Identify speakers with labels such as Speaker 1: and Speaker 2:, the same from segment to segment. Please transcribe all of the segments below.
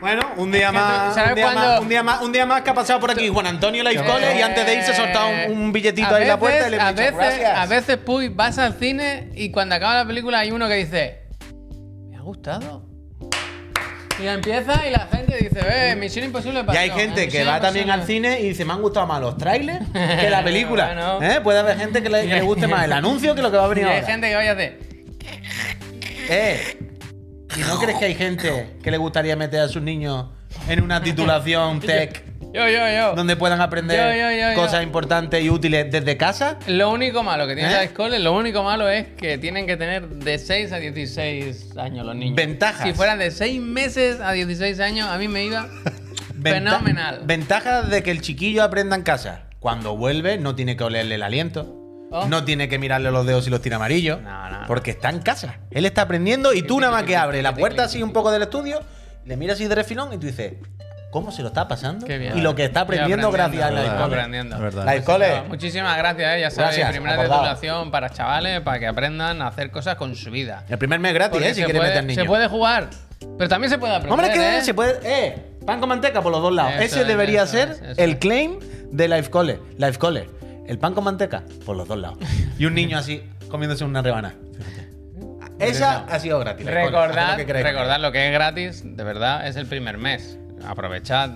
Speaker 1: Bueno, un día, más,
Speaker 2: ¿sabes
Speaker 1: un, día
Speaker 2: cuándo- Eh,
Speaker 1: más, un día más, un día más que ha pasado por aquí Juan Antonio Live Cole y antes de irse ha soltado un, un billetito ahí en la puerta y le
Speaker 2: a
Speaker 1: hemos dicho,
Speaker 2: veces,
Speaker 1: "Gracias".
Speaker 2: a veces, Puy, vas al cine y cuando acaba la película hay uno que dice, me ha gustado. Y la empieza y la gente dice, eh, Misión Imposible
Speaker 1: Y
Speaker 2: pasó,
Speaker 1: hay
Speaker 2: eh,
Speaker 1: gente que
Speaker 2: Misión
Speaker 1: va también al
Speaker 2: Imposible".
Speaker 1: cine y dice, me han gustado más los trailers que la película.
Speaker 2: Bueno.
Speaker 1: ¿Eh? Puede haber gente que le, que le guste más el anuncio que lo que va a venir
Speaker 2: Y hay
Speaker 1: ahora.
Speaker 2: gente que vaya a hacer,
Speaker 1: Eh, ¿Y no crees que hay gente que le gustaría meter a sus niños en una titulación tech
Speaker 2: yo, yo, yo.
Speaker 1: donde puedan aprender
Speaker 2: Yo, yo, yo, yo.
Speaker 1: cosas importantes y útiles desde casa?
Speaker 2: Lo único malo que tiene
Speaker 1: ¿Eh?
Speaker 2: la escuela, lo único malo es que tienen que tener de 6 a 16 años los niños.
Speaker 1: Ventajas.
Speaker 2: Si fueran de 6 meses a 16 años, a mí me iba
Speaker 1: Venta-
Speaker 2: fenomenal.
Speaker 1: Ventajas de que el chiquillo aprenda en casa. Cuando vuelve, no tiene que olerle el aliento.
Speaker 2: Oh.
Speaker 1: No tiene que mirarle los dedos si los tiene amarillos.
Speaker 2: No, no, no.
Speaker 1: Porque está en casa. Él está aprendiendo y tú nada más que abres la puerta así un poco del estudio, le miras así de refilón y tú dices, ¿cómo se lo está pasando?
Speaker 2: Qué bien.
Speaker 1: Y lo que está aprendiendo,
Speaker 2: Estoy
Speaker 1: gracias a la
Speaker 2: aprendiendo, estoy
Speaker 1: escuela.
Speaker 2: aprendiendo.
Speaker 3: Es verdad.
Speaker 1: La
Speaker 2: Bueno,
Speaker 1: escuela.
Speaker 2: Muchísimas gracias, eh, ya sabéis,
Speaker 1: Gracias,
Speaker 2: primera
Speaker 1: acordado.
Speaker 2: titulación para chavales, para que aprendan a hacer cosas con su vida.
Speaker 1: El primer mes gratis,
Speaker 2: Porque
Speaker 1: ¿eh? Si
Speaker 2: se,
Speaker 1: quieres
Speaker 2: puede,
Speaker 1: meter niños.
Speaker 2: se puede jugar, pero también se puede aprender.
Speaker 1: Hombre, que
Speaker 2: ¿eh?
Speaker 1: se puede. Eh, pan con manteca por los dos lados.
Speaker 2: Eso
Speaker 1: Ese
Speaker 2: es,
Speaker 1: debería
Speaker 2: eso
Speaker 1: ser
Speaker 2: es, eso
Speaker 1: el
Speaker 2: es.
Speaker 1: claim de Life Cole. Life Cole. El pan con manteca por los dos lados. Y un niño así comiéndose una rebanada. Esa ha sido gratis. Life Cole. Haced lo
Speaker 2: Recordad,
Speaker 1: que queráis.
Speaker 2: recordad lo que es gratis, de verdad, es el primer mes. Aprovechad,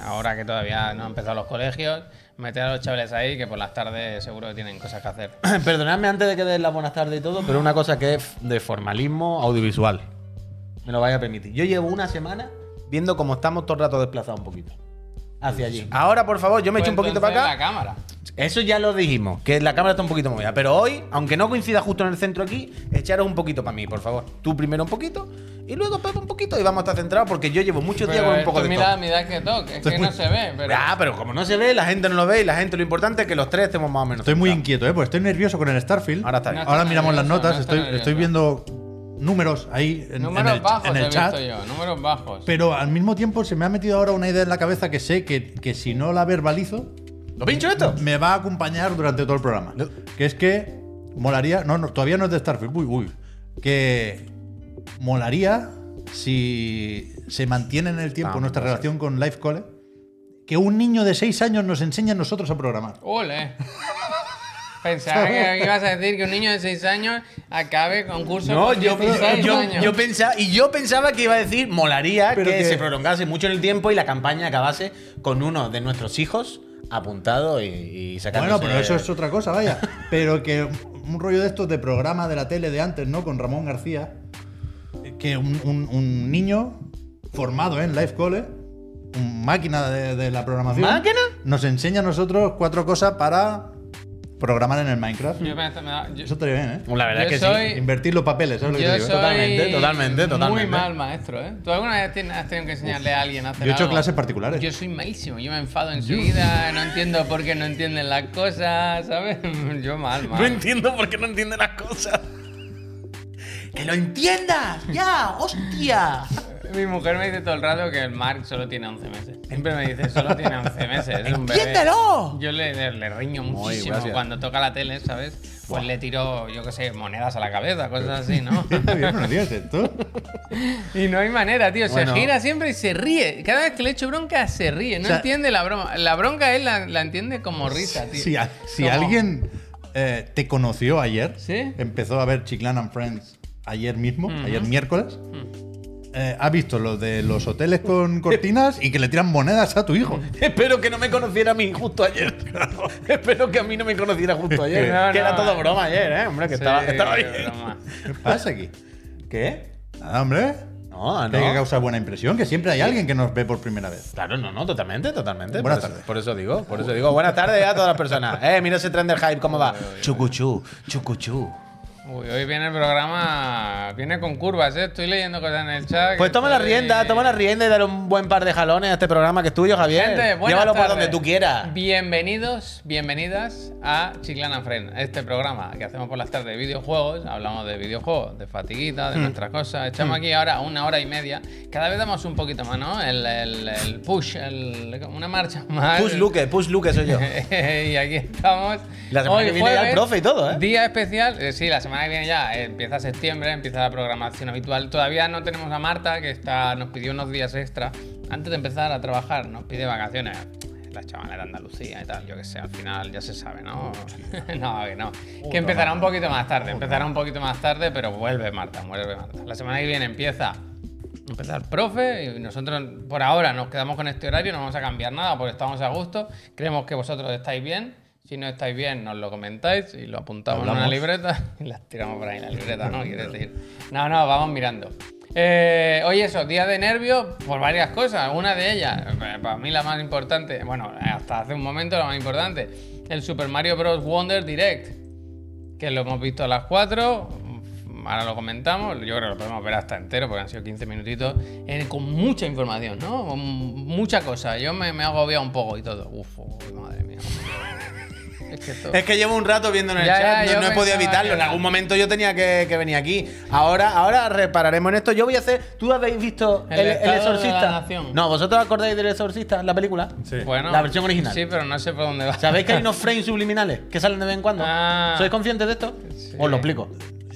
Speaker 2: ahora que todavía no han empezado los colegios, meted a los chavales ahí, que por las tardes seguro que tienen cosas que hacer.
Speaker 1: Perdonadme antes de que des las buenas tardes y todo, pero una cosa que es de formalismo audiovisual. Me lo vais a permitir. Yo llevo una semana viendo cómo estamos todo el rato desplazados un poquito. Hacia allí. Ahora, por favor, yo me echo un poquito para acá.
Speaker 2: Pues La cámara.
Speaker 1: Eso ya lo dijimos, que la cámara está un poquito movida. Pero hoy, aunque no coincida justo en el centro aquí, echaros un poquito para mí, por favor. Tú primero un poquito y luego Pepe un poquito y vamos a estar centrados porque yo llevo muchos días con un poco de
Speaker 2: Pues mira,
Speaker 1: todo.
Speaker 2: mira que toque, es que no se ve, pero...
Speaker 1: Ah, pero como no se ve, la gente no lo ve y la gente lo importante es que los tres estemos más o menos.
Speaker 3: Estoy muy
Speaker 1: centrados.
Speaker 3: inquieto, ¿eh? Porque estoy nervioso con el Starfield.
Speaker 1: Ahora está bien.
Speaker 2: No
Speaker 3: Ahora
Speaker 2: está
Speaker 3: miramos las
Speaker 2: nervioso,
Speaker 3: notas,
Speaker 2: no está
Speaker 3: estoy,
Speaker 2: nervioso.
Speaker 3: estoy viendo números ahí en, en
Speaker 2: números
Speaker 3: el,
Speaker 2: bajos
Speaker 3: en el
Speaker 2: he
Speaker 3: chat.
Speaker 2: visto yo, números bajos.
Speaker 3: Pero al mismo tiempo se me ha metido ahora una idea en la cabeza que sé que, que si no la verbalizo,
Speaker 1: ¿Lo pincho esto?
Speaker 3: me va a acompañar durante todo el programa.
Speaker 1: No.
Speaker 3: Que es que molaría. No, no, todavía no es de Starfield. Uy, uy. Que molaría si se mantiene en el tiempo
Speaker 1: No,
Speaker 3: nuestra
Speaker 1: no sé.
Speaker 3: relación con Life Cole. Que un niño de 6 años nos enseñe a nosotros a programar.
Speaker 2: Ole. Pensaba que ibas a decir que un niño de 6 años acabe con curso
Speaker 1: No,
Speaker 2: con
Speaker 1: yo,
Speaker 2: 16
Speaker 1: yo,
Speaker 2: años.
Speaker 1: yo pensaba, y yo pensaba que iba a decir, molaría que,
Speaker 3: Pero que-
Speaker 1: se prolongase mucho en el tiempo y la campaña acabase con uno de nuestros hijos apuntado y, y sacándose-
Speaker 3: Bueno, pero eso es otra cosa, vaya. Pero que un rollo de estos de programa de la tele de antes, ¿no? Con Ramón García. Que un, un- un niño formado en Life Cole, un máquina de, de la programación,
Speaker 1: ¿Máquina?
Speaker 3: nos enseña a nosotros cuatro cosas para programar en el Minecraft.
Speaker 2: Yo pensé- me da- yo-
Speaker 3: Eso estaría bien, ¿eh?
Speaker 1: La verdad
Speaker 2: yo
Speaker 1: es que sí.
Speaker 2: soy-
Speaker 3: Invertir los papeles, ¿sabes lo que
Speaker 2: Yo
Speaker 3: te
Speaker 2: soy
Speaker 3: digo?
Speaker 1: Totalmente, totalmente,
Speaker 2: muy
Speaker 1: totalmente.
Speaker 2: mal maestro, ¿eh? ¿Tú alguna vez tien- has tenido que enseñarle a alguien a hacer
Speaker 3: Yo he hecho
Speaker 2: algo?
Speaker 3: clases particulares.
Speaker 2: Yo soy malísimo, yo me enfado enseguida, no entiendo por qué no entienden las cosas, ¿sabes? Yo mal,
Speaker 1: No
Speaker 2: mal.
Speaker 1: entiendo por qué no entiende las cosas. ¡Que lo entiendas! ¡Ya! ¡Hostia!
Speaker 2: Mi mujer me dice todo el rato que el Mark solo tiene 11 meses. Siempre me dice, solo tiene 11 meses, es un bebé.
Speaker 1: ¡Entiéndelo!
Speaker 2: Yo le, le- le riño muchísimo
Speaker 1: gracias.
Speaker 2: cuando toca la tele, ¿sabes? Pues le tiro, yo qué sé, monedas a la cabeza, cosas así, ¿no?
Speaker 3: Está bien, buenos días, esto.
Speaker 2: Y no hay manera, tío.
Speaker 1: Bueno.
Speaker 2: Se gira siempre y se ríe. Cada vez que le echo bronca, se ríe. No
Speaker 3: O sea-
Speaker 2: entiende la broma. La bronca él la, la entiende como risa, tío.
Speaker 3: Si, a- si
Speaker 2: Como-
Speaker 3: alguien eh, te conoció ayer,
Speaker 2: ¿Sí?
Speaker 3: empezó a ver Chiclan and Friends ayer mismo, ayer miércoles, eh, ha visto lo de los hoteles con cortinas y que le tiran monedas a tu hijo.
Speaker 1: Espero que no me conociera a mí justo ayer. Espero que a mí no me conociera justo ayer.
Speaker 2: No,
Speaker 1: que
Speaker 2: no.
Speaker 1: era todo broma ayer, ¿eh? Hombre, que
Speaker 2: Sí,
Speaker 1: estaba, estaba
Speaker 2: qué
Speaker 1: bien.
Speaker 2: broma.
Speaker 3: ¿Qué pasa aquí?
Speaker 1: ¿Qué?
Speaker 3: Nada, hombre.
Speaker 1: No,
Speaker 3: Tiene que
Speaker 1: Ah, no.
Speaker 3: causar buena impresión, que siempre hay alguien que nos ve por primera vez.
Speaker 1: Claro, no, no, totalmente, totalmente.
Speaker 3: Buenas
Speaker 1: por eso-
Speaker 3: tardes.
Speaker 1: por eso digo, por eso digo. Buenas tardes a todas las personas. Eh, mira ese tren del hype, ¿cómo va? Chucuchú, chucuchú.
Speaker 2: Uy, hoy viene el programa. Viene con curvas, ¿eh? Estoy leyendo cosas en el chat.
Speaker 1: Pues toma la rienda, toma la
Speaker 2: rienda.
Speaker 1: rienda y dale un buen par de jalones a este programa que es tuyo, Javier.
Speaker 2: Gente, buenas
Speaker 1: Llévalo por
Speaker 2: tardes.
Speaker 1: donde tú quieras.
Speaker 2: Bienvenidos, bienvenidas a Chiclana Friend, este programa que hacemos por las tardes de videojuegos. Hablamos de videojuegos, de fatiguita,
Speaker 1: Hmm.
Speaker 2: de nuestras cosas. Echamos aquí ahora una hora y media. Cada vez damos un poquito más, ¿no? El, el- el push, el- una marcha más.
Speaker 1: Push Luke, push Luke soy yo.
Speaker 2: y aquí estamos.
Speaker 1: La semana
Speaker 2: Hoy
Speaker 1: que viene ya el
Speaker 2: jueves,
Speaker 1: profe y todo, ¿eh?
Speaker 2: Día especial. eh, sí, la semana semana que viene ya eh, empieza septiembre, empieza la programación habitual. Todavía no tenemos a Marta, que está, nos pidió unos días extra. Antes de empezar a trabajar, nos pide vacaciones. La chavala de Andalucía y tal, yo que sé, al final ya se sabe, ¿no? no, que no. Que empezará un poquito más tarde, empezará un poquito más tarde, pero vuelve Marta, vuelve Marta. La semana que viene empieza Empezar el profe y nosotros por ahora nos quedamos con este horario, no vamos a cambiar nada porque estamos a gusto. Creemos que vosotros estáis bien. Si no estáis bien, nos lo comentáis y lo apuntamos en una
Speaker 3: Hablamos.
Speaker 2: libreta y las tiramos por ahí en la libreta, ¿no? Quiero decir. No, no, vamos mirando. Eh, oye, eso, día de nervios por varias cosas. Una de ellas, eh, para mí la más importante, bueno, hasta hace un momento la más importante, el Super Mario Bros. Wonder Direct que lo hemos visto a las 4. Ahora lo comentamos, yo creo que lo podemos ver hasta entero porque han sido 15 minutitos eh, con mucha información, ¿no? Con mucha cosa. Yo me, me he agobiado un poco y todo. Uf, uy, madre mía. es que esto.
Speaker 1: Es que llevo un rato viendo en el
Speaker 2: Ya,
Speaker 1: chat,
Speaker 2: ya,
Speaker 1: no-
Speaker 2: yo
Speaker 1: no, he podido
Speaker 2: pensaba
Speaker 1: evitarlo.
Speaker 2: que
Speaker 1: En
Speaker 2: era.
Speaker 1: algún momento yo tenía que, que venir aquí. Ahora, ahora repararemos en esto. Yo voy a hacer. ¿Tú habéis visto El,
Speaker 2: El
Speaker 1: El
Speaker 2: Estado de la
Speaker 1: Exorcista?
Speaker 2: Nación.
Speaker 1: no, ¿vosotros acordáis del Exorcista, la película?
Speaker 3: Sí.
Speaker 2: Bueno,
Speaker 1: La versión original.
Speaker 2: Sí, pero no sé por dónde va.
Speaker 1: ¿Sabéis que hay unos frames subliminales que salen de vez en cuando?
Speaker 2: Ah.
Speaker 1: ¿Sois conscientes de esto?
Speaker 2: Sí.
Speaker 1: Os lo explico.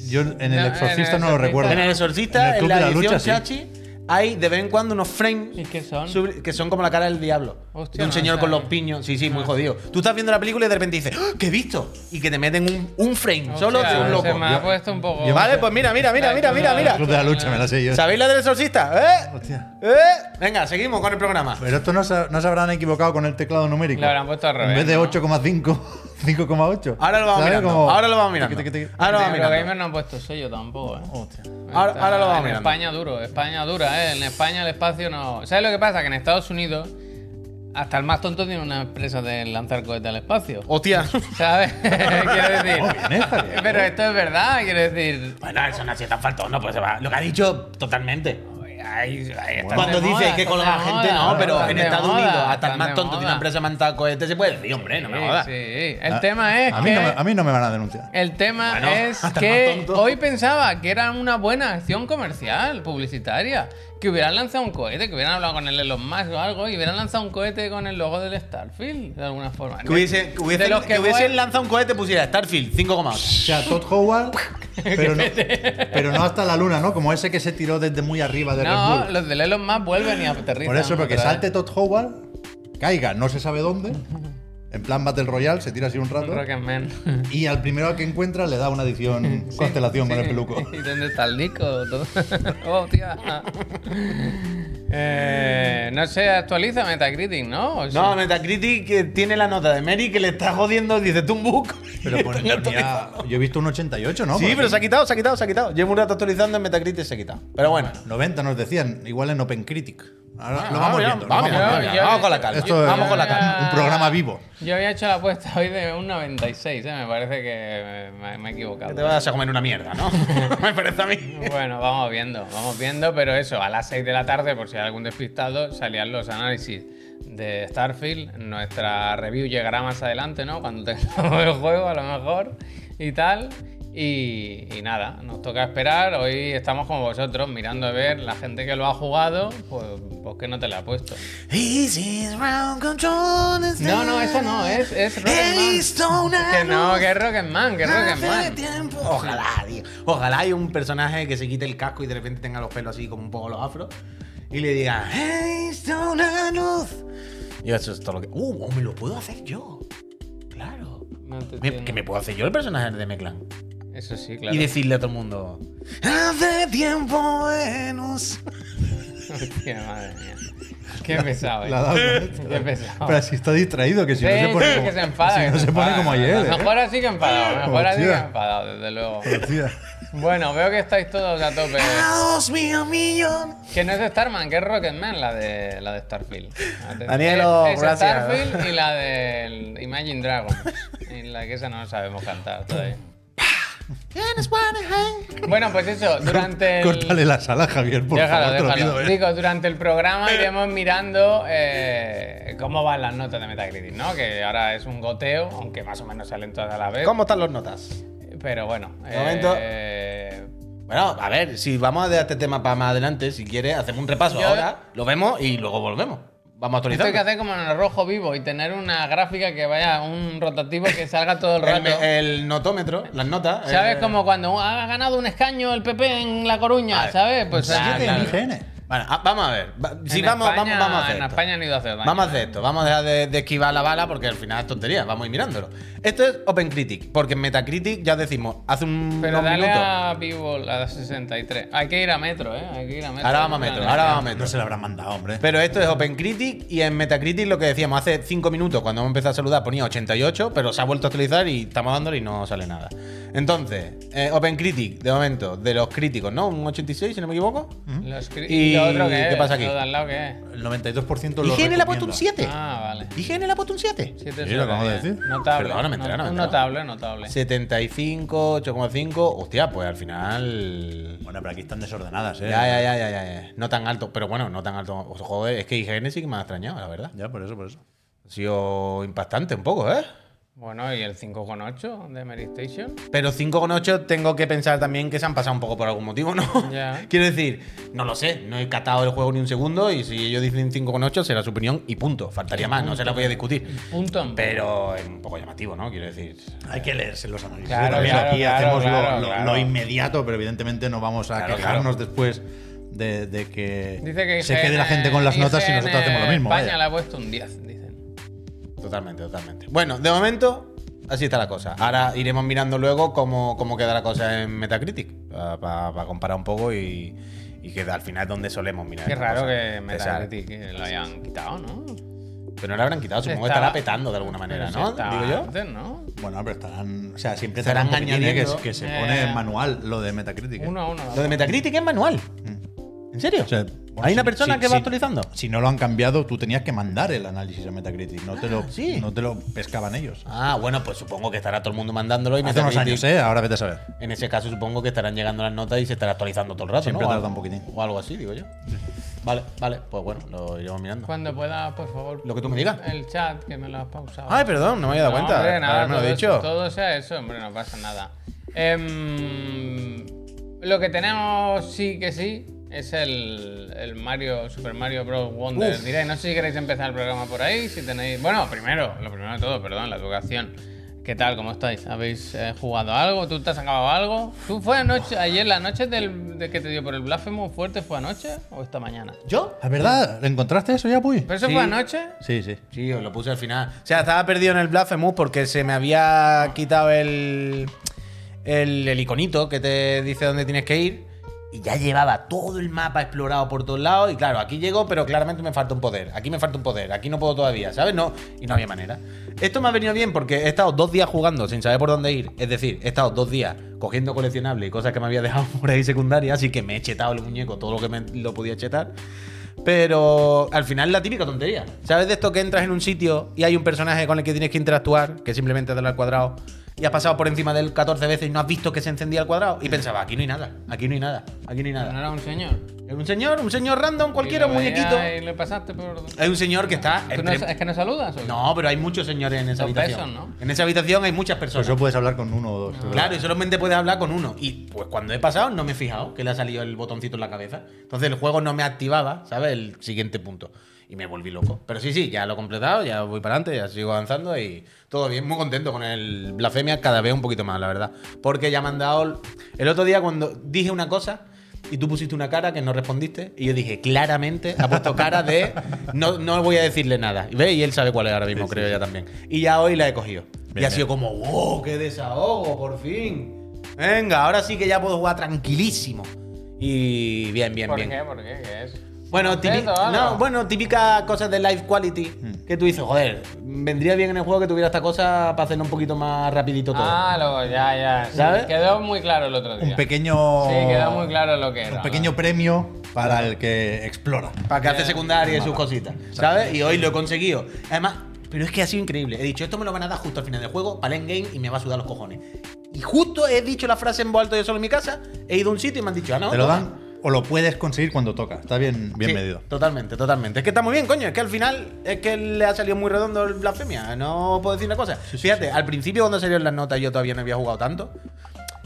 Speaker 3: Yo en el
Speaker 2: No, en
Speaker 3: exorcista
Speaker 2: el
Speaker 3: no lo
Speaker 2: Exorcista
Speaker 3: recuerdo.
Speaker 2: no.
Speaker 1: En el
Speaker 3: En el
Speaker 1: Exorcista, en,
Speaker 3: Club
Speaker 1: la
Speaker 3: de la
Speaker 1: edición
Speaker 3: Lucha, sí.
Speaker 1: Chachi, hay de vez en cuando unos frames
Speaker 2: ¿Y qué son?
Speaker 1: subli- que son como la cara del diablo.
Speaker 2: Hostia,
Speaker 1: de un
Speaker 2: no
Speaker 1: señor con
Speaker 2: sabía.
Speaker 1: los piños. Sí, sí, muy jodido. Tú estás viendo la película y de repente dices, ¡Ah, ¿qué he visto? Y que te meten un, un frame solo
Speaker 2: Hostia,
Speaker 1: de un
Speaker 2: Se
Speaker 1: loco.
Speaker 2: me ha
Speaker 3: Yo-
Speaker 2: puesto un poco.
Speaker 3: yo-
Speaker 1: Vale, pues mira, mira, mira, mira, mira,
Speaker 3: El club
Speaker 1: mira.
Speaker 3: de la lucha me la sé yo.
Speaker 1: ¿Sabéis la del exorcista? ¿Eh?
Speaker 3: Hostia.
Speaker 1: ¿Eh? Venga, seguimos con el programa.
Speaker 3: Pero esto no se, no se habrán equivocado con el teclado numérico.
Speaker 2: Lo habrán puesto al
Speaker 3: En
Speaker 2: revés,
Speaker 3: vez de
Speaker 2: ¿no?
Speaker 3: 8,5, 5,8.
Speaker 1: Ahora lo vamos
Speaker 3: ¿Sabes?
Speaker 1: mirando.
Speaker 3: Como-
Speaker 1: Ahora lo vamos mirando.
Speaker 3: Tiqui, tiqui, tiqui.
Speaker 1: Ahora lo vamos
Speaker 2: Pero
Speaker 1: mirando.
Speaker 2: Gamer no han puesto sello tampoco, ¿eh?
Speaker 3: Hostia.
Speaker 1: Ahora-
Speaker 2: Está-
Speaker 1: ahora lo vamos
Speaker 2: en
Speaker 1: mirando.
Speaker 2: España duro, España dura, ¿eh? En España el espacio no. ¿Sabes lo que pasa? Que en Estados Unidos, hasta el más tonto tiene una empresa de lanzar cohetes al espacio.
Speaker 1: Hostia.
Speaker 2: ¿Sabes? quiero decir.
Speaker 3: Oh, bien, esta, bien.
Speaker 2: Pero esto es verdad, quiero decir.
Speaker 1: Bueno, eso no ha sido tan faltón, pues se va. Lo que ha dicho totalmente.
Speaker 2: Ay, ay, están
Speaker 1: Cuando
Speaker 2: de
Speaker 1: dice
Speaker 2: moda,
Speaker 1: que
Speaker 2: están
Speaker 1: colga
Speaker 2: de
Speaker 1: gente,
Speaker 2: moda,
Speaker 1: no, pero
Speaker 2: están
Speaker 1: en
Speaker 2: de
Speaker 1: Estados
Speaker 2: moda,
Speaker 1: Unidos, hasta el
Speaker 2: están
Speaker 1: más
Speaker 2: de
Speaker 1: tonto tiene
Speaker 2: moda.
Speaker 1: una empresa montada con cohetes, se puede decir, hombre, no me jodas. Ah,
Speaker 2: Sí, sí. El tema es.
Speaker 3: A mí,
Speaker 2: que...
Speaker 3: no me, a mí no me van a denunciar.
Speaker 2: El tema
Speaker 1: Bueno,
Speaker 2: es
Speaker 1: hasta el
Speaker 2: que
Speaker 1: más tonto.
Speaker 2: hoy pensaba que era una buena acción comercial, publicitaria. Que hubieran lanzado un cohete, que hubieran hablado con el Elon Musk o algo, y hubieran lanzado un cohete con el logo del Starfield, de alguna forma.
Speaker 1: Que hubiesen, que hubiesen-
Speaker 2: de los que,
Speaker 1: que hubiesen
Speaker 2: vuel-
Speaker 1: lanzado un cohete pusiera Starfield 5,8.
Speaker 3: O sea, Todd Howard, pero no, pero no hasta la luna, ¿no? Como ese que se tiró desde muy arriba de Red
Speaker 2: No,
Speaker 3: Bull.
Speaker 2: los del Elon Musk vuelven y aterrizan.
Speaker 3: Por eso, porque
Speaker 2: otra vez.
Speaker 3: salte Todd Howard, caiga no se sabe dónde, en plan Battle Royale, se tira así un rato,
Speaker 2: Un Rocketman.
Speaker 3: y al primero que encuentra le da una edición constelación con el
Speaker 2: Sí.
Speaker 3: peluco.
Speaker 2: ¿Y dónde está el disco? Todo- oh, tía. Eh, no se actualiza Metacritic, ¿no? ¿O sí?
Speaker 1: No, Metacritic eh, tiene la nota de Mary que le está jodiendo, dice, tú un book.
Speaker 3: Pero pon- ponía- yo he visto un 88, ¿no?
Speaker 1: sí,
Speaker 3: Por
Speaker 1: pero
Speaker 3: aquí.
Speaker 1: se ha quitado, se ha quitado, se ha quitado. Llevo un rato actualizando en Metacritic y se ha quitado. Pero bueno.
Speaker 3: 90 nos decían, igual en Open Critic. Ahora lo
Speaker 1: vamos Ah,
Speaker 3: vamos
Speaker 1: ya,
Speaker 3: viendo. lo
Speaker 1: vamos
Speaker 3: vamos
Speaker 1: ya,
Speaker 3: viendo.
Speaker 1: venga,
Speaker 2: yo-
Speaker 1: vamos con la calma.
Speaker 3: Esto es
Speaker 1: vamos con la calma.
Speaker 2: calma.
Speaker 3: un programa vivo.
Speaker 2: Yo había hecho la apuesta hoy de un 96, ¿eh? me parece que me, me he equivocado.
Speaker 1: Que te vas a comer una mierda, ¿no? Me parece a mí.
Speaker 2: Bueno, vamos viendo, vamos viendo, pero eso, a las 6 de la tarde, por si hay algún despistado, salían los análisis de Starfield. Nuestra review llegará más adelante, ¿no? Cuando tengamos el juego, a lo mejor, y tal. Y, y nada, nos toca esperar. Hoy estamos como vosotros, mirando a ver la gente que lo ha jugado, pues, pues que no te la ha puesto. No, no, esa no, es, es Rocketman. Que no, que es Rocketman, que es Rocketman.
Speaker 1: Ojalá, tío. Ojalá hay un personaje que se quite el casco y de repente tenga los pelos así como un poco los afros y le diga, ¡Hey, una luz! Y eso es todo lo que. ¡Uh! o me lo puedo hacer yo. Claro.
Speaker 2: No te
Speaker 1: Me-
Speaker 2: entiendo.
Speaker 1: que me puedo hacer yo el personaje de Meclan.
Speaker 2: Eso sí, claro.
Speaker 1: Y decirle a todo el mundo, ¡Hace tiempo Venus!
Speaker 2: Hostia, madre mía. Qué pesado, eh.
Speaker 3: La da-
Speaker 2: Qué pesado.
Speaker 3: Pero si está distraído, que si
Speaker 2: Sí,
Speaker 3: no se pone
Speaker 2: sí,
Speaker 3: como,
Speaker 2: que se enfada.
Speaker 3: si
Speaker 2: que
Speaker 3: no se pone
Speaker 2: enfada.
Speaker 3: como ayer. ¿eh?
Speaker 2: Mejor así que enfadado, mejor así que
Speaker 3: Hostia.
Speaker 2: enfadado, desde luego.
Speaker 3: Hostia.
Speaker 2: Bueno, veo que estáis todos a tope.
Speaker 1: ¡Dos mil millón!
Speaker 2: Que no es Starman, que es Rocketman, la de, la de Starfield. Atención.
Speaker 1: Danielo,
Speaker 2: es, es
Speaker 1: gracias.
Speaker 2: Starfield y la del Imagine Dragon. Y la que esa no sabemos cantar todavía. Bueno, pues eso, durante el...
Speaker 3: Córtale la sala, Javier, por
Speaker 2: déjalo,
Speaker 3: favor, te lo
Speaker 2: déjalo.
Speaker 3: pido. ¿eh?
Speaker 2: Digo, durante el programa iremos mirando eh, cómo van las notas de Metacritic, ¿no? Que ahora es un goteo, aunque más o menos salen todas a la vez.
Speaker 1: ¿Cómo están las notas?
Speaker 2: Pero bueno.
Speaker 1: De momento-
Speaker 2: eh,
Speaker 1: Bueno, a ver, si vamos a dejar este tema para más adelante, si quieres, hacemos un repaso
Speaker 2: Yo-
Speaker 1: ahora, lo vemos y luego volvemos. Vamos a
Speaker 2: Esto hay que
Speaker 1: actualizar.
Speaker 2: hacer como en el rojo vivo y tener una gráfica que vaya, un rotativo que salga todo el rato.
Speaker 1: El, eh, el notómetro, las notas.
Speaker 2: ¿Sabes?
Speaker 1: eh,
Speaker 2: Como cuando ha ganado un escaño el PP en La Coruña, ¿sabes? Pues
Speaker 3: Siete
Speaker 2: ah,
Speaker 3: en
Speaker 2: claro.
Speaker 3: IGN.
Speaker 1: Bueno, ah, vamos a ver. Va- Si
Speaker 2: En
Speaker 1: vamos,
Speaker 2: España-
Speaker 1: vamos, vamos a hacer.
Speaker 2: En
Speaker 1: esto.
Speaker 2: España han ido a hacer daño.
Speaker 1: Vamos a hacer esto, vamos a dejar de, de esquivar la bala porque al final es tontería, vamos a ir mirándolo. Esto es OpenCritic, porque en Metacritic ya decimos, hace un
Speaker 2: Pero
Speaker 1: unos
Speaker 2: dale
Speaker 1: minutos.
Speaker 2: a vivo a la 63. Hay que ir a metro, ¿eh? Hay que ir a metro.
Speaker 1: Ahora vamos a metro, ahora vamos a metro.
Speaker 3: No se lo habrán mandado, hombre.
Speaker 1: Pero esto es OpenCritic y en Metacritic lo que decíamos hace 5 minutos cuando hemos empezado a saludar ponía 88, pero se ha vuelto a actualizar y estamos dándole y no sale nada. Entonces, eh, OpenCritic, de momento, de los críticos, ¿no? Un 86, si no me equivoco.
Speaker 2: Los cri-
Speaker 1: ¿Y
Speaker 2: ¿Y lo otro qué,
Speaker 1: qué
Speaker 2: es?
Speaker 1: pasa aquí?
Speaker 2: ¿Lo de al lado qué es?
Speaker 3: El 92% lo
Speaker 1: ¿Y GN le ha puesto un
Speaker 3: recomienda.
Speaker 1: 7?
Speaker 2: Ah, vale.
Speaker 1: ¿Y GN le ha puesto un 7?
Speaker 2: Siete
Speaker 3: Sí, lo acabo
Speaker 2: sobre
Speaker 3: de
Speaker 2: diez.
Speaker 3: decir.
Speaker 2: Notable.
Speaker 1: Perdóname,
Speaker 2: no-
Speaker 1: enterado, no
Speaker 2: un
Speaker 1: me enterado.
Speaker 2: notable, notable.
Speaker 1: 75, 8,5. Hostia, pues al final.
Speaker 3: Bueno, pero aquí están desordenadas, ¿eh?
Speaker 1: Ya, ya, ya, ya, ya, ya. No tan alto, pero bueno, no tan alto. O sea, Joder, es que IGN sí que me ha extrañado, la verdad.
Speaker 3: Ya, por eso, por eso.
Speaker 1: Ha sido impactante un poco, ¿eh?
Speaker 2: Bueno, y el 5,8 de Mary Station.
Speaker 1: Pero 5,8 tengo que pensar también que se han pasado un poco por algún motivo, ¿no?
Speaker 2: Ya.
Speaker 1: Quiero decir, no lo sé, no he catado el juego ni un segundo y si ellos dicen 5,8 será su opinión y punto. Faltaría más, no se la voy a discutir.
Speaker 2: Punto en
Speaker 1: Pero es un poco llamativo, ¿no? Quiero decir.
Speaker 3: Hay que leerse los análisis.
Speaker 2: Claro,
Speaker 3: También
Speaker 2: claro,
Speaker 3: aquí
Speaker 2: claro,
Speaker 3: hacemos lo-
Speaker 2: claro,
Speaker 3: lo,
Speaker 2: claro.
Speaker 3: lo inmediato, pero evidentemente no vamos a
Speaker 1: Claro,
Speaker 3: quejarnos después de, de que,
Speaker 2: Dice que
Speaker 3: se
Speaker 2: IGN
Speaker 3: quede la gente con las notas y
Speaker 2: IGN
Speaker 3: nosotros hacemos lo mismo.
Speaker 2: España
Speaker 3: vaya.
Speaker 2: le ha puesto un 10, dicen.
Speaker 1: Totalmente, totalmente. Bueno, de momento, así está la cosa. Ahora iremos mirando luego cómo, cómo queda la cosa en Metacritic, para comparar un poco y, y que al final es donde solemos mirar.
Speaker 2: Qué
Speaker 1: estas
Speaker 2: raro
Speaker 1: cosas.
Speaker 2: que
Speaker 1: O sea,
Speaker 2: Metacritic que lo hayan quitado, ¿no?
Speaker 1: Pero no la habrán quitado, supongo que
Speaker 2: Estaba-
Speaker 1: estará petando de alguna manera,
Speaker 2: Pero
Speaker 1: ¿no?
Speaker 2: si estaba
Speaker 1: Digo yo.
Speaker 2: antes, ¿no?
Speaker 3: Bueno, pero estarán. O sea, siempre
Speaker 1: Estarán
Speaker 3: estarán añadiendo que,
Speaker 1: añadiendo. eh,
Speaker 3: que se
Speaker 2: Ya,
Speaker 3: pone
Speaker 2: ya, ya.
Speaker 3: manual lo de Metacritic. ¿eh?
Speaker 2: Uno a uno. la
Speaker 1: Lo de
Speaker 2: pongo.
Speaker 1: Metacritic es manual. ¿En serio?
Speaker 3: Mm. O sea, bueno,
Speaker 1: Hay
Speaker 3: si-
Speaker 1: una persona
Speaker 3: si-
Speaker 1: que va
Speaker 3: si-
Speaker 1: actualizando.
Speaker 3: Si no lo han cambiado, tú tenías que mandar el análisis a Metacritic. No te lo,
Speaker 1: Ah, sí.
Speaker 3: no te lo pescaban ellos.
Speaker 1: Ah, bueno, pues supongo que estará todo el mundo mandándolo y
Speaker 3: Hace unos
Speaker 1: Metacritic-
Speaker 3: años, ¿eh? Ahora vete a saber.
Speaker 1: En ese caso supongo que estarán llegando las notas y se estará actualizando todo el rato,
Speaker 3: Siempre
Speaker 1: ¿no? O
Speaker 3: tarda un
Speaker 1: algo-
Speaker 3: poquitín.
Speaker 1: O algo así, digo yo. Vale, vale, pues bueno, lo iremos mirando.
Speaker 2: Cuando pueda, por favor.
Speaker 1: Lo que Ah, tú me digas.
Speaker 2: El chat, que me lo has pausado.
Speaker 1: Ay, perdón, no me había dado cuenta.
Speaker 2: Hombre, nada,
Speaker 1: haberme lo
Speaker 2: todo
Speaker 1: dicho.
Speaker 2: eso- todo sea eso, hombre, no pasa nada. Em, lo que tenemos sí que sí es el, el Mario, Super Mario Bros. Wonder
Speaker 1: Uf.
Speaker 2: Direct. No sé si queréis empezar el programa por ahí, si tenéis... Bueno, primero, lo primero de todo, perdón, la educación. ¿Qué tal? ¿Cómo estáis? ¿Habéis eh, jugado algo? ¿Tú te has acabado algo? ¿Tú fue anoche, ayer, la noche del, de que te dio por el blasfemo fuerte, fue anoche o esta mañana?
Speaker 1: ¿Yo?
Speaker 3: ¿Es verdad? ¿Encontraste eso ya, Puy?
Speaker 2: ¿Pero eso
Speaker 1: Sí.
Speaker 2: fue anoche?
Speaker 3: Sí, sí.
Speaker 1: Sí, os lo puse al final. O sea, estaba perdido en el Blasphemous porque se me había quitado el, el, el iconito que te dice dónde tienes que ir. Y ya llevaba todo el mapa explorado por todos lados. Y claro, aquí llego, pero claramente me falta un poder. Aquí me falta un poder. Aquí no puedo todavía, ¿sabes? No, y no había manera. Esto me ha venido bien porque he estado dos días jugando sin saber por dónde ir. Es decir, he estado dos días cogiendo coleccionables y cosas que me había dejado por ahí secundarias. Así que me he chetado el muñeco todo lo que me lo podía chetar. Pero al final la típica tontería. ¿Sabes de esto que entras en un sitio y hay un personaje con el que tienes que interactuar, que simplemente te da al cuadrado, y has pasado por encima de él 14 veces y no has visto que se encendía el cuadrado? Y pensaba, aquí no hay nada, aquí no hay nada, aquí no hay
Speaker 2: No
Speaker 1: nada.
Speaker 2: era un señor.
Speaker 1: Es un señor, un señor random, cualquiera,
Speaker 2: Y
Speaker 1: un
Speaker 2: lo
Speaker 1: muñequito.
Speaker 2: veía y le pasaste por...
Speaker 1: Hay un señor que está...
Speaker 2: ¿Tú no-
Speaker 1: entre-
Speaker 2: ¿Es que no saludas? o qué?
Speaker 1: No, pero hay muchos señores en esa
Speaker 2: Dos
Speaker 1: habitación.
Speaker 2: besos, ¿no?
Speaker 1: En esa habitación hay muchas
Speaker 3: Por
Speaker 1: personas.
Speaker 3: eso Pues puedes hablar con uno o dos. es
Speaker 1: Claro, y solamente puedes hablar con uno. Y pues cuando he pasado no me he fijado que le ha salido el botoncito en la cabeza. Entonces el juego no me activaba, ¿sabes? El siguiente punto. Y me volví loco. Pero sí, sí, ya lo he completado, ya voy para adelante, ya sigo avanzando y todo bien. Muy contento con el Blasfemia cada vez un poquito más, la verdad. Porque ya me han dado... El otro día cuando dije una cosa... Y tú pusiste una cara que no respondiste. Y yo dije, claramente, ha puesto cara de. No, no voy a decirle nada. ¿Ves? Y él sabe cuál es ahora mismo, creo ya también. Y ya hoy la he cogido. y
Speaker 3: Bien,
Speaker 1: ha sido como, wow, qué desahogo, por fin. Venga, ahora sí que ya puedo jugar tranquilísimo. Y bien, bien,
Speaker 2: ¿Por
Speaker 1: bien.
Speaker 2: qué? ¿Por qué? ¿Qué es?
Speaker 1: Bueno, típi-
Speaker 2: ¿Contento o algo?
Speaker 1: no, bueno, típica cosa de life quality
Speaker 3: Hmm.
Speaker 1: que tú dices, joder, vendría bien en el juego que tuviera esta cosa para hacerlo un poquito más rapidito todo.
Speaker 2: Ah, lo, ya, ya. sí,
Speaker 1: ¿Sabes?
Speaker 2: Quedó muy claro el otro día.
Speaker 3: Un pequeño.
Speaker 2: Sí, quedó muy claro lo que era.
Speaker 3: Un pequeño premio para el que explora.
Speaker 1: Para que hace secundaria y sus cositas, ¿sabes? Y hoy lo he conseguido. Además, pero es que ha sido increíble. He dicho, esto me lo van a dar justo al final del juego, para el endgame, y me va a sudar los cojones. Y justo he dicho la frase en voz alta yo solo en mi casa, he ido a un sitio y me han dicho, ah, no.
Speaker 3: Te lo
Speaker 1: toma".
Speaker 3: dan o lo puedes conseguir cuando toca. Está bien, bien
Speaker 1: Sí,
Speaker 3: medido.
Speaker 1: Totalmente, totalmente. Es que está muy bien, coño. Es que al final es que le ha salido muy redondo el blasfemia. No puedo decir una cosa. Fíjate, al principio cuando salieron las notas yo todavía no había jugado tanto.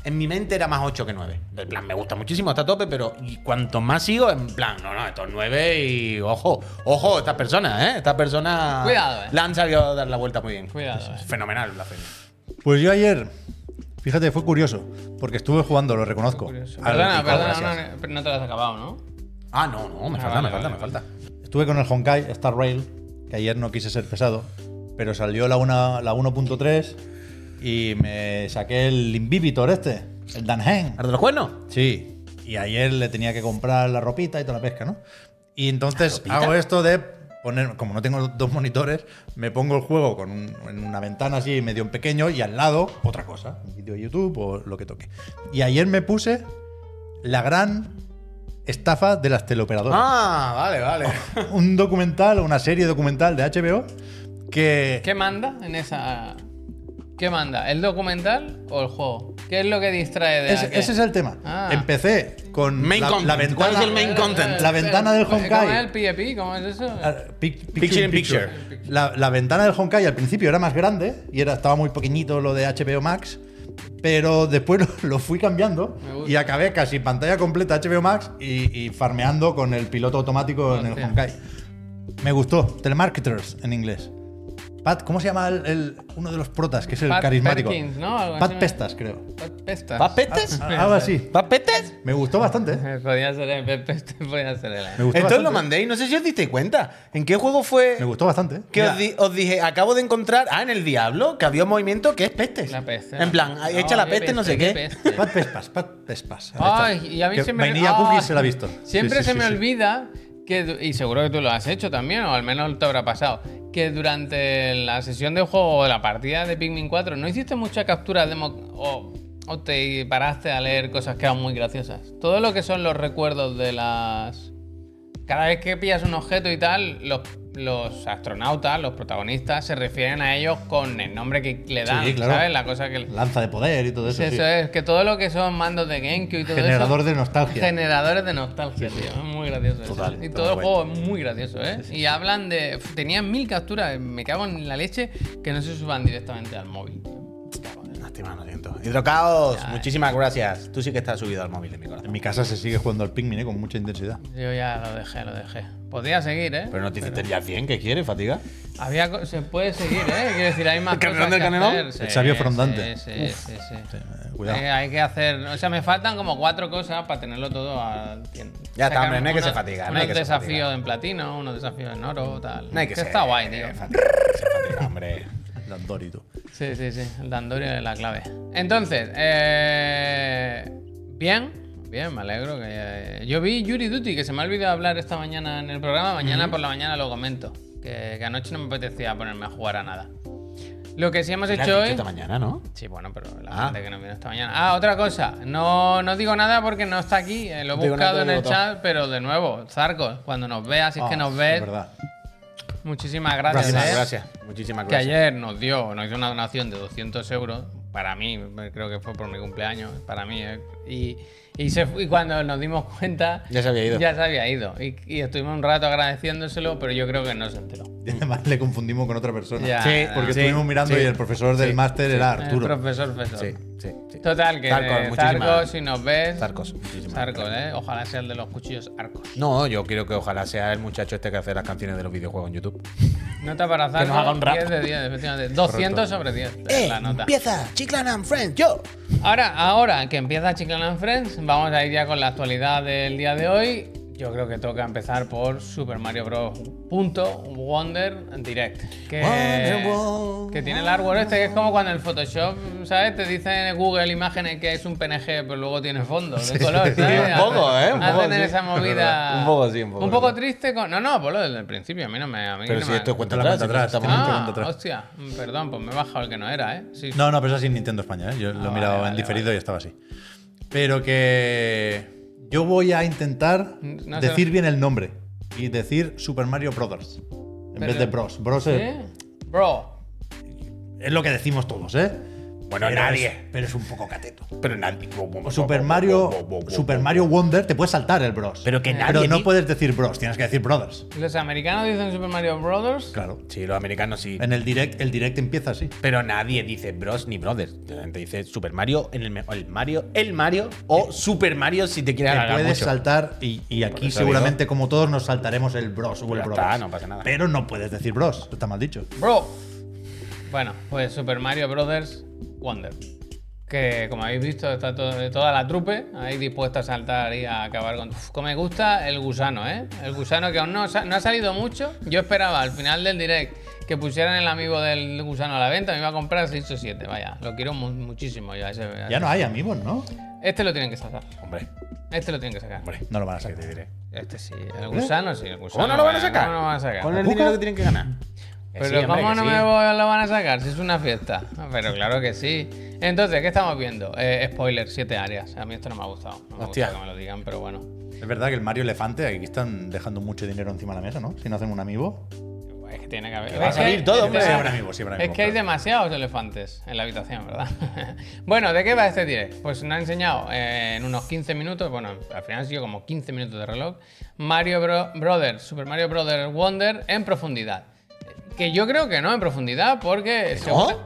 Speaker 1: en mi mente era más 8 que 9. En plan, me gusta muchísimo, está a tope, pero y cuanto más sigo, en plan, no, no, esto es 9 y ojo, ojo, estas personas, ¿eh? Estas personas
Speaker 2: Cuidado, eh.
Speaker 1: la han sabido dar la vuelta muy bien.
Speaker 2: Cuidado,
Speaker 1: Es
Speaker 2: eh.
Speaker 1: Fenomenal la serie.
Speaker 3: Pues yo ayer, fíjate, fue curioso, porque estuve jugando, lo reconozco.
Speaker 2: Curioso.
Speaker 3: al
Speaker 2: Perdona,
Speaker 3: Kiko, gracias.
Speaker 2: perdona, no, no te lo has acabado, ¿no?
Speaker 1: Ah, no, no, me
Speaker 2: Ah,
Speaker 1: falta,
Speaker 2: vale,
Speaker 1: me falta,
Speaker 2: vale,
Speaker 1: me falta.
Speaker 3: Estuve con el Honkai Star Rail, que ayer no quise ser pesado, pero salió la una- la 1.3 y me saqué el Invivitor este, el Danheng.
Speaker 1: ¿Arde los cuernos?
Speaker 3: Sí, y ayer le tenía que comprar la ropita y toda la pesca, ¿no? Y entonces
Speaker 1: ¿La ropita?
Speaker 3: hago esto de poner, como no tengo dos monitores, me pongo el juego con un- en una ventana así medio en pequeño y al lado otra cosa, un vídeo de YouTube o lo que toque. Y ayer me puse la gran estafa de las teleoperadoras.
Speaker 1: Ah, vale, vale.
Speaker 3: Un documental, o una serie documental de HBO que...
Speaker 2: ¿Qué manda en esa. ¿Qué manda? ¿El documental o el juego? ¿Qué es lo que distrae de
Speaker 3: Ese,
Speaker 2: aquel?
Speaker 3: ese es el tema.
Speaker 2: Ah.
Speaker 3: Empecé con
Speaker 1: Main
Speaker 3: la, la
Speaker 1: content. ¿Cuál
Speaker 3: ventana-
Speaker 1: es el main content?
Speaker 3: La ventana del
Speaker 2: ¿Cómo
Speaker 3: Honkai.
Speaker 2: es el PFP? ¿Cómo es eso?
Speaker 3: Ah, pic-
Speaker 1: Picture in picture.
Speaker 3: La, la ventana del Honkai al principio era más grande y era, estaba muy pequeñito lo de HBO Max, pero después lo, lo fui cambiando
Speaker 2: Me gusta.
Speaker 3: y acabé casi pantalla completa HBO Max y, y farmeando con el piloto automático en el
Speaker 2: Hostia.
Speaker 3: Honkai. Me gustó. Telemarketers en inglés. Pat, ¿cómo se llama el, el- uno de los protas que es el
Speaker 2: Pat
Speaker 3: carismático?
Speaker 2: Perkins, ¿no? Algo así
Speaker 3: Pat
Speaker 2: me-
Speaker 3: Pestas, creo.
Speaker 2: Pet Pestas.
Speaker 1: ¿Papetes?
Speaker 2: Espera,
Speaker 3: Algo
Speaker 2: espera.
Speaker 3: así.
Speaker 1: ¿Papetes?
Speaker 3: Me gustó bastante. ¿eh?
Speaker 2: Eh, Podía ser el Pet Pestas, podía ser eh. el.
Speaker 3: Me
Speaker 1: Esto
Speaker 3: gustó
Speaker 1: os
Speaker 3: bastante.
Speaker 1: lo mandéis, no sé si os disteis cuenta. ¿En qué juego fue
Speaker 3: Me gustó bastante. ¿eh?
Speaker 1: que
Speaker 3: Mira,
Speaker 1: os, di- os dije, acabo de encontrar, ah, en el Diablo, que había un movimiento que es pestes?
Speaker 2: La peste.
Speaker 1: En plan,
Speaker 2: No,
Speaker 1: echa la
Speaker 2: qué
Speaker 1: peste, no sé qué.
Speaker 2: peste.
Speaker 3: Pat Pespas, Pat Pespas. Ahí
Speaker 2: Ay,
Speaker 3: está.
Speaker 2: y a mí
Speaker 3: Que
Speaker 2: se me
Speaker 3: Vainilla
Speaker 2: ay,
Speaker 3: Cookies se la ha visto.
Speaker 2: Siempre
Speaker 3: Sí, sí,
Speaker 2: se
Speaker 3: sí,
Speaker 2: me
Speaker 3: sí.
Speaker 2: olvida que du- y seguro que tú lo has hecho también o al menos te habrá pasado que durante la sesión de juego o la partida de Pikmin 4 no hiciste muchas capturas de mo- o, o te paraste a leer cosas que eran muy graciosas. Todo lo que son los recuerdos de las cada vez que pillas un objeto y tal, los, los astronautas, los protagonistas, se refieren a ellos con el nombre que le dan,
Speaker 3: claro.
Speaker 2: ¿sabes? La cosa que...
Speaker 3: Lanza de poder y todo eso.
Speaker 2: Sí,
Speaker 3: sí.
Speaker 2: eso es, que todo lo que son mandos de GameCube y todo
Speaker 3: Generador
Speaker 2: eso.
Speaker 3: de nostalgia.
Speaker 2: Generadores de nostalgia, tío. Es muy gracioso. eso.
Speaker 3: Total,
Speaker 2: y
Speaker 3: total,
Speaker 2: todo el
Speaker 3: bueno.
Speaker 2: juego es muy gracioso, ¿eh? Y hablan de. f- Tenían mil capturas, eh, me cago en la leche, que no se suban directamente al móvil, tío. Me cago en la-
Speaker 1: Lástima, lo siento. Hidrocaos, muchísimas gracias. Tú sí que estás subido al móvil de mi corazón.
Speaker 3: En mi casa se sigue jugando al Pikmin ¿eh? con mucha intensidad.
Speaker 2: Yo ya lo dejé, lo dejé. Podría seguir, ¿eh?
Speaker 1: Pero no te hiciste ya 100, ¿qué quieres, fatiga?
Speaker 2: Había co- se puede seguir, ¿eh? Quiero decir, hay más
Speaker 1: ¿El canelón
Speaker 2: cosas
Speaker 1: del
Speaker 2: que
Speaker 1: canelón?
Speaker 2: hacer. Sí,
Speaker 3: El sabio frondante.
Speaker 2: Sí, sí, sí, sí.
Speaker 3: eh, cuidado.
Speaker 2: Hay, hay que hacer... O sea, me faltan como cuatro cosas para tenerlo todo al 100.
Speaker 1: Ya está,
Speaker 2: Sacar
Speaker 1: hombre, no hay que
Speaker 2: unos-
Speaker 1: se fatiga, no
Speaker 2: Unos
Speaker 1: hay que se
Speaker 2: desafíos
Speaker 1: fatiga.
Speaker 2: en platino, unos desafíos en oro, tal.
Speaker 1: No hay que ser. Eh,
Speaker 2: está guay, tío.
Speaker 1: fatiga, se fatiga, hombre.
Speaker 3: Dandori, tú.
Speaker 2: Sí, sí, sí. El Dandorio es la clave. Entonces, eh... Bien. Bien, me alegro que... eh, yo vi Yuri Duty, que se me ha olvidado hablar esta mañana en el programa. Mañana por la mañana lo comento. Que, que anoche no me apetecía ponerme a jugar a nada. Lo que sí hemos
Speaker 1: Lo has
Speaker 2: hecho
Speaker 1: dicho
Speaker 2: hoy...
Speaker 1: esta mañana, ¿no?
Speaker 2: Sí, bueno, pero la
Speaker 1: Ah.
Speaker 2: gente que nos vino esta mañana. Ah, otra cosa. No, no digo nada porque no está aquí. eh, lo he
Speaker 1: No digo
Speaker 2: buscado
Speaker 1: nada,
Speaker 2: en
Speaker 1: digo
Speaker 2: el
Speaker 1: todo.
Speaker 2: chat, pero de nuevo, Zarco, cuando nos veas, si es que nos ves,
Speaker 3: Ah, Es verdad.
Speaker 2: muchísimas gracias.
Speaker 1: Muchísimas
Speaker 2: eh,
Speaker 1: gracias. Muchísimas
Speaker 2: Que
Speaker 1: gracias.
Speaker 2: ayer nos dio, nos hizo una donación de 200 euros. Para mí, eh, creo que fue por mi cumpleaños. Para mí, eh, y, y, se fu- y cuando nos dimos cuenta.
Speaker 1: Ya se había ido.
Speaker 2: Ya se había ido. Y, y estuvimos un rato agradeciéndoselo, pero yo creo que no se enteró.
Speaker 3: Y además le confundimos con otra persona.
Speaker 2: Ya.
Speaker 1: Sí,
Speaker 3: Porque
Speaker 1: sí,
Speaker 3: estuvimos mirando
Speaker 1: sí,
Speaker 3: y el profesor del
Speaker 1: sí,
Speaker 3: máster
Speaker 1: sí.
Speaker 3: era
Speaker 2: El
Speaker 3: Arturo.
Speaker 2: profesor Fesor.
Speaker 1: Sí, sí, sí.
Speaker 2: Total, que
Speaker 1: Zarcos,
Speaker 2: Zarcos,
Speaker 1: muchísimas-
Speaker 2: si nos ves.
Speaker 1: Zarcos, muchísimas
Speaker 2: Zarcos,
Speaker 1: gracias.
Speaker 2: eh. Ojalá sea el de los cuchillos arcos.
Speaker 1: No, yo quiero que ojalá sea el muchacho este que hace las canciones de los videojuegos en YouTube.
Speaker 2: Nota para Zarcos.
Speaker 1: nos haga un rap. Eh,
Speaker 2: 10 de 10, efectivamente. 200 sobre 10 es la nota.
Speaker 1: empieza Chiclan and Friends, yo.
Speaker 2: Ahora, ahora que empieza Chiclan and Friends, vamos a ir ya con la actualidad del día de hoy. Yo creo que toca empezar por Super Mario Bros. punto Wonder Direct. Que,
Speaker 1: Wonder World,
Speaker 2: que tiene el árbol este, que es como cuando en el Photoshop, ¿sabes? Te dice en Google imágenes que es un PNG, pero luego tiene fondo de color. ¿sabes?
Speaker 1: un poco, ¿eh? Un
Speaker 2: Hacen
Speaker 1: poco, sí.
Speaker 2: esa movida.
Speaker 1: Un poco, sí, un poco, sí.
Speaker 2: triste con. No, no, por lo del principio. A mí no me. A mí
Speaker 1: Pero
Speaker 2: no
Speaker 1: si
Speaker 2: me-
Speaker 1: esto cuenta
Speaker 3: la
Speaker 1: atrás, si
Speaker 3: cuenta
Speaker 1: no
Speaker 3: atrás.
Speaker 1: estamos-
Speaker 3: Ah,
Speaker 2: Ah,
Speaker 3: cuenta atrás.
Speaker 2: hostia. Perdón, pues me he bajado el que no era, ¿eh? Sí, sí.
Speaker 3: No, no, pero eso es en Nintendo España. ¿eh? Yo lo
Speaker 2: vale,
Speaker 3: miraba en
Speaker 2: vale,
Speaker 3: diferido y estaba así. Pero que yo voy a intentar
Speaker 2: No sé.
Speaker 3: decir bien el nombre y decir Super Mario Brothers en
Speaker 2: Pero-
Speaker 3: vez de Bros. Bros es,
Speaker 2: ¿Sí? Bro.
Speaker 3: es lo que decimos todos, ¿eh?
Speaker 1: Bueno,
Speaker 3: pero
Speaker 1: nadie.
Speaker 3: es- pero es un poco cateto.
Speaker 1: Pero nadie.
Speaker 3: O Super Mario, Super Mario Wonder, te puedes saltar el Bros.
Speaker 1: Pero que nadie
Speaker 3: Pero no
Speaker 1: di-
Speaker 3: puedes decir Bros, tienes que decir Brothers.
Speaker 2: Los americanos dicen Super Mario Brothers.
Speaker 3: Claro.
Speaker 1: Sí, los americanos sí.
Speaker 3: En el direct, el direct empieza así.
Speaker 1: Pero nadie dice Bros ni Brothers. La gente dice Super Mario, en el, me- o el Mario, el Mario o Super Mario si te quieres
Speaker 3: Te
Speaker 1: alargar
Speaker 3: puedes
Speaker 1: mucho.
Speaker 3: saltar y, y aquí
Speaker 1: eso
Speaker 3: seguramente como todos nos saltaremos el Bros o el
Speaker 1: Ya
Speaker 3: Brothers.
Speaker 1: está, no pasa nada.
Speaker 3: Pero no puedes decir Bros, está mal dicho.
Speaker 2: Bro. Bueno, pues Super Mario Brothers Wonder. Que como habéis visto, está to- toda la trupe ahí dispuesta a saltar y a acabar con. Uf, como me gusta el gusano, ¿eh? El gusano que aún no, sa- no ha salido mucho. Yo esperaba al final del direct que pusieran el amigo del gusano a la venta. Me iba a comprar 6 o 7, vaya. Lo quiero mu- muchísimo yo a ese. a
Speaker 3: Ya
Speaker 2: ese.
Speaker 3: no hay amigos, ¿no?
Speaker 2: Este lo tienen que sacar.
Speaker 1: Hombre,
Speaker 2: Este lo tienen que sacar.
Speaker 1: hombre.
Speaker 3: No lo van a
Speaker 1: ¿Qué
Speaker 3: sacar.
Speaker 1: te diré?
Speaker 2: Este sí. El gusano sí. El gusano.
Speaker 1: ¿Cómo no lo van a
Speaker 2: vaya,
Speaker 1: sacar?
Speaker 2: ¿Cómo no lo van a sacar?
Speaker 1: Con el
Speaker 3: ¿Busca?
Speaker 1: dinero que tienen que ganar. Que
Speaker 2: Pero
Speaker 1: sí, hombre,
Speaker 2: ¿cómo
Speaker 1: que
Speaker 2: no
Speaker 1: sí.
Speaker 2: me voy- lo van a sacar? Si es una fiesta. Pero claro que sí. Entonces, ¿qué estamos viendo? Eh, spoiler, siete áreas. A mí esto no me ha gustado. No me
Speaker 1: Hostia.
Speaker 2: gusta que me lo digan, pero bueno.
Speaker 3: Es verdad que el Mario Elefante, aquí están dejando mucho dinero encima de la mesa, ¿no? Si no hacen un amigo.
Speaker 2: Pues Es que tiene que haber.
Speaker 1: va a
Speaker 2: Es que
Speaker 1: salir
Speaker 2: hay-
Speaker 1: todo,
Speaker 2: es
Speaker 1: hombre.
Speaker 2: que-
Speaker 1: Sí,
Speaker 3: habrá amigos, sí habrá
Speaker 2: Es
Speaker 3: amigos,
Speaker 2: que hay
Speaker 3: claro.
Speaker 2: demasiados elefantes en la habitación, ¿verdad? bueno, ¿de qué va este direct? Pues nos ha enseñado eh, en unos 15 minutos, bueno, al final han sido como 15 minutos de reloj, Mario Bro- Brothers, Super Mario Brothers Wonder en profundidad. Que yo creo que no en profundidad, porque. segura-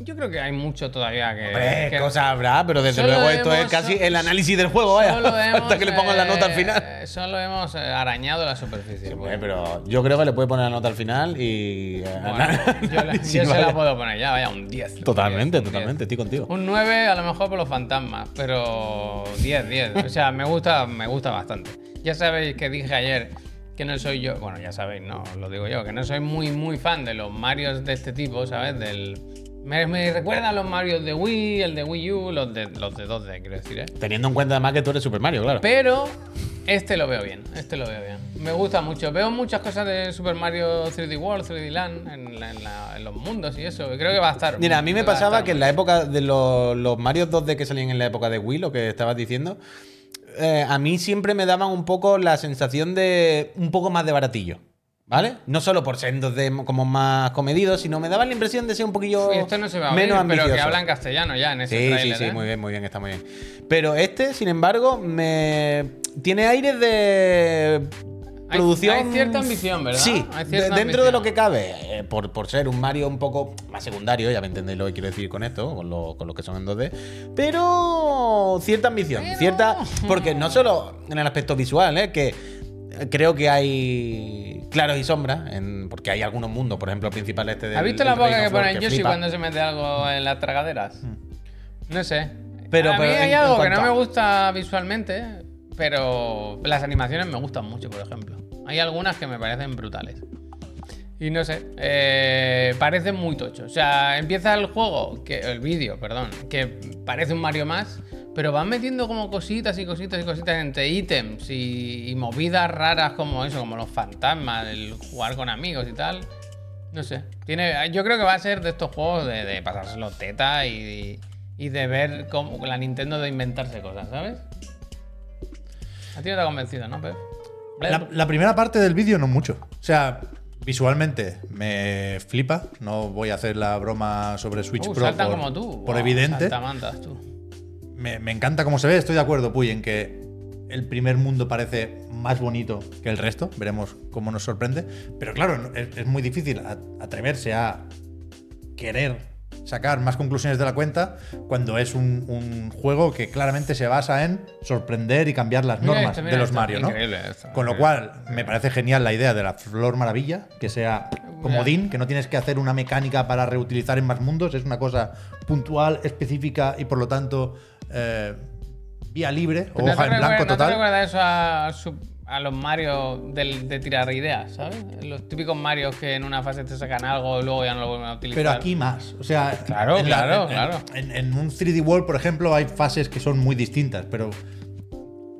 Speaker 2: Yo creo que hay mucho todavía que.
Speaker 1: Hombre,
Speaker 2: que-
Speaker 1: cosas habrá, pero desde
Speaker 2: Solo
Speaker 1: luego esto
Speaker 2: hemos-
Speaker 1: es casi el análisis del juego, vaya.
Speaker 2: Solo hemos,
Speaker 1: Hasta que le pongan la nota al
Speaker 2: eh,
Speaker 1: final.
Speaker 2: Solo hemos eh, arañado la superficie. pues.
Speaker 1: Hombre, pero yo creo que le puede poner la nota al final y. eh,
Speaker 2: Bueno, yo la-
Speaker 1: análisis,
Speaker 2: yo se la
Speaker 1: vaya.
Speaker 2: puedo poner ya, vaya, un 10.
Speaker 1: Totalmente,
Speaker 2: un 10.
Speaker 1: totalmente, estoy contigo.
Speaker 2: Un 9 a lo mejor por los fantasmas, pero 10, 10. O sea, me gusta, me gusta bastante. Ya sabéis que dije ayer que no soy yo, bueno, ya sabéis, no, os lo digo yo, que no soy muy, muy fan de los Marios de este tipo, ¿sabes? Del... Me, me recuerdan los Marios de Wii, el de Wii U, los de, los de 2D, quiero decir, ¿eh?
Speaker 1: Teniendo en cuenta además que tú eres Super Mario, claro.
Speaker 2: Pero este lo veo bien, este lo veo bien. Me gusta mucho. Veo muchas cosas de Super Mario 3D World, 3D Land, en, la- en la- en los mundos y eso. Creo que va a estar.
Speaker 1: Mira, a mí me
Speaker 2: creo va
Speaker 1: pasaba
Speaker 2: estar
Speaker 1: que en la época de los, los Mario 2D que salían en la época de Wii, lo que estabas diciendo, eh, a mí siempre me daban un poco la sensación de un poco más de baratillo. ¿Vale? No solo por ser en 2D como más comedido, sino me daban la impresión de ser un poquillo
Speaker 2: Uy, esto no se va a oír,
Speaker 1: menos ambicioso.
Speaker 2: pero que hablan castellano ya en ese
Speaker 1: Sí, sí,
Speaker 2: tráiler,
Speaker 1: sí,
Speaker 2: ¿eh?
Speaker 1: muy bien, muy bien, está muy bien. Pero este, sin embargo, me tiene aires de
Speaker 2: Hay-
Speaker 1: producción.
Speaker 2: hay cierta ambición, ¿verdad?
Speaker 1: Sí,
Speaker 2: Hay cierta
Speaker 1: de- dentro
Speaker 2: ambición.
Speaker 1: de lo que cabe, eh, por, por ser un Mario un poco más secundario, ya me entendéis lo que quiero decir con esto, con lo, con lo que son en 2D, pero cierta ambición,
Speaker 2: Pero-
Speaker 1: cierta. Porque no solo en el aspecto visual, ¿eh? que creo que hay claros y sombras, en- porque hay algunos mundos, por ejemplo, el principal este de.
Speaker 2: ¿Has visto la boca que pone Yoshi cuando se mete algo en las tragaderas?
Speaker 1: Hmm.
Speaker 2: No sé.
Speaker 1: Pero-
Speaker 2: a mí
Speaker 1: pero en-
Speaker 2: hay
Speaker 1: en
Speaker 2: algo que
Speaker 1: cuanto
Speaker 2: no
Speaker 1: a-
Speaker 2: me gusta visualmente, pero las animaciones me gustan mucho, por ejemplo. Hay algunas que me parecen brutales. Y no sé, eh, parece muy tocho. O sea, empieza el juego, que, el vídeo, perdón, que parece un Mario más, pero van metiendo como cositas y cositas y cositas entre ítems y, y movidas raras como eso, como los fantasmas, el jugar con amigos y tal. No sé, tiene, yo creo que va a ser de estos juegos de, de pasárselo teta y, y de ver cómo la Nintendo de inventarse cosas, ¿sabes? A ti no te ha convencido, ¿no, Pep?
Speaker 3: La, la primera parte del vídeo no mucho. O sea, visualmente me flipa. No voy a hacer la broma sobre Switch
Speaker 2: Uh,
Speaker 3: Pro
Speaker 2: saltan
Speaker 3: por,
Speaker 2: como tú.
Speaker 3: por
Speaker 2: Wow,
Speaker 3: evidente.
Speaker 2: saltamantas, tú.
Speaker 3: Me, me encanta cómo se ve. Estoy de acuerdo, Puy, en que el primer mundo parece más bonito que el resto. Veremos cómo nos sorprende. Pero claro, no- es, es muy difícil a- atreverse a querer sacar más conclusiones de la cuenta cuando es un, un juego que claramente se basa en sorprender y cambiar las
Speaker 2: Mira
Speaker 3: normas
Speaker 2: esto, mira
Speaker 3: de los
Speaker 2: esto.
Speaker 3: Mario, ¿no?
Speaker 2: Increíble esto,
Speaker 3: Con lo
Speaker 2: increíble.
Speaker 3: cual, me parece genial la idea de la Flor Maravilla, que sea comodín, que no tienes que hacer una mecánica para reutilizar en más mundos, es una cosa puntual, específica y por lo tanto eh, vía libre o
Speaker 2: ¿No te
Speaker 3: hoja en
Speaker 2: recuerda-
Speaker 3: blanco
Speaker 2: ¿no te
Speaker 3: total.
Speaker 2: recuerda eso a, su- a los Mario del- de tirar ideas, ¿sabes? Los típicos Marios que en una fase te sacan algo y luego ya no lo vuelven a utilizar.
Speaker 3: Pero aquí más. O sea,
Speaker 2: Claro,
Speaker 3: en la-
Speaker 2: claro,
Speaker 3: en-
Speaker 2: claro.
Speaker 3: En, en un 3D World, por ejemplo, hay fases que son muy distintas, pero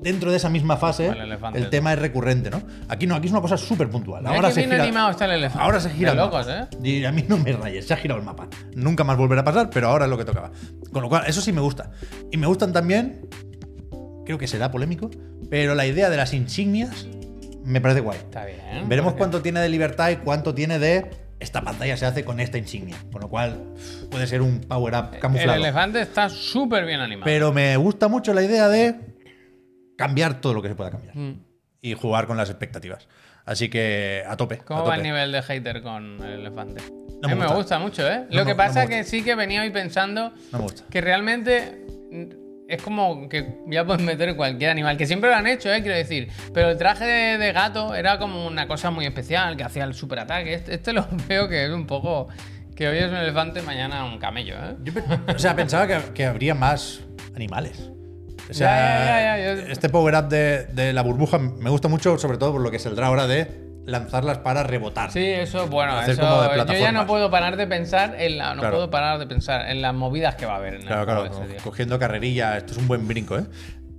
Speaker 3: dentro de esa misma fase
Speaker 2: Como el elefante,
Speaker 3: el
Speaker 2: ¿no?
Speaker 3: tema es recurrente, ¿no? Aquí no, aquí es una cosa súper puntual.
Speaker 2: Mira
Speaker 3: Ahora
Speaker 2: qué
Speaker 3: se
Speaker 2: bien
Speaker 3: gira-
Speaker 2: animado está el elefante.
Speaker 3: Ahora se gira
Speaker 2: De
Speaker 3: el
Speaker 2: locos, ¿eh?
Speaker 3: mapa. Y a mí no me rayes, se ha girado el mapa. Nunca más volverá a pasar, pero ahora es lo que tocaba. Con lo cual, eso sí me gusta. Y me gustan también, creo que será polémico, pero la idea de las insignias me parece guay.
Speaker 2: Está bien.
Speaker 3: Veremos
Speaker 2: porque-
Speaker 3: cuánto tiene de libertad y cuánto tiene de esta pantalla se hace con esta insignia. Con lo cual puede ser un power-up
Speaker 2: Eh, El
Speaker 3: camuflado.
Speaker 2: elefante está súper bien animado.
Speaker 3: Pero me gusta mucho la idea de cambiar todo lo que se pueda cambiar.
Speaker 2: Mm.
Speaker 3: Y jugar con las expectativas. Así que a tope. a
Speaker 2: ¿Cómo va
Speaker 3: tope.
Speaker 2: el nivel de hater con el elefante? a
Speaker 3: No
Speaker 2: mí
Speaker 3: me
Speaker 2: me
Speaker 3: gusta.
Speaker 2: gusta mucho, ¿eh?
Speaker 3: No,
Speaker 2: Lo
Speaker 3: no,
Speaker 2: que
Speaker 3: no
Speaker 2: pasa
Speaker 3: me
Speaker 2: es que
Speaker 3: gusta.
Speaker 2: sí que venía hoy pensando
Speaker 3: No me gusta.
Speaker 2: que realmente mm, es como que ya puedes meter cualquier animal, que siempre lo han hecho, ¿eh? Quiero decir. Pero el traje de, de gato era como una cosa muy especial, que hacía el superataque. Este, este lo veo que es un poco... Que hoy es un elefante, mañana un camello, ¿eh?
Speaker 3: Yo pe- o sea, pensaba que, que habría más animales. O sea,
Speaker 2: Ya, ya, ya, ya, yo-
Speaker 3: este power up de, de la burbuja me gusta mucho, sobre todo por lo que saldrá ahora de lanzarlas para rebotar.
Speaker 2: Sí, eso, bueno,
Speaker 3: Hacer
Speaker 2: eso,
Speaker 3: como de
Speaker 2: yo ya no
Speaker 3: plataformas.
Speaker 2: puedo parar de pensar en la, no
Speaker 3: Claro.
Speaker 2: puedo parar de pensar en las movidas que va a haber en el
Speaker 3: Claro,
Speaker 2: juego
Speaker 3: claro,
Speaker 2: ese día.
Speaker 3: cogiendo carrerilla, esto es un buen brinco, ¿eh?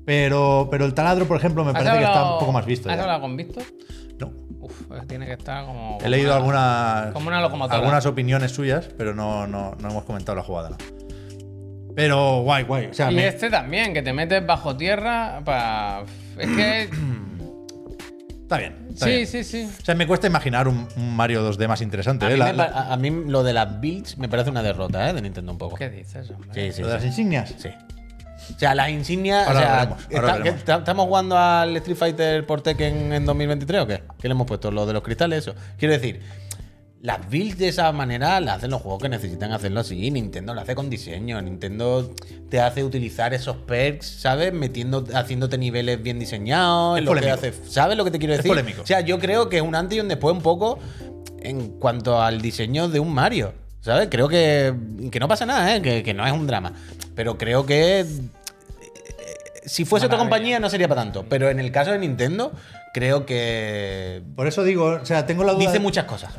Speaker 3: Pero, pero el taladro, por ejemplo, me
Speaker 2: ¿Has
Speaker 3: parece que está
Speaker 2: hablado-
Speaker 3: un poco más visto.
Speaker 2: ¿Has
Speaker 3: ya.
Speaker 2: hablado con Víctor?
Speaker 3: No.
Speaker 2: Uf, tiene que estar como.
Speaker 3: He leído
Speaker 2: como una-
Speaker 3: algunas,
Speaker 2: como una locomotora.
Speaker 3: algunas opiniones suyas, pero no, no, no hemos comentado la jugada. ¿no? Pero guay, guay. O sea,
Speaker 2: Y
Speaker 3: me-
Speaker 2: este también, que te metes bajo tierra para. Es que.
Speaker 3: está bien. está
Speaker 2: sí,
Speaker 3: bien.
Speaker 2: sí, sí.
Speaker 3: O sea, me cuesta imaginar un, un Mario 2D más interesante.
Speaker 1: A
Speaker 3: ¿eh?
Speaker 1: mí,
Speaker 3: La-
Speaker 1: me
Speaker 3: la-
Speaker 1: pa- a- a mí lo de las builds me parece una derrota, ¿eh? De Nintendo un poco.
Speaker 2: ¿Qué dices, hombre?
Speaker 1: Sí, sí,
Speaker 3: ¿Lo de las
Speaker 1: sí.
Speaker 3: insignias?
Speaker 1: Sí. O sea, las insignias.
Speaker 3: Ahora
Speaker 1: o sea,
Speaker 3: lo veremos, ahora
Speaker 1: está-
Speaker 3: lo veremos.
Speaker 1: ¿qué- está- ¿Estamos jugando al Street Fighter por Tekken en 2023 o qué? ¿Qué le hemos puesto? ¿Lo de los cristales? Eso. Quiero decir, las builds de esa manera las hacen los juegos que necesitan hacerlo así. Nintendo lo hace con diseño. Nintendo te hace utilizar esos perks, ¿sabes? Metiendo, haciéndote niveles bien diseñados.
Speaker 3: Es
Speaker 1: lo que
Speaker 3: polémico.
Speaker 1: hace- ¿Sabes lo que te quiero
Speaker 3: Es
Speaker 1: decir?
Speaker 3: polémico.
Speaker 1: O sea, yo creo que es un antes y un después un poco en cuanto al diseño de un Mario. ¿Sabes? Creo que, que no pasa nada, ¿eh? que, que no es un drama. Pero creo que eh, si fuese otra
Speaker 2: Maravilla.
Speaker 1: compañía no sería para tanto. Pero en el caso de Nintendo, creo que
Speaker 3: Por eso digo, o sea, tengo la duda.
Speaker 1: dice
Speaker 3: de-
Speaker 1: muchas cosas.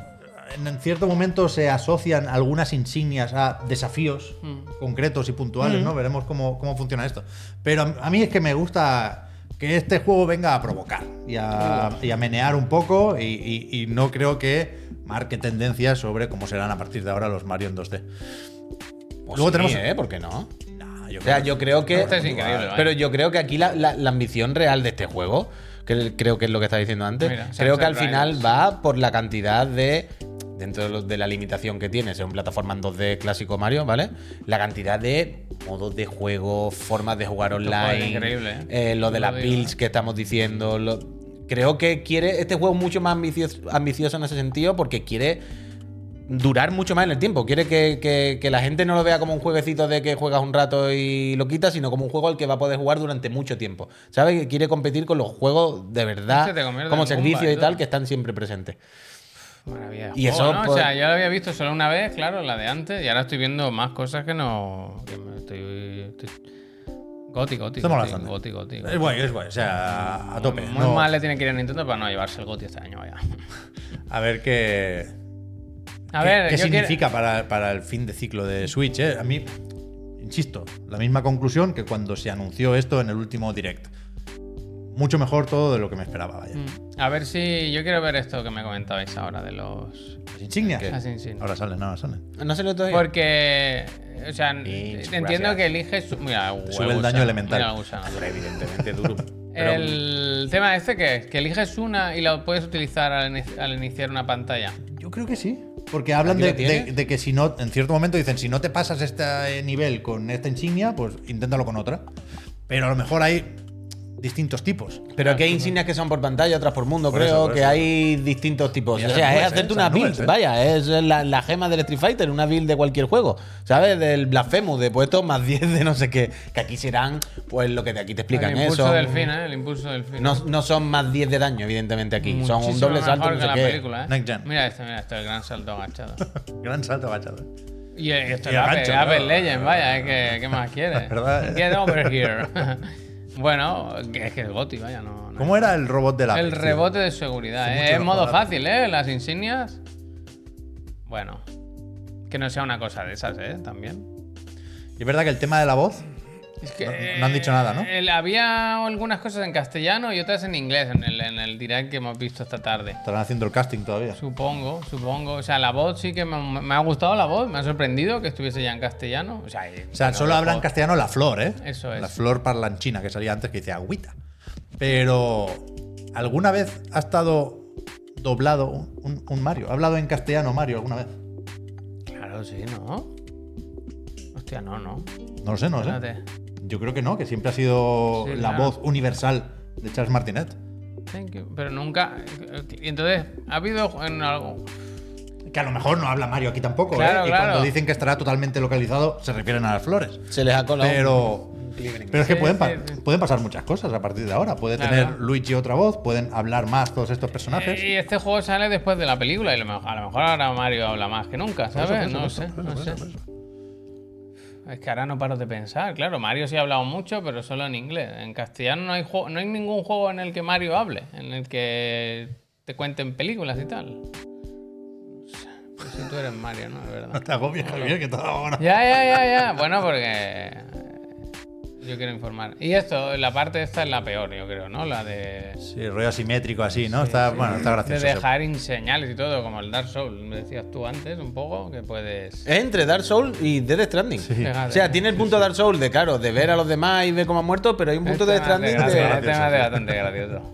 Speaker 3: En en cierto momento se asocian algunas insignias a desafíos
Speaker 2: Mm.
Speaker 3: concretos y puntuales, ¿no? Veremos cómo, cómo funciona esto. Pero a- a mí es que me gusta que este juego venga a provocar y a, y a menear un poco y, y- y no creo que marque tendencias sobre cómo serán a partir de ahora los Mario en 2D.
Speaker 1: Pues
Speaker 3: Luego
Speaker 1: sí,
Speaker 3: tenemos-
Speaker 1: ¿eh? ¿Por qué no?
Speaker 3: Nah, yo
Speaker 1: O
Speaker 3: creo
Speaker 1: sea,
Speaker 3: que-
Speaker 1: yo creo que.
Speaker 2: Este es increíble, vaya.
Speaker 1: Pero yo creo que aquí la, la- la ambición real de este juego, que creo que es lo que está diciendo antes,
Speaker 2: Mira,
Speaker 1: creo
Speaker 2: Sunset
Speaker 1: que al final
Speaker 2: Riders.
Speaker 1: va por la cantidad de. Dentro de lo- de la limitación que tiene, sea un plataforma en 2D clásico Mario, ¿vale? La cantidad de modos de juego, formas de jugar
Speaker 2: Este juego es
Speaker 1: online,
Speaker 2: increíble, ¿eh?
Speaker 1: eh, lo de
Speaker 2: Lo
Speaker 1: las
Speaker 2: digo,
Speaker 1: builds que estamos diciendo. lo- creo que quiere. Este juego es mucho más ambicioso, ambicioso en ese sentido porque quiere durar mucho más en el tiempo. Quiere que, que- que la gente no lo vea como un jueguecito de que juegas un rato y lo quitas, sino como un juego al que va a poder jugar durante mucho tiempo. ¿Sabes? Que quiere competir con los juegos de verdad,
Speaker 2: Se Este te convierte
Speaker 1: como
Speaker 2: en
Speaker 1: servicio
Speaker 2: Goomba,
Speaker 1: y tal,
Speaker 2: ¿no?
Speaker 1: que están siempre presentes.
Speaker 2: Maravilla.
Speaker 1: Y
Speaker 2: Y
Speaker 1: eso,
Speaker 2: eso. ¿no? O
Speaker 1: pues-
Speaker 2: sea, yo lo había visto solo una vez, claro, la de antes, y ahora estoy viendo más cosas que no. Que me estoy. estoy... Goti, goti.
Speaker 3: Estamos
Speaker 2: goti,
Speaker 3: lanzando.
Speaker 2: goti, goti,
Speaker 3: Es guay, es guay. O sea, a tope.
Speaker 2: Muy
Speaker 3: No-
Speaker 2: mal le tiene que ir a Nintendo para no llevarse el Goti este año, vaya.
Speaker 3: A ver qué.
Speaker 2: A
Speaker 3: ¿Qué-
Speaker 2: ver,
Speaker 3: ¿Qué
Speaker 2: yo quiero-
Speaker 3: significa para, para el fin de ciclo de Switch? eh? A mí, insisto, la misma conclusión que cuando se anunció esto en el último direct. Mucho mejor todo de lo que me esperaba, vaya.
Speaker 2: Mm. A ver si. Yo quiero ver esto que me comentabais ahora de los.
Speaker 3: Las insignias.
Speaker 1: ¿Qué?
Speaker 2: las insignias.
Speaker 3: Ahora salen, ahora salen.
Speaker 1: No se lo doy.
Speaker 2: Porque. O sea,
Speaker 1: Pinch,
Speaker 2: entiendo
Speaker 1: gracias.
Speaker 2: que eliges. Mira, huevo,
Speaker 3: sube el daño
Speaker 2: gusano,
Speaker 3: elemental.
Speaker 2: mira el gusano.
Speaker 1: evidentemente duro. Pero
Speaker 2: El tema este que es que eliges una y la puedes utilizar al, ini- al iniciar una pantalla.
Speaker 3: Yo creo que sí. Porque hablan
Speaker 1: ¿Aquí lo
Speaker 3: de, de-
Speaker 1: tienes?
Speaker 3: de que si no, en cierto momento dicen, si no te pasas este eh, nivel con esta insignia, pues inténtalo con otra. Pero a lo mejor hay distintos tipos.
Speaker 1: Pero que hay insignias que son por pantalla, otras por mundo,
Speaker 3: Por
Speaker 1: creo
Speaker 3: eso, por
Speaker 1: que
Speaker 3: eso.
Speaker 1: hay distintos tipos.
Speaker 3: Y
Speaker 1: o
Speaker 3: esas
Speaker 1: sea,
Speaker 3: nubes,
Speaker 1: es hacerte
Speaker 3: ¿eh?
Speaker 1: una
Speaker 3: Esas
Speaker 1: build,
Speaker 3: nubes, ¿eh?
Speaker 1: vaya, es la, la gema del Street Fighter, una build de cualquier juego. ¿Sabes? Del blasfemo, de puestos más 10 de no sé qué. Que aquí serán, pues lo que de aquí te explican,
Speaker 2: el
Speaker 1: ¿eh?
Speaker 2: impulso
Speaker 1: Son-
Speaker 2: del fin, ¿eh? El impulso del fin.
Speaker 1: no, no son más 10 de daño, evidentemente, aquí. son un
Speaker 2: Muchísimo
Speaker 1: doble salto,
Speaker 2: mejor
Speaker 1: no
Speaker 2: que
Speaker 1: sé
Speaker 2: la
Speaker 1: qué.
Speaker 2: película, ¿eh?
Speaker 3: Next gen.
Speaker 2: Mira este, mira este, el gran salto agachado.
Speaker 3: Gran salto agachado.
Speaker 2: Y eh, esto
Speaker 3: Y
Speaker 2: es
Speaker 3: el
Speaker 2: Apple,
Speaker 3: gancho,
Speaker 2: Apple
Speaker 3: claro.
Speaker 2: Legends, vaya, es que, ¿qué más quieres?
Speaker 3: verdad, ¿eh?
Speaker 2: Get over here. bueno, que es que el Goti, vaya, no. no.
Speaker 3: ¿Cómo era el robot de la
Speaker 2: El rebote de seguridad,
Speaker 3: Hace
Speaker 2: ¿eh?
Speaker 3: mucho
Speaker 2: es
Speaker 3: no
Speaker 2: modo
Speaker 3: jugaba.
Speaker 2: fácil, ¿eh? Las insignias. Bueno, que no sea una cosa de esas, ¿eh? También.
Speaker 3: Es verdad que el tema de la voz.
Speaker 2: Es que,
Speaker 3: No- no han dicho nada, ¿no?
Speaker 2: eh, el- había algunas cosas en castellano y otras en inglés en el, en el direct que hemos visto esta tarde.
Speaker 3: Estarán haciendo el casting todavía.
Speaker 2: Supongo, supongo. O sea, la voz sí que me, me ha gustado la voz, me ha sorprendido que estuviese ya en castellano. O sea, eh,
Speaker 3: O sea,
Speaker 2: bueno,
Speaker 3: solo
Speaker 2: la
Speaker 3: habla en
Speaker 2: voz-
Speaker 3: castellano la flor, ¿eh?
Speaker 2: Eso es.
Speaker 3: La flor parlanchina que salía antes que dice agüita. Pero, ¿alguna vez ha estado doblado un, un- un Mario. Ha hablado en castellano Mario alguna vez.
Speaker 2: Claro, sí, ¿no? Hostia, no, no.
Speaker 3: No lo sé, no lo sé.
Speaker 2: Espérate.
Speaker 3: Yo creo que no, que siempre ha sido
Speaker 2: Sí,
Speaker 3: la
Speaker 2: claro.
Speaker 3: voz universal de Charles Martinet.
Speaker 2: Thank you. Pero nunca. Y entonces, ¿ha habido en algo?
Speaker 3: Que a lo mejor no habla Mario aquí tampoco, ¿eh?
Speaker 2: Claro,
Speaker 3: Y
Speaker 2: claro.
Speaker 3: cuando dicen que estará totalmente localizado, se refieren a las flores.
Speaker 1: Se les ha colado.
Speaker 3: Pero. Pero es que
Speaker 2: Sí,
Speaker 3: pueden, pa-
Speaker 2: sí, sí.
Speaker 3: pueden pasar muchas cosas a partir de ahora. Puede
Speaker 2: Claro.
Speaker 3: tener Luigi otra voz, pueden hablar más todos estos personajes.
Speaker 2: Y este juego sale después de la película y a lo mejor- a lo mejor ahora Mario habla más que nunca,
Speaker 3: Por eso,
Speaker 2: ¿sabes?
Speaker 3: por
Speaker 2: No
Speaker 3: eso,
Speaker 2: sé,
Speaker 3: por eso,
Speaker 2: no
Speaker 3: por
Speaker 2: sé.
Speaker 3: eso, por eso.
Speaker 2: Es que ahora no paro de pensar. Claro, Mario sí ha hablado mucho, pero solo en inglés. En castellano no hay, juego, no hay ningún juego en el que Mario hable, en el que te cuenten películas y tal. No sé. Pues si tú eres Mario, ¿no? Es
Speaker 3: No
Speaker 2: verdad.
Speaker 3: te agobies, Javier, que te da ahora.
Speaker 2: Ya, ya, ya, ya. Bueno, porque eh, yo quiero informar. Y esto, la parte esta es la peor, yo creo, ¿no? La de,
Speaker 3: Sí, rollo asimétrico así, ¿no? está, Bueno, está
Speaker 2: de
Speaker 3: gracioso.
Speaker 2: dejar in señales y todo, como el Dark Souls, me decías tú antes un poco, que puedes...
Speaker 1: Es entre Dark Souls y Death Stranding.
Speaker 2: Fíjate.
Speaker 1: O sea, tiene el punto Dark Souls de, claro, de ver a los demás y ver cómo han muerto, pero hay un punto
Speaker 2: Este
Speaker 1: de Death
Speaker 2: me hace
Speaker 1: Stranding
Speaker 2: gracia,
Speaker 1: de...
Speaker 2: este me hace bastante gracioso.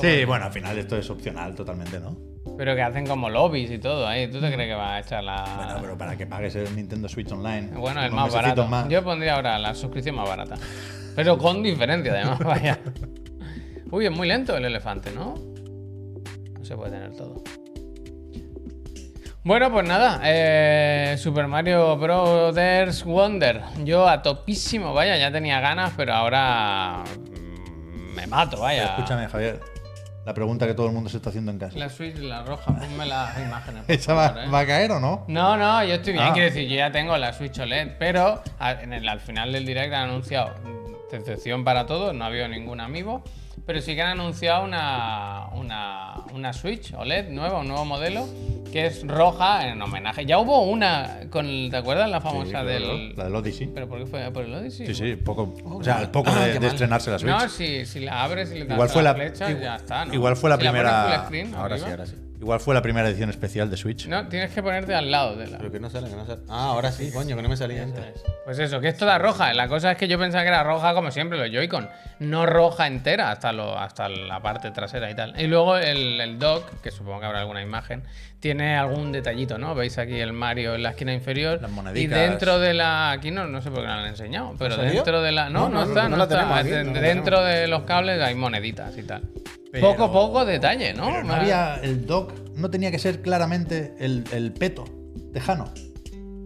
Speaker 3: Sí, bueno, al final esto es opcional totalmente, ¿no?
Speaker 2: Pero que hacen como lobbies y todo, ¿eh? ¿Tú te crees que va a echar
Speaker 3: Bueno,
Speaker 2: la...?
Speaker 3: pero para que pagues el Nintendo Switch Online.
Speaker 2: Bueno, el más
Speaker 3: unos mesecitos
Speaker 2: barato.
Speaker 3: más.
Speaker 2: Yo pondría ahora la suscripción más barata. Pero con diferencia, además, vaya. Uy, es muy lento el elefante, ¿no? No se puede tener todo. Bueno, pues nada, eh, Super Mario Brothers Wonder. Yo a topísimo, vaya, ya tenía ganas, pero ahora mm, me mato, vaya.
Speaker 3: Escúchame, Javier. La pregunta que todo el mundo se está haciendo en casa.
Speaker 2: La Switch, la roja, ponme las imágenes. por
Speaker 3: ¿Esa va,
Speaker 2: favor, eh.
Speaker 3: va a caer o no?
Speaker 2: No, no, yo estoy bien,
Speaker 3: Ah.
Speaker 2: quiero decir, yo ya tengo la Switch OLED, pero a- en el- al final del direct han anunciado, mm, excepción para todos, no ha habido ningún amigo, pero sí que han anunciado una, una, una Switch OLED nueva, un nuevo modelo, que es roja en homenaje. Ya hubo una, con, el- ¿te acuerdas? La
Speaker 3: Sí,
Speaker 2: famosa
Speaker 3: claro,
Speaker 2: del...
Speaker 3: La del Odyssey.
Speaker 2: ¿Pero por qué fue? ¿Por el Odyssey?
Speaker 3: Sí, sí, poco. O sea, al poco de, de estrenarse la Switch.
Speaker 2: Ah, No, si, si la abres y le das
Speaker 3: Igual
Speaker 2: a
Speaker 3: fue la,
Speaker 2: flecha,
Speaker 3: igu-
Speaker 2: ya está, ¿no?
Speaker 3: igual fue la
Speaker 2: Si
Speaker 3: primera.
Speaker 2: pones full screen,
Speaker 1: Ahora sí,
Speaker 2: arriba.
Speaker 1: ahora sí.
Speaker 3: Igual fue la primera edición especial de Switch.
Speaker 2: No, tienes que ponerte al lado de la...
Speaker 1: Pero que no sale, que no sale. Ah, ahora sí, coño, que no me salía antes.
Speaker 2: Pues eso, que es toda roja. La cosa es que yo pensaba que era roja como siempre, los Joy-Con. No roja entera hasta, lo, hasta la parte trasera y tal. Y luego el, el dock, que supongo que habrá alguna imagen, tiene algún detallito, ¿no? Veis aquí el Mario en la esquina inferior.
Speaker 3: Las
Speaker 2: y
Speaker 3: monedicas.
Speaker 2: dentro de la... Aquí no, no sé por qué no la han enseñado, pero
Speaker 1: salido?
Speaker 2: dentro de la... No, no,
Speaker 1: No, no,
Speaker 2: está,
Speaker 1: no
Speaker 2: no,
Speaker 1: la
Speaker 2: está.
Speaker 1: tenemos aquí, no la
Speaker 2: Dentro
Speaker 1: tenemos.
Speaker 2: de los cables hay moneditas y tal.
Speaker 3: Pero-
Speaker 2: Poco, poco detalle, ¿no?
Speaker 3: Pero no había el doc, no tenía que ser claramente el, el peto tejano.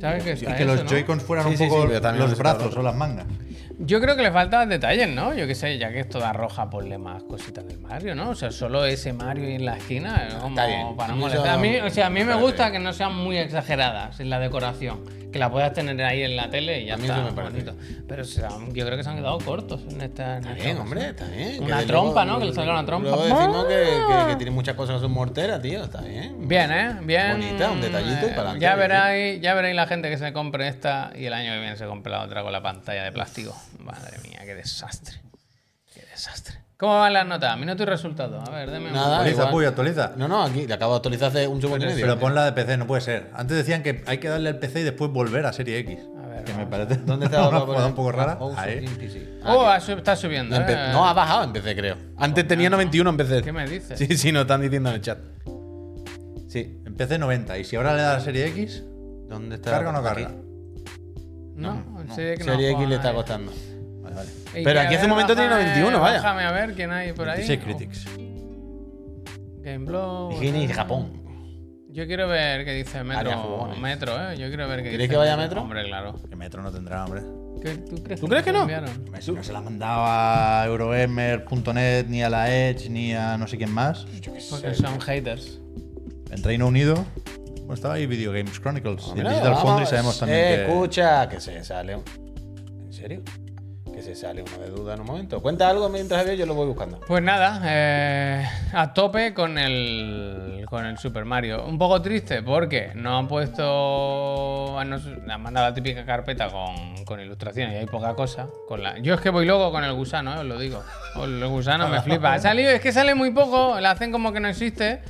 Speaker 2: ¿Sabes qué
Speaker 3: Y
Speaker 2: está
Speaker 3: que los
Speaker 2: eso, no?
Speaker 3: Joy-Cons fueran
Speaker 1: Sí,
Speaker 3: un
Speaker 1: sí,
Speaker 3: poco
Speaker 1: sí, pero también
Speaker 3: los
Speaker 1: lo estaba
Speaker 3: brazos o las mangas.
Speaker 2: Yo creo que le faltan detalles, ¿no? Yo qué sé, ya que es toda roja, ponle más cositas del Mario, ¿no? O sea, solo ese Mario ahí en la esquina, es como
Speaker 1: Está bien.
Speaker 2: para no
Speaker 1: Sí,
Speaker 2: molestar.
Speaker 1: eso-
Speaker 2: A mí, o sea, a mí me
Speaker 1: Vale.
Speaker 2: gusta que no sean muy exageradas en la decoración, que la puedas tener ahí en la tele y ya
Speaker 1: A mí
Speaker 2: está.
Speaker 1: eso me parece.
Speaker 2: bonito. Pero se han- yo creo que se han quedado cortos en
Speaker 1: Está
Speaker 2: esta. en esta
Speaker 1: bien,
Speaker 2: ocasión.
Speaker 1: hombre, está bien.
Speaker 2: Una
Speaker 1: de
Speaker 2: trompa, ¿no? Que le salga una trompa. ¡Ah!
Speaker 1: Luego decimos que, que- que tiene muchas cosas en su mortera, tío, está bien.
Speaker 2: Bien, ¿eh? Bien. eh,
Speaker 1: Bonita, un detallito para adelante,
Speaker 2: ya
Speaker 1: bien.
Speaker 2: veréis, ya veréis la gente que se compre esta y el año que viene se compre la otra con la pantalla de plástico. Madre mía, qué desastre. Qué desastre. ¿Cómo van las notas? Minuto y resultado. A ver, deme un-
Speaker 1: Nada.
Speaker 3: Actualiza,
Speaker 1: igual.
Speaker 3: Puy, actualiza.
Speaker 1: No, no, aquí, le acabo de actualizar hace un segundo y medio.
Speaker 3: Pero pon la de PC, no puede ser. Antes decían que hay que darle al PC y después volver a Serie X.
Speaker 2: A ver,
Speaker 3: que me
Speaker 2: vamos
Speaker 3: parece
Speaker 1: ¿Dónde está
Speaker 3: una
Speaker 1: ahora, por
Speaker 3: jugada un poco
Speaker 2: Ah,
Speaker 3: rara.
Speaker 1: ejemplo?
Speaker 3: Ahí.
Speaker 1: House of Infinity.
Speaker 2: Oh, ha sub- está subiendo.
Speaker 1: Empe-
Speaker 2: ¿eh?
Speaker 1: No, ha bajado en PC, creo. Antes tenía 91 en PC.
Speaker 2: Pues ¿Qué me dices?
Speaker 1: Sí, sí, nos están diciendo en el chat. Sí.
Speaker 3: En PC 90. Y si ahora le das a la Serie X,
Speaker 1: ¿Dónde está?
Speaker 3: ¿carga o no
Speaker 1: Aquí.
Speaker 3: carga?
Speaker 2: No, Serie, X no
Speaker 1: Serie X
Speaker 2: juega
Speaker 1: le está
Speaker 2: nadie.
Speaker 1: costando.
Speaker 3: Vale, vale.
Speaker 2: Y
Speaker 1: Pero
Speaker 2: que,
Speaker 1: aquí
Speaker 2: a
Speaker 1: hace un momento tenía
Speaker 2: bájame-
Speaker 1: 91, vaya.
Speaker 2: Bájame a ver quién hay por ahí.
Speaker 3: 26 Critics.
Speaker 2: Game Blow.
Speaker 1: Higiene y
Speaker 2: ¿verdad?
Speaker 1: Japón.
Speaker 2: eh, Yo quiero ver qué dice
Speaker 1: Área
Speaker 2: Metro.
Speaker 1: jugones.
Speaker 2: Metro, ¿eh? Yo quiero ver qué dice.
Speaker 1: ¿Quieres que vaya Metro?
Speaker 2: Hombre, claro.
Speaker 3: Que Metro no tendrá, hombre.
Speaker 2: ¿Qué- ¿Tú crees,
Speaker 1: ¿Tú crees que no?
Speaker 2: cambiaron?
Speaker 3: Hombre, Si no se la mandaba a Eurogamer.net, ni a la Edge, ni a no sé quién más.
Speaker 1: Pues
Speaker 2: Porque son haters.
Speaker 3: En Reino Unido. Bueno, estaba ahí Video Games Chronicles. Y en
Speaker 1: Mira,
Speaker 3: Digital
Speaker 1: vamos.
Speaker 3: Foundry sabemos también
Speaker 1: Eh,
Speaker 3: que.
Speaker 1: Escucha, que se sale. un- ¿En serio? Que se sale uno de duda en un momento. Cuenta algo mientras Javier, yo lo voy buscando.
Speaker 2: Pues nada, eh, a tope con el, con el Super Mario. Un poco triste porque no han puesto. ah, no sé, han mandado la típica carpeta con, con ilustraciones y hay poca cosa. Con la, yo es que voy loco con el gusano, eh, os lo digo. El gusano me flipa. Ha salido, es que sale muy poco, la hacen como que no existe.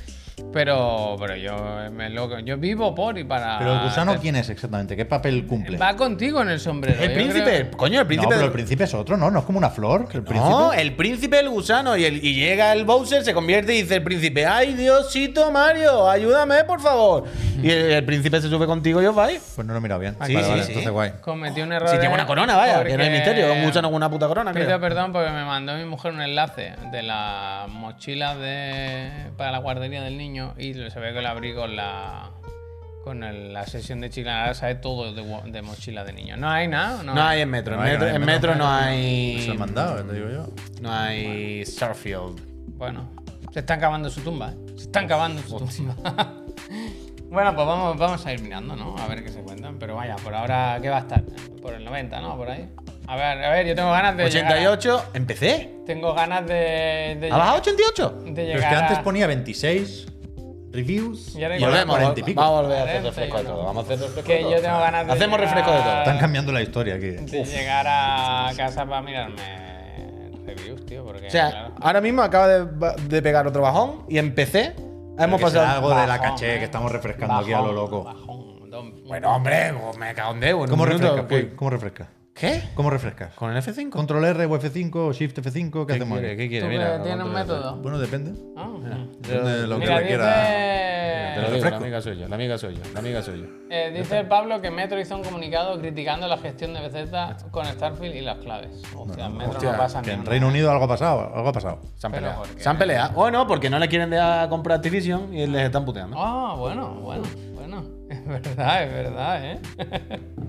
Speaker 2: Pero, pero yo, me lo- yo vivo por y para.
Speaker 3: Pero el
Speaker 1: Ah,
Speaker 3: gusano, ¿quién es exactamente? ¿Qué papel cumple?
Speaker 2: Va contigo en el sombrero.
Speaker 1: El
Speaker 2: yo
Speaker 1: príncipe,
Speaker 2: creo-
Speaker 1: coño, el
Speaker 3: No,
Speaker 1: príncipe.
Speaker 3: pero el príncipe es otro, ¿no? No es como una flor. que El príncipe...
Speaker 1: No, el príncipe el gusano. Y, el- y llega el Bowser, se convierte y dice el príncipe, ay Diosito Mario, ayúdame por favor.
Speaker 3: Mm.
Speaker 1: Y el, el príncipe se sube contigo y os vais.
Speaker 3: Pues no lo he mirado bien.
Speaker 1: Sí,
Speaker 3: vale,
Speaker 1: Ah, sí,
Speaker 3: vale,
Speaker 1: sí.
Speaker 3: entonces guay.
Speaker 2: Cometí un error.
Speaker 1: Si tiene una corona, vaya, que no hay
Speaker 2: porque-
Speaker 1: misterio. Un gusano con una puta corona, creo.
Speaker 2: Pido perdón porque me mandó mi mujer un enlace de la mochila de, para la guardería del niño y lo- se ve que lo abrí con la con el- la sesión de Chile. Ahora sabe todo de, gu- de mochila de niño. No hay nada.
Speaker 1: No hay en metro.
Speaker 3: No
Speaker 1: en, metro
Speaker 3: hay, no hay
Speaker 1: en
Speaker 3: metro.
Speaker 1: metro no hay.
Speaker 3: Se lo han mandado, ya te digo yo.
Speaker 1: No hay Starfield.
Speaker 2: Bueno, se están cavando su tumba. ¿eh? Se están cavando su tumba. bueno, pues vamos, vamos a ir mirando, ¿no? A ver qué se cuentan. Pero vaya, por ahora, ¿qué va a estar? Por el 90, ¿no? Por ahí. A ver, a ver, yo tengo ganas de. llegar a-
Speaker 1: 88. ¿Empecé?
Speaker 2: tengo ganas de. de
Speaker 1: ¿Ha bajado 88?
Speaker 2: De
Speaker 3: Pero es
Speaker 2: llegar
Speaker 3: que antes
Speaker 2: a-
Speaker 3: ponía 26 reviews
Speaker 2: Y ahora
Speaker 3: y ahora
Speaker 2: volvemos,
Speaker 3: 40 y pico.
Speaker 1: Vamos a volver a hacer
Speaker 2: 41.
Speaker 1: refresco de todo. Vamos a hacer refresco de
Speaker 2: Que
Speaker 1: todo.
Speaker 2: yo tengo ganas de.
Speaker 1: Hacemos
Speaker 2: llegar-
Speaker 1: refresco de todo.
Speaker 3: Están cambiando la historia aquí.
Speaker 2: De llegar a casa para mirarme reviews, tío, porque.
Speaker 1: O sea,
Speaker 2: claro.
Speaker 1: ahora mismo acaba de, de pegar otro bajón y empecé. Hemos
Speaker 3: Que será
Speaker 1: pasado.
Speaker 3: algo de la
Speaker 2: Bajón,
Speaker 3: caché
Speaker 2: eh.
Speaker 3: que estamos refrescando aquí a lo
Speaker 2: Bajón,
Speaker 3: loco.
Speaker 2: bajón, don-
Speaker 1: Bueno, hombre, pues me cago en Debo.
Speaker 3: ¿Cómo refresca? Pues, Puy? ¿Cómo refresca?
Speaker 1: ¿Qué?
Speaker 3: ¿Cómo refrescas?
Speaker 1: ¿Con el F5?
Speaker 3: ¿Control R o F5 o Shift F5? ¿Qué
Speaker 1: ¿Qué
Speaker 3: hacemos?
Speaker 1: quiere?
Speaker 3: aquí?
Speaker 1: ¿Qué quiere?
Speaker 2: Tú
Speaker 1: Mira,
Speaker 2: que tienes un
Speaker 1: control-
Speaker 2: método.
Speaker 3: Bueno, depende.
Speaker 2: Ah.
Speaker 3: Depende de lo que
Speaker 2: Mira,
Speaker 3: le quiera.
Speaker 1: Te
Speaker 2: dice,
Speaker 1: lo digo, la
Speaker 3: refresco.
Speaker 1: amiga soy yo, la amiga soy yo, la amiga soy yo.
Speaker 2: eh, dice Pablo que Metro hizo un comunicado criticando la gestión de BZ con Starfield y las claves. Hostia, en Metro
Speaker 1: hostia,
Speaker 2: no pasa ni
Speaker 3: Que en
Speaker 2: una.
Speaker 3: Reino Unido algo ha pasado, algo ha pasado.
Speaker 1: Se han
Speaker 2: Pero
Speaker 1: peleado.
Speaker 2: ¿por qué?
Speaker 1: Se han peleado. O no, porque no le quieren dejar comprar Activision y les están puteando.
Speaker 2: Ah, bueno, bueno, bueno. Es verdad, es verdad, ¿eh?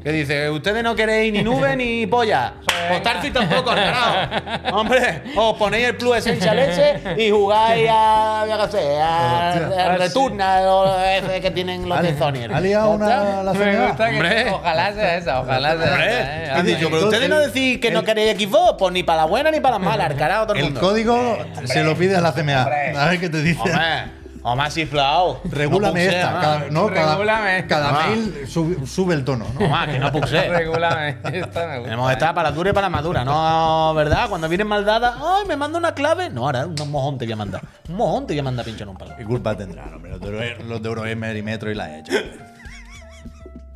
Speaker 1: Que dice, ustedes no queréis ni nube ni polla. Pues Starfield tampoco, carajo. Hombre, os ponéis el Plus Essential ese y jugáis a, yo qué sé, a,
Speaker 3: Hostia.
Speaker 1: a Returnal o ese que tienen los de Sony.
Speaker 3: Ha liado una Ah, la
Speaker 2: Me
Speaker 3: CNA.
Speaker 2: gusta que
Speaker 1: Hombre.
Speaker 2: ojalá sea esa, ojalá sea
Speaker 1: Hombre,
Speaker 2: esa. ¿eh?
Speaker 1: he
Speaker 2: Anda,
Speaker 1: dicho,
Speaker 2: ¿eh?
Speaker 1: pero ustedes no decís que no queréis Xbox, pues ni para las buenas ni para las malas, carajo, todo el,
Speaker 3: El
Speaker 1: mundo.
Speaker 3: código se lo pide a la CMA. A ver qué te dice.
Speaker 1: Hombre, o más ciflado.
Speaker 3: Regúlame esta. Cada, no, cada-
Speaker 2: Regúlame esta.
Speaker 3: cada
Speaker 1: Ah.
Speaker 3: mail sube, sube el tono. ¿no?
Speaker 1: Más, que no puse.
Speaker 2: Regúlame, esta me gusta.
Speaker 1: Tenemos
Speaker 2: ¿eh?
Speaker 1: esta para la dura y para la madura, ¿no? ¿Verdad? Cuando vienen mal dadas, ¡ay, me manda una clave! No, ahora un mojón te voy a mandar. Un mojón te voy a mandar pincho en un palo.
Speaker 3: ¿Qué culpa tendrán, hombre? Los de, Euro- los de Eurogamer y Metro y la hecho.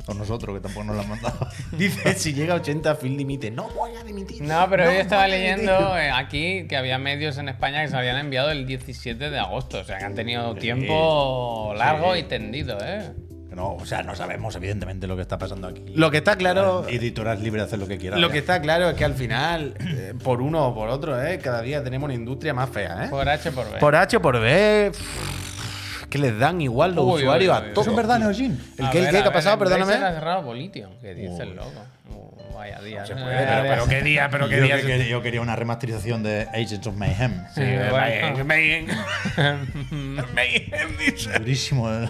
Speaker 3: O nosotros, que tampoco nos la han mandado.
Speaker 1: Dice, si llega a 80, Phil dimite. No voy a dimitir.
Speaker 2: No, pero yo estaba
Speaker 1: voy a dimitir.
Speaker 2: leyendo eh, aquí que había medios en España que se habían enviado el 17 de agosto. O sea, que han tenido tiempo largo y tendido, ¿eh?
Speaker 3: Que No, o sea, no sabemos evidentemente lo que está pasando aquí.
Speaker 1: Lo que está claro.
Speaker 3: Editoras libres de hacer lo que quieran.
Speaker 1: Lo
Speaker 3: ya.
Speaker 1: que está claro es que al final, eh, por uno o por otro, eh, cada día tenemos una industria más fea, ¿eh?
Speaker 2: Por H por B.
Speaker 1: Por H o por B. pff, Que les dan igual los
Speaker 2: Uy, uy,
Speaker 1: usuarios
Speaker 2: uy, uy.
Speaker 1: a
Speaker 3: ¿Eso
Speaker 1: todos.
Speaker 3: es verdad, Neojin?
Speaker 1: ¿El
Speaker 2: A
Speaker 1: qué, el
Speaker 2: ver,
Speaker 1: qué?
Speaker 2: a
Speaker 1: ¿Qué ha
Speaker 2: ver,
Speaker 1: pasado?
Speaker 2: en Blade se
Speaker 1: Perdóname.
Speaker 2: le ha cerrado Bolitio. ¿Qué dice el loco? Uh, vaya día. ¿no?
Speaker 1: Pero, pero qué día, pero qué
Speaker 3: Yo,
Speaker 1: día.
Speaker 3: que quería- yo quería una remasterización de Agents of Mayhem.
Speaker 1: Sí,
Speaker 2: Bueno.
Speaker 3: eh.
Speaker 1: Mayhem, Mayhem. Mayhem, dice.
Speaker 3: Durísimo. eh.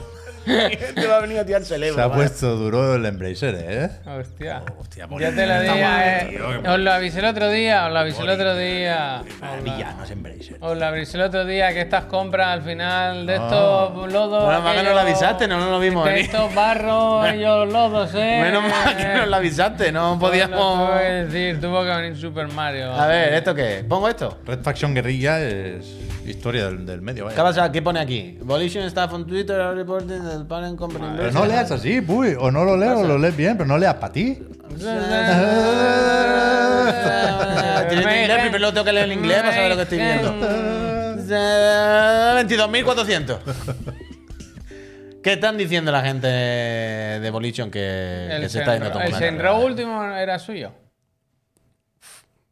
Speaker 1: Te va a venir a tirar el
Speaker 3: Se
Speaker 1: cerebro.
Speaker 3: ha
Speaker 1: vale.
Speaker 3: puesto duro el Embracer, ¿eh?
Speaker 2: Hostia.
Speaker 3: Hostia,
Speaker 2: Ya te lo
Speaker 3: está
Speaker 2: dije.
Speaker 3: mal,
Speaker 2: eh.
Speaker 3: tío, qué
Speaker 2: Os lo avisé el otro día, os lo avisé el otro día.
Speaker 3: Maravilla, no es Embracer.
Speaker 2: Os lo avisé el otro día que estas compras al final
Speaker 3: Ah.
Speaker 2: de estos lodos.
Speaker 1: Bueno, más que no lo avisaste, no, no lo vimos
Speaker 2: De
Speaker 1: venir.
Speaker 2: estos barros y los lodos, eh.
Speaker 1: Menos mal que nos lo avisaste, no podíamos.
Speaker 2: Es decir, tuvo que venir Super Mario.
Speaker 1: A ver, ¿esto qué? es? ¿Pongo esto?
Speaker 3: Red Faction Guerrilla es historia del, del medio,
Speaker 1: ¿Qué
Speaker 3: vaya.
Speaker 1: ha pasado? ¿Qué pone aquí? Volition staff on Twitter are reporting that parent company.
Speaker 3: Pero no leas así, puy. O no lo leo, o lo lees bien, pero no leas para ti.
Speaker 1: Tiene que leer, primero lo tengo que leer en inglés para saber lo que estoy viendo. 22.400. ¿Qué están diciendo la gente de Volition que, que
Speaker 2: El,
Speaker 1: se está yendo
Speaker 2: Sendro-
Speaker 1: todo
Speaker 2: el
Speaker 1: mal?
Speaker 2: Sendro último era suyo.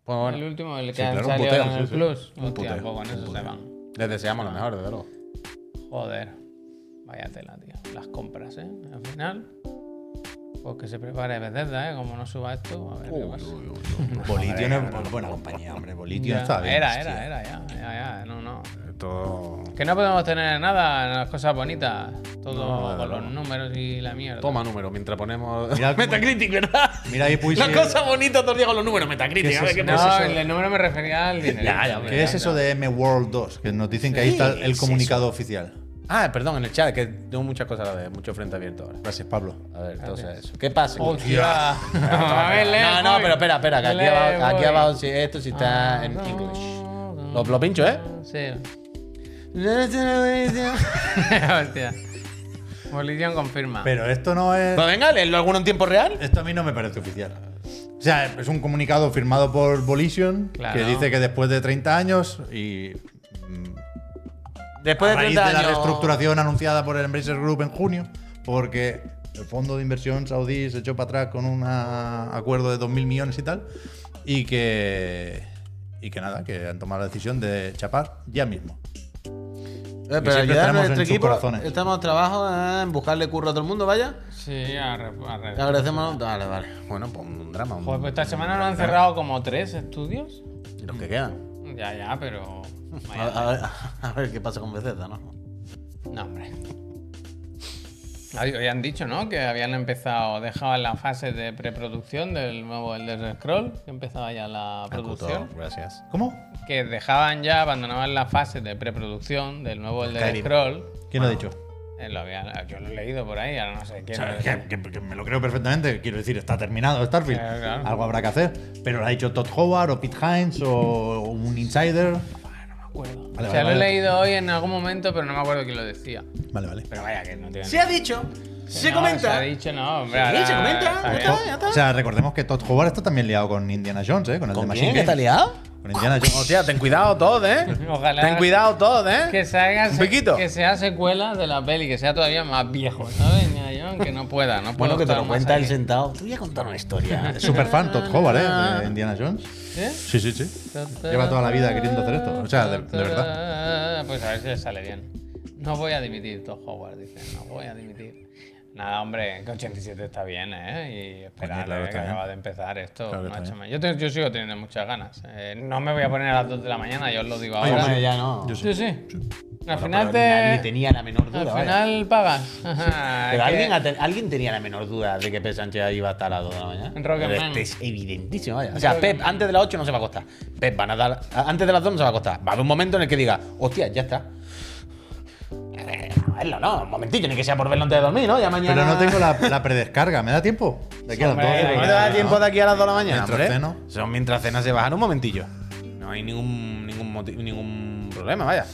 Speaker 1: Pues bueno,
Speaker 2: El último, el que
Speaker 3: Sí,
Speaker 2: han
Speaker 3: claro, un
Speaker 2: salido
Speaker 3: puteo,
Speaker 2: en el
Speaker 3: sí, sí.
Speaker 2: Plus.
Speaker 3: Un
Speaker 2: Hostia,
Speaker 3: puteo,
Speaker 2: pues con eso se van.
Speaker 1: les deseamos lo mejor, desde luego.
Speaker 2: Joder, vaya tela, tío. Las compras, ¿eh? Al final, pues que se prepare Bethesda, ¿eh? Como no suba esto, a ver qué pasa.
Speaker 3: Bolitio no es buena compañía, hombre. Bolitio
Speaker 2: Ya,
Speaker 3: está bien.
Speaker 2: era,
Speaker 3: hostia.
Speaker 2: era, era, ya, ya, ya, no, no.
Speaker 1: Todo.
Speaker 2: Que no podemos tener nada, las cosas bonitas, todo con los números y la mierda.
Speaker 1: Toma número mientras ponemos.
Speaker 3: Mira cómo-
Speaker 1: Metacritic, ¿verdad?
Speaker 3: Mira ahí, Puy,
Speaker 1: La
Speaker 3: sí.
Speaker 1: cosa bonita todo el día con los números,
Speaker 3: ¿Qué
Speaker 1: Metacritic.
Speaker 3: es
Speaker 1: a ver
Speaker 3: eso?
Speaker 1: qué
Speaker 2: No,
Speaker 1: pasa.
Speaker 3: es
Speaker 2: el número me refería al dinero.
Speaker 1: Ya, ya, hombre,
Speaker 3: ¿Qué es eso de M World 2? Que nos dicen que
Speaker 1: Sí,
Speaker 3: ahí está el
Speaker 1: es
Speaker 3: comunicado oficial.
Speaker 1: Ah, perdón, en el chat, que tengo muchas cosas a la vez, mucho frente abierto ahora.
Speaker 3: Gracias, Pablo.
Speaker 1: A ver, entonces eso. ¿Qué pasa?
Speaker 2: Hostia. A ver, lee,
Speaker 1: no, no,
Speaker 2: voy.
Speaker 1: pero espera, espera, que aquí
Speaker 2: Lee,
Speaker 1: abajo, aquí
Speaker 2: voy.
Speaker 1: Ah,
Speaker 2: ¿eh?
Speaker 1: abajo sí, esto sí está en English. Lo, lo pincho, ¿eh?
Speaker 2: Sí. Hostia. Volition confirma.
Speaker 3: Pero esto no es.
Speaker 1: Pues venga, leerlo alguno en tiempo real.
Speaker 3: Esto a mí no me parece oficial. O sea, es un comunicado firmado por Volition
Speaker 2: Claro.
Speaker 3: que dice que después de 30 años y mm,
Speaker 1: Después
Speaker 3: a
Speaker 1: de
Speaker 3: raíz
Speaker 1: 30
Speaker 3: de la
Speaker 1: años-
Speaker 3: reestructuración anunciada por el Embracer Group en junio, porque el fondo de inversión saudí se echó para atrás con un acuerdo de 2.000 millones y tal, y que, y que nada, que han tomado la decisión de chapar ya mismo.
Speaker 1: Eh,
Speaker 3: siempre
Speaker 1: pero ayudar a
Speaker 3: tenemos en
Speaker 1: nuestro
Speaker 3: sus
Speaker 1: equipo.
Speaker 3: corazones.
Speaker 1: Estamos trabajo eh, en buscarle curro a todo el mundo, vaya.
Speaker 2: Sí, al re- al
Speaker 1: Le
Speaker 2: revés.
Speaker 1: agradecemos. Vale, vale. Bueno, pues un drama. Un...
Speaker 2: Joder, pues esta semana no han cerrado como tres estudios.
Speaker 1: Y los que quedan.
Speaker 2: Ya, ya, pero.
Speaker 1: A,
Speaker 2: vaya.
Speaker 1: a ver, a ver qué pasa con Bethesda, ¿no?
Speaker 2: No, hombre. Ay, Hoy han dicho, ¿no? Que habían empezado, dejaban la fase de preproducción del nuevo Elder Scroll, que empezaba ya la producción.
Speaker 1: Gracias.
Speaker 3: ¿Cómo?
Speaker 2: Que dejaban ya, abandonaban la fase de preproducción del nuevo Elder
Speaker 1: Skyrim.
Speaker 2: Scroll.
Speaker 3: ¿Quién lo ha dicho?
Speaker 2: Eh, lo había- yo lo he leído por ahí, ahora no sé
Speaker 3: O
Speaker 2: quién.
Speaker 3: sea,
Speaker 2: lo-
Speaker 3: que, que- que me lo creo perfectamente, quiero decir, está terminado Starfield,
Speaker 2: Claro, claro.
Speaker 3: algo habrá que hacer, pero lo ha dicho Todd Howard o Pete Hines o un insider.
Speaker 2: no me acuerdo.
Speaker 3: Vale,
Speaker 2: o sea,
Speaker 3: vale,
Speaker 2: lo he
Speaker 3: vale.
Speaker 2: leído hoy en algún momento, pero no me acuerdo quién lo decía.
Speaker 3: Vale, vale.
Speaker 2: Pero vaya, que no tiene.
Speaker 1: Se ha dicho. Se
Speaker 2: No, Se
Speaker 1: comenta.
Speaker 2: ha dicho, no, hombre.
Speaker 1: Sí, se
Speaker 2: ahora
Speaker 1: comenta,
Speaker 2: está
Speaker 1: ya
Speaker 2: bien.
Speaker 1: está.
Speaker 3: O sea, recordemos que Todd Howard está también liado con Indiana Jones, ¿eh? Con el de
Speaker 1: ¿Con
Speaker 3: Machine
Speaker 1: quién? ¿Que
Speaker 3: Gun.
Speaker 1: está liado?
Speaker 3: Con Indiana Jones.
Speaker 1: Hostia, ten cuidado todos, ¿eh?
Speaker 2: Ojalá.
Speaker 1: Ten cuidado todos, ¿eh?
Speaker 2: Que se haga
Speaker 1: Un piquito.
Speaker 2: que sea secuela de la peli, que sea todavía más viejo, ¿sabes? Indiana Jones, que no pueda, no puedo
Speaker 1: Bueno, que te
Speaker 2: estar
Speaker 1: lo
Speaker 2: más
Speaker 1: cuenta
Speaker 2: ahí.
Speaker 1: él sentado. Te voy a contar una historia.
Speaker 3: Es súper fan Todd Howard, ¿eh? De Indiana Jones.
Speaker 2: ¿Sí?
Speaker 3: Sí, sí, sí. Lleva toda la vida queriendo hacer esto, o sea, de- de
Speaker 2: verdad. Pues a ver si le sale bien. No voy a dimitir, Todd Howard dice, no voy a dimitir. Nada, hombre, que 87 está bien, ¿eh? Y esperar,
Speaker 3: Coño, claro,
Speaker 2: eh, que
Speaker 3: está bien.
Speaker 2: acaba de empezar esto.
Speaker 3: Claro, está
Speaker 2: macho, yo, te- yo sigo teniendo muchas ganas. Eh, no me voy a poner a las 2 de la mañana, yo os lo digo
Speaker 1: Oye,
Speaker 2: ahora.
Speaker 1: hombre, ya no.
Speaker 3: Yo
Speaker 2: sí, sí. Al
Speaker 1: Bueno,
Speaker 2: final
Speaker 1: pero ni-
Speaker 2: te...
Speaker 1: Ni tenía la menor duda.
Speaker 2: Al
Speaker 1: vaya.
Speaker 2: final pagas. Ajá,
Speaker 1: Pero
Speaker 2: es que-
Speaker 1: alguien, ha ten- alguien tenía la menor duda de que Pep Sánchez iba a estar a las 2 de la mañana.
Speaker 2: En Rocketman.
Speaker 1: Pero este es evidentísimo, vaya. O sea, Pep antes de las 8 no se va a acostar. Pep van a dar, a- antes de las 2 no se va a acostar. Va a haber un momento en el que diga, hostia, ya está. Eh, a verlo, no, un momentillo, ni que sea por verlo antes de dormir, ¿no? Ya mañana.
Speaker 3: Pero no tengo la, la predescarga, ¿me da tiempo? De aquí a las
Speaker 2: Hombre,
Speaker 3: doce,
Speaker 1: ¿No
Speaker 2: ahí
Speaker 3: ¿no?
Speaker 1: te da tiempo de aquí a las 2 de la mañana?
Speaker 3: Eh, Mientras
Speaker 1: hombre?
Speaker 3: ceno.
Speaker 1: Son mientras cena se bajan un momentillo. No hay ningún, ningún, moti- ningún problema, vaya.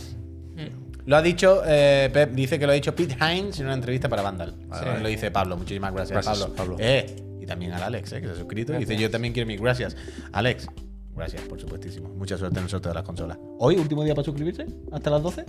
Speaker 1: Lo ha dicho, eh, Pep, dice que lo ha dicho Pete Hines en una entrevista para Vandal.
Speaker 2: Sí.
Speaker 1: Lo dice Pablo, muchísimas gracias,
Speaker 3: Ah, Gracias,
Speaker 1: Pablo.
Speaker 3: Pablo.
Speaker 1: Eh, y también al Alex, eh, que se ha suscrito. Y Dice, yo también quiero mis gracias. Alex, gracias, por supuestísimo. Mucha suerte en el sorteo de las consolas. Hoy, último día para suscribirse, hasta las 12.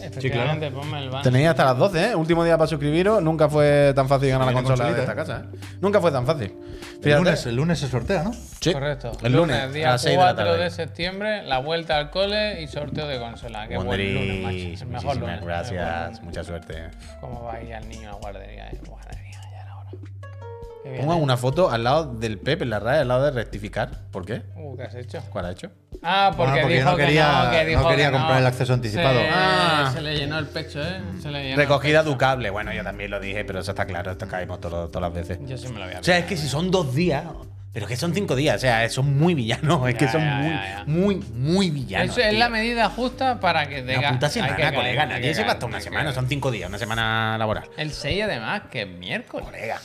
Speaker 2: Efectivamente, ponme el ban.
Speaker 1: Tenéis hasta las 12, ¿eh? Último día para suscribiros. Nunca fue tan fácil ganar la
Speaker 3: Viene
Speaker 1: consola de esta
Speaker 3: consolita,
Speaker 1: casa, ¿eh? Nunca fue tan fácil.
Speaker 3: El
Speaker 1: Fíjate.
Speaker 3: lunes, el lunes se sortea, ¿no?
Speaker 1: Sí,
Speaker 2: Correcto.
Speaker 1: El lunes, a
Speaker 2: día
Speaker 1: las 6 de la
Speaker 2: 4
Speaker 1: tarde.
Speaker 2: de, septiembre, la vuelta al cole y sorteo de consola. Qué buen lunes, macho.
Speaker 1: Wonderis,
Speaker 2: El mejor
Speaker 1: muchísimas
Speaker 2: lunes.
Speaker 1: gracias, mucha suerte.
Speaker 2: ¿Cómo va a ir al niño a la guardería? eh? Madre mía, ya era hora. Qué bien,
Speaker 1: Pongan
Speaker 2: eh.
Speaker 1: una foto al lado del Pep en la raya, al lado de rectificar. ¿por qué?
Speaker 2: Uh, ¿qué has hecho?
Speaker 1: ¿Cuál ha hecho?
Speaker 2: Ah, porque,
Speaker 3: Bueno, porque
Speaker 2: dijo
Speaker 3: no
Speaker 2: que
Speaker 3: quería-
Speaker 2: no, que
Speaker 3: no
Speaker 2: dijo
Speaker 3: quería
Speaker 2: que
Speaker 3: comprar el acceso anticipado.
Speaker 2: Se,
Speaker 1: Ah.
Speaker 2: se le llenó el pecho, ¿eh? Se le llenó el
Speaker 1: Recogida ducable. Bueno, yo también lo dije, pero eso está claro, esto caemos todo- todas las veces.
Speaker 2: pecho. Yo sí me lo voy a
Speaker 1: O sea, es que si son dos días, pero es que son cinco días, o sea, son muy villanos, es que
Speaker 2: Ya,
Speaker 1: son
Speaker 2: ya,
Speaker 1: muy,
Speaker 2: ya, ya.
Speaker 1: muy, muy villanos.
Speaker 2: Eso es
Speaker 1: tío.
Speaker 2: la medida justa para que te
Speaker 1: Una
Speaker 2: ga-
Speaker 1: puta
Speaker 2: hay que
Speaker 1: semana,
Speaker 2: caer,
Speaker 1: colega,
Speaker 2: hay que
Speaker 1: nadie se
Speaker 2: caer,
Speaker 1: gasta una
Speaker 2: hay que
Speaker 1: semana,
Speaker 2: caer.
Speaker 1: son cinco días, una semana laboral.
Speaker 2: El 6 además, que es miércoles.
Speaker 1: Colega,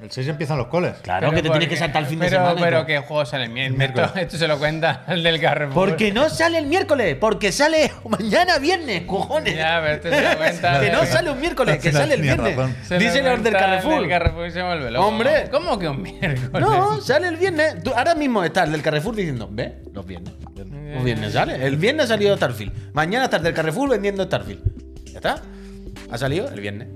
Speaker 3: El 6 empiezan los coles.
Speaker 1: claro
Speaker 2: Pero
Speaker 1: que te tienes
Speaker 2: porque-
Speaker 1: que saltar el fin de
Speaker 2: pero-
Speaker 1: semana. y
Speaker 2: Pero
Speaker 1: todo.
Speaker 2: que juego sale el miércoles.
Speaker 3: Miércoles.
Speaker 2: Esto, esto se lo cuenta el del Carrefour.
Speaker 1: Porque no sale el miércoles, porque sale mañana viernes, cojones.
Speaker 2: Ya, pero esto se lo cuenta.
Speaker 1: que
Speaker 2: el-
Speaker 1: no sale un miércoles, que
Speaker 3: Al final
Speaker 1: sale el
Speaker 3: tenía
Speaker 1: viernes.
Speaker 3: razón.
Speaker 2: se lo
Speaker 1: Dice el del
Speaker 2: cuenta
Speaker 1: Carrefour.
Speaker 2: del Carrefour y se vuelve loco.
Speaker 1: Hombre.
Speaker 2: ¿no? ¿Cómo que un miércoles?
Speaker 1: No, sale el viernes. Tú ahora mismo está el del Carrefour diciendo, ve, los viernes. Los viernes sale. El viernes salió Starfield. Mañana está el del Carrefour vendiendo Starfield. Ya está. Ha salido el viernes.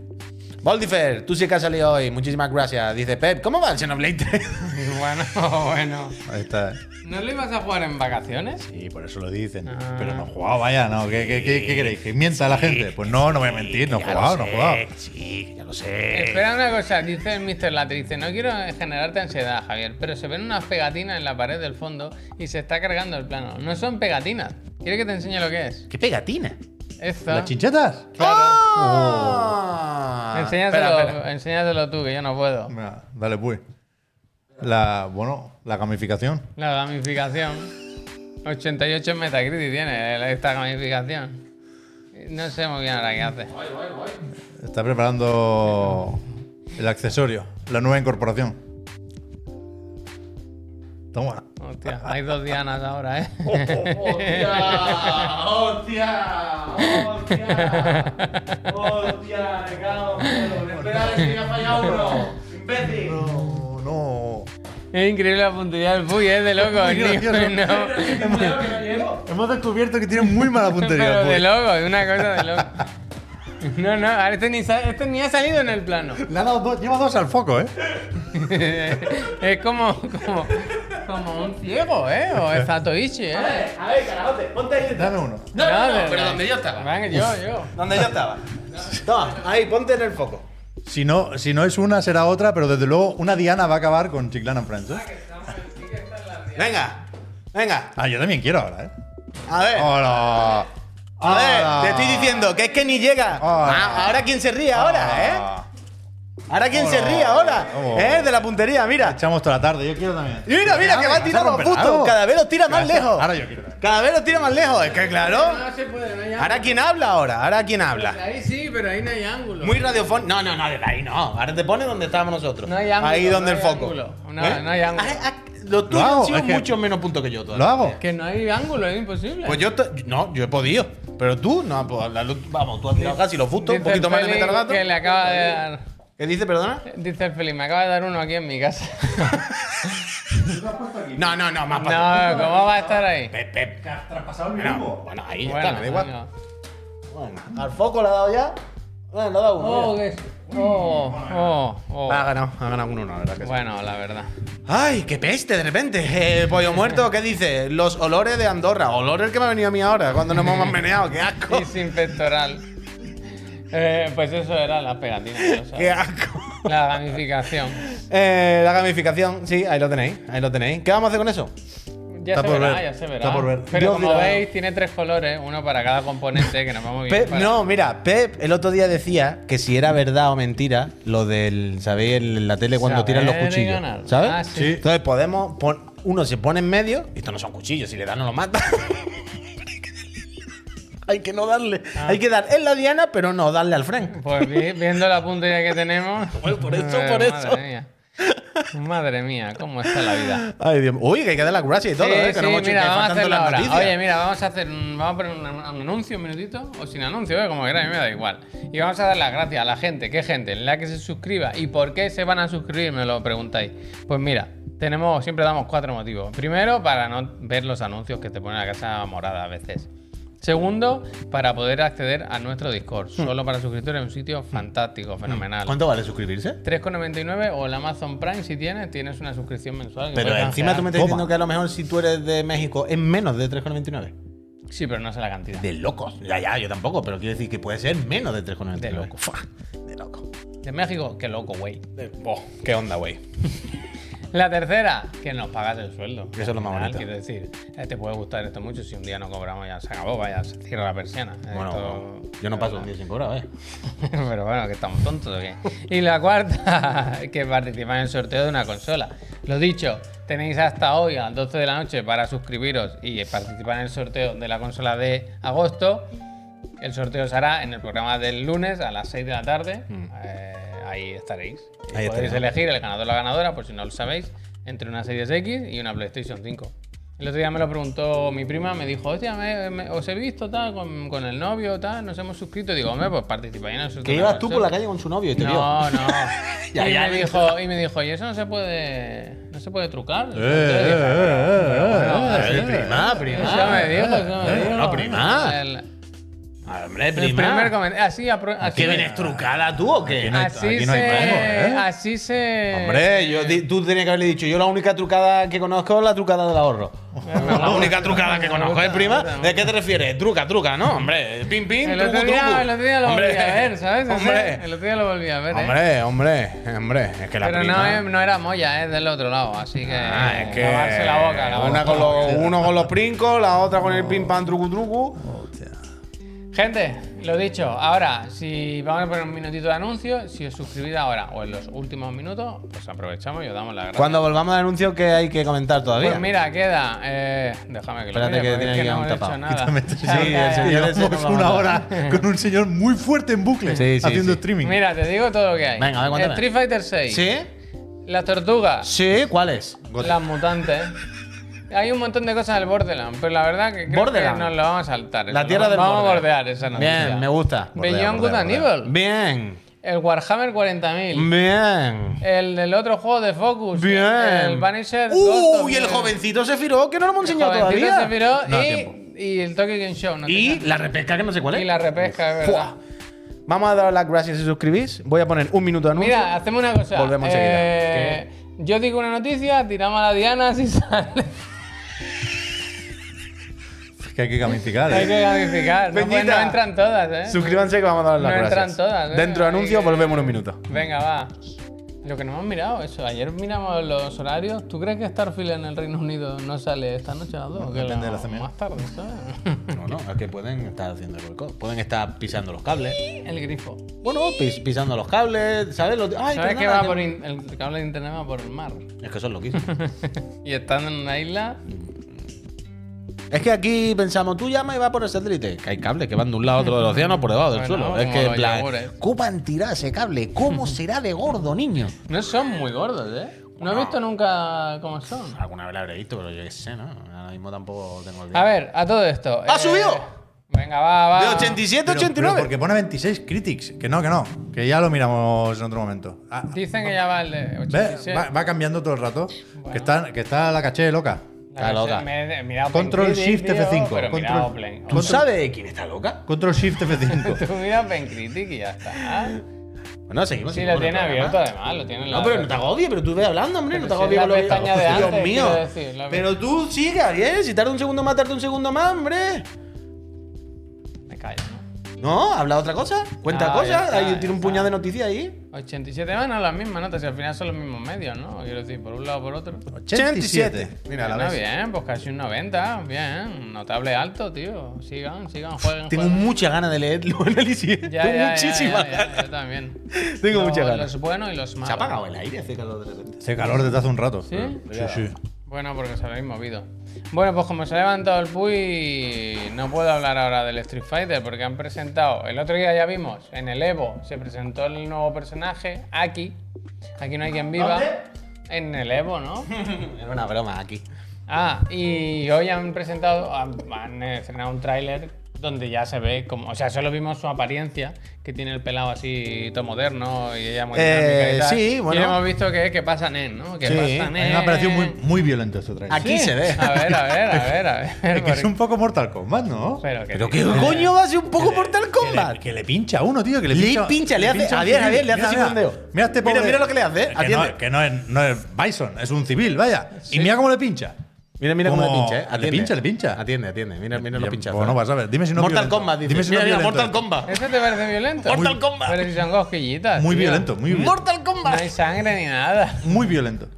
Speaker 1: Voldifer, tú sí que has salido hoy. Muchísimas gracias. Dice Pep, ¿cómo va el Xenoblade 3?
Speaker 2: Bueno, bueno.
Speaker 3: Ahí está. ¿eh?
Speaker 2: ¿No lo ibas a jugar en vacaciones?
Speaker 3: Sí, por eso lo dicen.
Speaker 2: Ah.
Speaker 3: Pero no he jugado, vaya, ¿no? ¿Qué, qué, qué- qué queréis? ¿Que mienta la gente? Pues no, no voy a mentir, no he
Speaker 1: Ya lo
Speaker 3: jugado, no he
Speaker 1: sé,
Speaker 3: jugado.
Speaker 1: Sí, ya lo sé.
Speaker 2: Espera una cosa, dice el Mr. Latte, dice, no quiero generarte ansiedad, Javier, pero se ven unas pegatinas en la pared del fondo y se está cargando el plano. No son pegatinas. ¿Quieres que te enseñe lo que es?
Speaker 1: ¿Qué pegatina?
Speaker 2: Esto.
Speaker 3: ¿Las chinchetas?
Speaker 2: Claro. Oh.
Speaker 1: ¡Ah!
Speaker 2: Enséñaselo,
Speaker 1: Espera, espera.
Speaker 2: enséñaselo tú, que yo no puedo.
Speaker 3: Mira, Dale, pues. La, bueno, la gamificación.
Speaker 2: La gamificación. 88 en Metacritic tiene eh, esta gamificación. No sé muy bien ahora qué hace.
Speaker 3: Está preparando el accesorio, la nueva incorporación. Toma.
Speaker 2: Hostia, hay dos dianas ahora, ¿eh?
Speaker 1: ¡Hostia! ¡Hostia! ¡Hostia! ¡Hostia! ¡Me cago en todo! ¡Espera que me ha fallado uno! ¡Imbécil!
Speaker 3: No, no.
Speaker 2: es increíble la puntualidad del Puy, ¿eh? De loco.
Speaker 3: Muy
Speaker 2: ni-
Speaker 3: gracioso.
Speaker 2: no.
Speaker 3: Hemos descubierto que tiene muy mala puntería.
Speaker 2: Pero de
Speaker 3: pues.
Speaker 2: loco, es una cosa de loco. No, no, ahora este ni, sa- este ni ha salido en el plano.
Speaker 3: Le ha dado dos, lleva dos al foco, ¿eh?
Speaker 2: es como, como, como un ciego, ¿eh? O es Zatoichi, ¿eh?
Speaker 1: A ver, carajote, ponte ahí.
Speaker 3: Dame uno.
Speaker 2: No, no,
Speaker 4: pero donde yo estaba.
Speaker 2: Venga, yo, yo.
Speaker 1: Donde yo estaba. Toma, ahí, ponte en el foco.
Speaker 3: Si no, si no es una, será otra, pero desde luego una Diana va a acabar con Chiclana en ¿eh? Francia.
Speaker 1: Venga, venga,
Speaker 3: Ah, yo también quiero ahora, ¿eh?
Speaker 1: a ver.
Speaker 3: ¡Hola!
Speaker 1: A
Speaker 3: ¡Hola!
Speaker 1: ver, te estoy diciendo que es que ni llega.
Speaker 3: Hola.
Speaker 1: Ah, ahora quién se ríe ahora, ¿eh?
Speaker 3: Ah,
Speaker 1: Ahora quién se
Speaker 3: Hola.
Speaker 1: ríe ahora,
Speaker 3: Hola.
Speaker 1: ¿eh? De la puntería, mira.
Speaker 3: Echamos toda la tarde, yo quiero también.
Speaker 1: Mira, mira, que va tirando
Speaker 3: tirado
Speaker 1: a justo. Cada vez los tira más lejos.
Speaker 3: Ahora yo quiero también.
Speaker 1: Cada vez los tira más lejos, es que claro.
Speaker 2: se puede, no hay
Speaker 1: Ahora quién habla ahora, ahora quién habla.
Speaker 2: Ahí sí, pero ahí no hay ángulo.
Speaker 1: Muy radiofónico. No, no, no, de ahí no. Ahora te pones donde estábamos nosotros.
Speaker 2: No hay ángulo,
Speaker 1: Ahí donde
Speaker 2: no
Speaker 1: el
Speaker 2: hay
Speaker 1: foco.
Speaker 2: ángulo. No, no hay ángulo.
Speaker 1: Ah, ah, Los tuyos
Speaker 3: hago,
Speaker 1: han sido
Speaker 3: es que-
Speaker 1: mucho menos puntos que yo
Speaker 3: ¿Lo
Speaker 1: todavía.
Speaker 3: hago?
Speaker 2: Que no hay ángulo, es imposible.
Speaker 1: Pues yo, te- no, yo he podido. Pero tú, no, pues, la luz- vamos, tú has tirado casi lo justo, un
Speaker 2: Dice
Speaker 1: poquito
Speaker 2: el
Speaker 1: más de
Speaker 2: Feli
Speaker 1: meter al gato.
Speaker 2: Que le acaba de dar.
Speaker 1: ¿Qué dice, perdona?
Speaker 2: Dice el Feli, me acaba de dar uno aquí en mi casa.
Speaker 1: No, no, no, más
Speaker 2: no,
Speaker 1: para.
Speaker 2: ¿cómo va a estar ahí?
Speaker 1: Pep, pep.
Speaker 3: Traspasado el
Speaker 1: Bueno, bueno, ahí está, me da igual.
Speaker 2: bueno.
Speaker 1: Bueno, al foco le ha dado ya. Bueno, le ha dado uno.
Speaker 2: Oh,
Speaker 1: mira.
Speaker 2: qué es- Oh, oh, oh.
Speaker 1: Ha ganado, ha ganado uno, la verdad que sí.
Speaker 2: Bueno, la verdad.
Speaker 1: Ay, qué peste de repente. Eh, pollo muerto, ¿qué dice? Los olores de Andorra. Olores que me ha venido a mí ahora, cuando nos hemos meneado. ¡Qué asco!
Speaker 2: Y sin pectoral. Eh, pues eso era la pegatina. ¿no? O sea,
Speaker 1: ¡Qué asco!
Speaker 2: La gamificación.
Speaker 1: Eh, la gamificación, sí, ahí lo tenéis, ahí lo tenéis. ¿Qué vamos a hacer con eso?
Speaker 2: Ya
Speaker 3: Está
Speaker 2: se
Speaker 3: por
Speaker 2: verá,
Speaker 3: ver,
Speaker 2: ya se verá.
Speaker 3: está por ver.
Speaker 2: Pero
Speaker 1: Dios
Speaker 2: como
Speaker 1: dirá.
Speaker 2: veis, tiene tres colores, uno para cada componente que nos vamos
Speaker 1: Pep-
Speaker 2: bien. para-
Speaker 1: no, mira, Pep el otro día decía que si era verdad o mentira lo del, ¿sabéis? En la tele cuando
Speaker 2: Saber
Speaker 1: tiran los
Speaker 2: y
Speaker 1: cuchillos,
Speaker 2: ganar.
Speaker 1: ¿sabes?
Speaker 2: Ah, sí. Sí.
Speaker 1: Entonces podemos, pon- uno se pone en medio, esto no son cuchillos, si le dan no lo mata. Hay que no darle,
Speaker 2: Ah.
Speaker 1: hay que dar en la diana, pero no darle al fren.
Speaker 2: Pues vi- viendo la puntería que tenemos.
Speaker 1: Bueno, por eso,
Speaker 2: eh,
Speaker 1: por
Speaker 2: madre
Speaker 1: eso.
Speaker 2: Mía. Madre mía, cómo está la vida.
Speaker 1: Ay, Dios. Uy, que hay que dar las gracias y todo,
Speaker 2: Sí,
Speaker 1: ¿eh? Que
Speaker 2: sí,
Speaker 1: no hemos hecho
Speaker 2: mira,
Speaker 1: que
Speaker 2: vamos a
Speaker 1: faltan todas las
Speaker 2: hacerlo ahora.
Speaker 1: noticias.
Speaker 2: Oye, mira, vamos a hacer un- vamos a poner un, un anuncio un minutito o sin anuncio, eh, como queráis, me da igual. Y vamos a dar las gracias a la gente, ¿qué gente? La que se suscriba y por qué se van a suscribir, me lo preguntáis. Pues mira, tenemos siempre damos cuatro motivos. Primero, para no ver los anuncios que te pone la casa morada a veces. Segundo, para poder acceder a nuestro Discord, solo para suscriptores, un sitio fantástico, fenomenal.
Speaker 1: Hmm. ¿Cuánto vale suscribirse?
Speaker 2: 3,99 o el Amazon Prime si tienes, tienes una suscripción mensual. que
Speaker 1: Pero
Speaker 2: puedes
Speaker 1: encima tú me
Speaker 2: canjear.
Speaker 1: estás
Speaker 3: Toma.
Speaker 1: diciendo que a lo mejor si tú eres de México es menos de 3,99.
Speaker 2: Sí, pero no sé la cantidad.
Speaker 1: De locos. Ya, ya, yo tampoco, pero quiero decir que puede ser menos de 3,99.
Speaker 2: De loco.
Speaker 1: Fua, De loco.
Speaker 2: De México, qué loco, güey.
Speaker 1: De- Boh, qué onda, güey.
Speaker 2: La tercera, que nos pagas el sueldo.
Speaker 1: Eso es lo más
Speaker 2: Al final,
Speaker 1: bonito.
Speaker 2: Quiero decir, eh, te puede gustar esto mucho. Si un día no cobramos, ya se acabó, vaya, se cierra la persiana. Eh,
Speaker 1: Bueno,
Speaker 2: esto-
Speaker 1: yo no paso un día sin cobrar, ¿eh?
Speaker 2: Pero bueno, que estamos tontos o qué. Y la cuarta, que participáis en el sorteo de una consola. Lo dicho, tenéis hasta hoy a las 12 de la noche para suscribiros y participar en el sorteo de la consola de agosto. El sorteo se hará en el programa del lunes a las 6 de la tarde. Eh, ahí estaréis. Y
Speaker 1: Mm. Ahí
Speaker 2: podéis
Speaker 1: estaremos.
Speaker 2: elegir el ganador o la ganadora, por si no lo sabéis, entre una Series X y una PlayStation 5. El otro día me lo preguntó mi prima, me dijo, hostia, me- me- os he visto tal, con, con el novio, tal, nos hemos suscrito. Y digo, hombre, pues participáis en el sorteo.
Speaker 1: Que
Speaker 2: de
Speaker 1: ibas tú por la
Speaker 2: consola".
Speaker 1: calle con su novio y te vio.
Speaker 2: No, no.
Speaker 1: Ya,
Speaker 2: y,
Speaker 1: ya,
Speaker 2: me dijo, y me dijo, y eso no se puede. No se puede trucar.
Speaker 3: Eh, eh, eh,
Speaker 1: Eh,
Speaker 3: eh, eh.
Speaker 1: prima,
Speaker 2: Eso me dijo,
Speaker 1: prima.
Speaker 2: eso me
Speaker 1: Eh,
Speaker 2: dijo.
Speaker 1: no, prima.
Speaker 2: El,
Speaker 1: Ah, Hombre,
Speaker 2: el primer Ah,
Speaker 1: prima.
Speaker 2: comentario. Así, apro- así.
Speaker 1: ¿Qué vienes trucada tú o qué? Ah,
Speaker 3: no hay-
Speaker 2: Así
Speaker 3: aquí no hay
Speaker 2: se.
Speaker 3: mango, ¿eh?
Speaker 2: Así se.
Speaker 1: Hombre, yo, di- tú tenías que haberle dicho, yo la única trucada que conozco es la trucada del ahorro. La única trucada que conozco, ¿eh, prima? ¿De qué te refieres? Truca, truca, ¿no? Hombre, pim, pim,
Speaker 2: El otro
Speaker 1: truco,
Speaker 2: día,
Speaker 1: truco.
Speaker 2: el otro día lo
Speaker 1: Hombre,
Speaker 2: volví a ver, ¿sabes?
Speaker 1: Hombre.
Speaker 2: El otro día lo volví a ver. ¿eh?
Speaker 1: Hombre, hombre, hombre, es que la
Speaker 2: Pero no,
Speaker 1: prima.
Speaker 2: eh, no era Moya, es del otro lado, así que.
Speaker 1: Ah, es que
Speaker 2: Lavarse la boca, la
Speaker 1: una
Speaker 2: boca.
Speaker 1: con los, uno con los princos, la otra con el pim pam trucu trucu.
Speaker 2: Gente, lo dicho, ahora, si vamos a poner un minutito de anuncio, si os suscribís ahora o en los últimos minutos, pues aprovechamos y os damos la gracia.
Speaker 1: Cuando volvamos al anuncio que hay que comentar todavía.
Speaker 2: Pues mira, queda. Eh, déjame que
Speaker 1: Espérate
Speaker 2: lo mire,
Speaker 1: que
Speaker 2: porque
Speaker 1: tiene
Speaker 2: es
Speaker 1: aquí
Speaker 2: no
Speaker 1: un
Speaker 2: hemos hecho
Speaker 1: tapado.
Speaker 2: nada.
Speaker 3: Quítame este
Speaker 2: Ya,
Speaker 1: señor.
Speaker 2: ya, ya.
Speaker 1: Sí, el señor ese no
Speaker 3: Llevamos
Speaker 1: lo vamos
Speaker 3: una
Speaker 1: a
Speaker 3: hora con un señor muy fuerte en bucle
Speaker 1: Sí, sí,
Speaker 3: haciendo
Speaker 1: sí.
Speaker 3: streaming.
Speaker 2: Mira, te digo todo lo que hay.
Speaker 1: Venga, a ver, cuéntame.
Speaker 2: Street Fighter 6.
Speaker 1: ¿Sí?
Speaker 2: Las tortugas.
Speaker 1: Sí, ¿cuál es?
Speaker 2: Las mutantes. Hay un montón de cosas del Borderland, pero la verdad que creo
Speaker 1: Borderland.
Speaker 2: que nos lo vamos a saltar.
Speaker 1: La
Speaker 2: eso.
Speaker 1: tierra del
Speaker 2: Vamos a
Speaker 1: Borderland.
Speaker 2: bordear esa noticia.
Speaker 1: Bien, me gusta.
Speaker 3: Bordea,
Speaker 2: Beyond Good
Speaker 3: bordea,
Speaker 2: and
Speaker 3: bordea.
Speaker 2: Evil.
Speaker 1: Bien.
Speaker 2: El Warhammer 40.000.
Speaker 1: Bien.
Speaker 2: El del otro juego de Focus.
Speaker 1: Bien.
Speaker 2: El Vanisher. Ghost of
Speaker 1: ¡Uh! Y el
Speaker 2: Mine.
Speaker 1: jovencito se firó, que no lo hemos enseñado
Speaker 2: Jovencito
Speaker 1: todavía.
Speaker 2: se piró
Speaker 3: No da
Speaker 2: y, y el Tokyo Game Show. no
Speaker 1: Y
Speaker 2: tenía.
Speaker 1: la repesca, que no sé cuál es.
Speaker 2: Y la repesca, es verdad.
Speaker 1: Fua. Vamos a dar las gracias si suscribís. Voy a poner un minuto de anuncio.
Speaker 2: Mira, hacemos una cosa.
Speaker 1: Volvemos enseguida.
Speaker 2: Eh, yo digo una noticia, tiramos a la Diana si sale.
Speaker 3: Es que hay que gamificar.
Speaker 2: Hay
Speaker 3: ¿eh?
Speaker 2: que gamificar. No, pues,
Speaker 1: Peñita,
Speaker 2: no entran todas, ¿eh?
Speaker 1: Suscríbanse que vamos a dar las
Speaker 2: No
Speaker 1: gracias.
Speaker 2: entran todas, ¿eh?
Speaker 1: Dentro de
Speaker 2: Hay
Speaker 1: anuncio,
Speaker 2: que-
Speaker 1: volvemos en un minuto.
Speaker 2: Venga, va. Lo que no hemos mirado, eso. Ayer miramos los horarios. ¿Tú crees que Starfield en el Reino Unido no sale esta noche a las 2? que
Speaker 3: depende
Speaker 2: lo-
Speaker 3: de la semana.
Speaker 2: Más tarde, ¿sabes?
Speaker 1: No, no, es que pueden estar haciendo el boicot. Pueden estar pisando los cables.
Speaker 2: el grifo.
Speaker 1: Bueno, pis- pisando los cables, ¿sabes? Los- Ay,
Speaker 2: ¿Sabes que
Speaker 1: perdona,
Speaker 2: va
Speaker 1: que-
Speaker 2: por in- el cable de internet va por el mar?
Speaker 1: Es que son loquísimos.
Speaker 2: Y estando en una isla,
Speaker 1: es que aquí pensamos, tú llamas y va por el satélite. Que hay cables que van de un lado a otro del océano por debajo del
Speaker 2: Bueno,
Speaker 1: suelo.
Speaker 2: como
Speaker 1: Es que, en
Speaker 2: los
Speaker 1: plan,
Speaker 2: yogures.
Speaker 1: ¿cómo tirado ese cable? ¿Cómo será de gordo, niño?
Speaker 2: no son muy gordos, ¿eh? No he visto nunca cómo son.
Speaker 1: Alguna vez lo habré visto, pero yo qué sé, ¿no? Ahora mismo tampoco tengo el
Speaker 2: A ver, ah. a todo esto. eh,
Speaker 1: ¿Ha subido?
Speaker 2: Venga, va, va.
Speaker 1: De 87 a
Speaker 3: Pero- pero
Speaker 1: 89.
Speaker 3: porque pone 26 critics. Que no, que no. Que ya lo miramos en otro momento. Ah,
Speaker 2: Dicen que ya va el de
Speaker 3: ¿Ves?
Speaker 2: 87.
Speaker 3: Va, va cambiando todo el rato. Que, está, que está la caché loca.
Speaker 1: Está loca.
Speaker 2: Me- mira Open
Speaker 3: Control
Speaker 2: Critic,
Speaker 3: Shift
Speaker 2: tío,
Speaker 3: F5.
Speaker 2: Pero mira
Speaker 3: Control-
Speaker 2: Open-
Speaker 1: ¿Tú sabes de quién está loca?
Speaker 3: Control Shift F5.
Speaker 2: Tú mira Open Critic y ya está.
Speaker 1: Bueno, seguimos.
Speaker 2: Sí,
Speaker 1: seguimos con
Speaker 2: lo
Speaker 1: el
Speaker 2: tiene
Speaker 1: programa.
Speaker 2: abierto además, lo tiene en la.
Speaker 1: No, pero no te agobies, pero tú ve hablando, hombre, no te
Speaker 2: Pero si
Speaker 1: agobies
Speaker 2: es
Speaker 1: con
Speaker 2: la
Speaker 1: lo que
Speaker 2: pestaña de
Speaker 1: Dios
Speaker 2: antes,
Speaker 1: mío.
Speaker 2: quiero decir, la-
Speaker 1: Pero tú sigue, Ariel, si tarda un segundo más, tarda un segundo más, hombre.
Speaker 2: Me callo, ¿no?
Speaker 1: No, habla otra cosa, cuenta
Speaker 2: No, Ah, ya
Speaker 1: cosas,
Speaker 2: está,
Speaker 1: ahí
Speaker 2: ya
Speaker 1: tiene un
Speaker 2: está.
Speaker 1: puñado de noticias ahí.
Speaker 2: 87 más no las mismas notas, si al final son los mismos medios, ¿no? Quiero decir, por un lado o por otro.
Speaker 3: 87.
Speaker 1: Mira, la
Speaker 2: Bueno,
Speaker 1: ves.
Speaker 2: bien, pues casi un 90, bien, notable alto, tío. Sigan, sigan, jueguen.
Speaker 1: Tengo
Speaker 2: jueguen.
Speaker 1: mucha ganas de leer los análisis.
Speaker 2: Ya,
Speaker 1: Tengo
Speaker 2: ya, ya,
Speaker 1: muchísimas
Speaker 2: ya, ya,
Speaker 1: ganas.
Speaker 2: Yo también.
Speaker 1: Tengo
Speaker 2: Los-
Speaker 1: muchas ganas.
Speaker 2: Los buenos y los malos.
Speaker 1: Se ha apagado el aire, hace calor de repente.
Speaker 3: Hace calor desde hace un rato.
Speaker 2: ¿Sí?
Speaker 3: Sí, sí.
Speaker 2: Bueno, porque se habéis movido. Bueno, pues como se ha levantado el Puy, no puedo hablar ahora del Street Fighter porque han presentado. El otro día ya vimos, en el Evo se presentó el nuevo personaje, Aki. Aquí no hay quien viva.
Speaker 1: ¿Dónde?
Speaker 2: En el Evo, ¿no?
Speaker 1: Era una broma aquí.
Speaker 2: Ah, y hoy han presentado, han, han eh, estrenado un tráiler donde ya se ve como, o sea, solo vimos su apariencia, que tiene el pelado así todo moderno y ella muy dinámica
Speaker 1: Eh,
Speaker 2: y tal.
Speaker 1: sí, bueno.
Speaker 2: Y hemos visto que, que pasa Nen, ¿no? Que
Speaker 3: Sí, a mí
Speaker 2: pasa Nen.
Speaker 3: me ha parecido muy, muy violento este trailer.
Speaker 1: Aquí se ve.
Speaker 2: A ver, a ver, a ver, a ver.
Speaker 3: Es que es
Speaker 2: porque-
Speaker 3: un poco Mortal Kombat, ¿no?
Speaker 2: Pero, que-
Speaker 1: Pero qué coño va a ser un poco Mortal
Speaker 3: Que
Speaker 1: Kombat.
Speaker 3: le, que le pincha a uno, tío. Que le
Speaker 1: Le
Speaker 3: pincha,
Speaker 1: pincha, le hace-
Speaker 3: pincha a un
Speaker 1: Javier,
Speaker 3: civil.
Speaker 1: Javier, le hace
Speaker 3: Mira,
Speaker 1: así
Speaker 3: mira,
Speaker 1: con el dedo.
Speaker 3: Mira este
Speaker 1: Mira,
Speaker 3: pobre.
Speaker 1: mira lo que le hace,
Speaker 3: Que,
Speaker 1: atiende.
Speaker 3: no, que no, es, no es Bison, es un civil, vaya.
Speaker 2: Sí.
Speaker 3: Y mira cómo le pincha.
Speaker 1: Mira, mira cómo le
Speaker 3: Como-
Speaker 1: pincha, eh.
Speaker 3: Le pincha, le pincha.
Speaker 1: Atiende, atiende. Mira, mira los
Speaker 3: Ya,
Speaker 1: pinchazos.
Speaker 3: Bueno, vas a ver. Dime si no es
Speaker 1: Mortal
Speaker 3: violento.
Speaker 1: Kombat, dice.
Speaker 3: Dime si no
Speaker 1: mira,
Speaker 3: es
Speaker 1: mira,
Speaker 3: violento
Speaker 1: Mortal
Speaker 3: esto.
Speaker 1: Kombat.
Speaker 2: ¿Eso te parece violento?
Speaker 1: Mortal Kombat.
Speaker 2: Pero si son cosquillitas.
Speaker 3: Muy
Speaker 2: tío.
Speaker 3: violento, muy violento.
Speaker 1: Mortal
Speaker 2: No
Speaker 1: Kombat.
Speaker 2: hay sangre ni nada.
Speaker 3: Muy violento.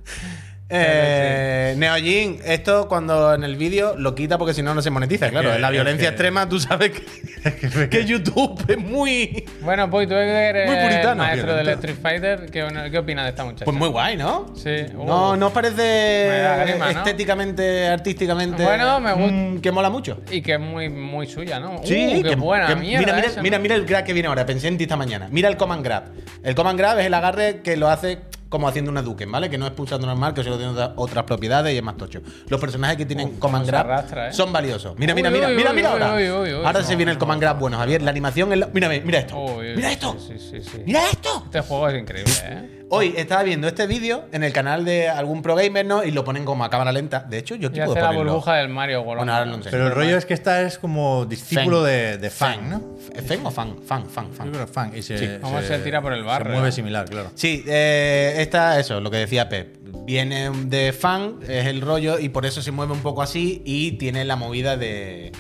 Speaker 1: Eh, Neojin, esto cuando en el vídeo lo quita porque si no, no se monetiza. Claro,
Speaker 3: que-
Speaker 1: en la
Speaker 3: es
Speaker 1: violencia
Speaker 3: que-
Speaker 1: extrema tú sabes que, que YouTube es muy...
Speaker 2: Bueno, pues tú eres
Speaker 1: Muy puritano,
Speaker 2: maestro del
Speaker 1: violento.
Speaker 2: Street Fighter. ¿Qué, qué opinas de esta muchacha?
Speaker 1: Pues muy guay, ¿no?
Speaker 2: Sí. uh.
Speaker 1: No, no os
Speaker 2: Me da
Speaker 1: parece
Speaker 2: grima, ¿no?
Speaker 1: estéticamente, artísticamente.
Speaker 2: Bueno, me gusta.
Speaker 1: mm, que mola mucho.
Speaker 2: Y que es muy, muy suya, ¿no?
Speaker 1: Sí,
Speaker 2: Uh, qué
Speaker 1: que-
Speaker 2: buena
Speaker 1: que-
Speaker 2: mierda.
Speaker 1: Mira, mira,
Speaker 2: esa, ¿no?
Speaker 1: mira, mira el grab que viene ahora. Pensé en ti esta mañana. Mira el command grab. El command grab es el agarre que lo hace como haciendo una duque, ¿vale? Que no es pulsando normal, que solo tiene otra- otras propiedades y es más tocho. Los personajes que tienen command
Speaker 2: se
Speaker 1: grab
Speaker 2: arrastra, ¿eh?
Speaker 1: son valiosos. Mira, mira,
Speaker 2: Uy,
Speaker 1: mira,
Speaker 2: uy,
Speaker 1: mira,
Speaker 2: uy,
Speaker 1: mira
Speaker 2: uy,
Speaker 1: ahora.
Speaker 2: uy, uy, uy.
Speaker 1: ahora
Speaker 2: No,
Speaker 1: se viene el
Speaker 2: no,
Speaker 1: command grab bueno, Javier. La animación es la- Mira, mira esto.
Speaker 2: Oh, eh,
Speaker 1: Mira esto.
Speaker 2: Sí, sí, sí.
Speaker 1: Mira esto.
Speaker 2: Este juego es increíble, ¿eh?
Speaker 1: Hoy estaba viendo este vídeo en el canal de algún pro gamer, ¿no? Y lo ponen como a cámara lenta. De hecho, yo
Speaker 2: Y
Speaker 1: te puedo
Speaker 2: hace la
Speaker 1: ponerlo.
Speaker 2: burbuja del Mario World.
Speaker 1: Bueno, ahora no sé.
Speaker 3: Pero el rollo es que esta es como discípulo de, de Fang, ¿no?
Speaker 1: F- ¿Fang o fan? Fan, fan, fan.
Speaker 3: Yo creo que Fang. Y se,
Speaker 2: Cómo se tira por el barro,
Speaker 3: Se mueve
Speaker 2: ¿eh?
Speaker 3: similar, claro.
Speaker 1: Sí, eh, esta, eso, lo que decía Pep. Viene de fan, es el rollo, y por eso se mueve un poco así y tiene la movida de,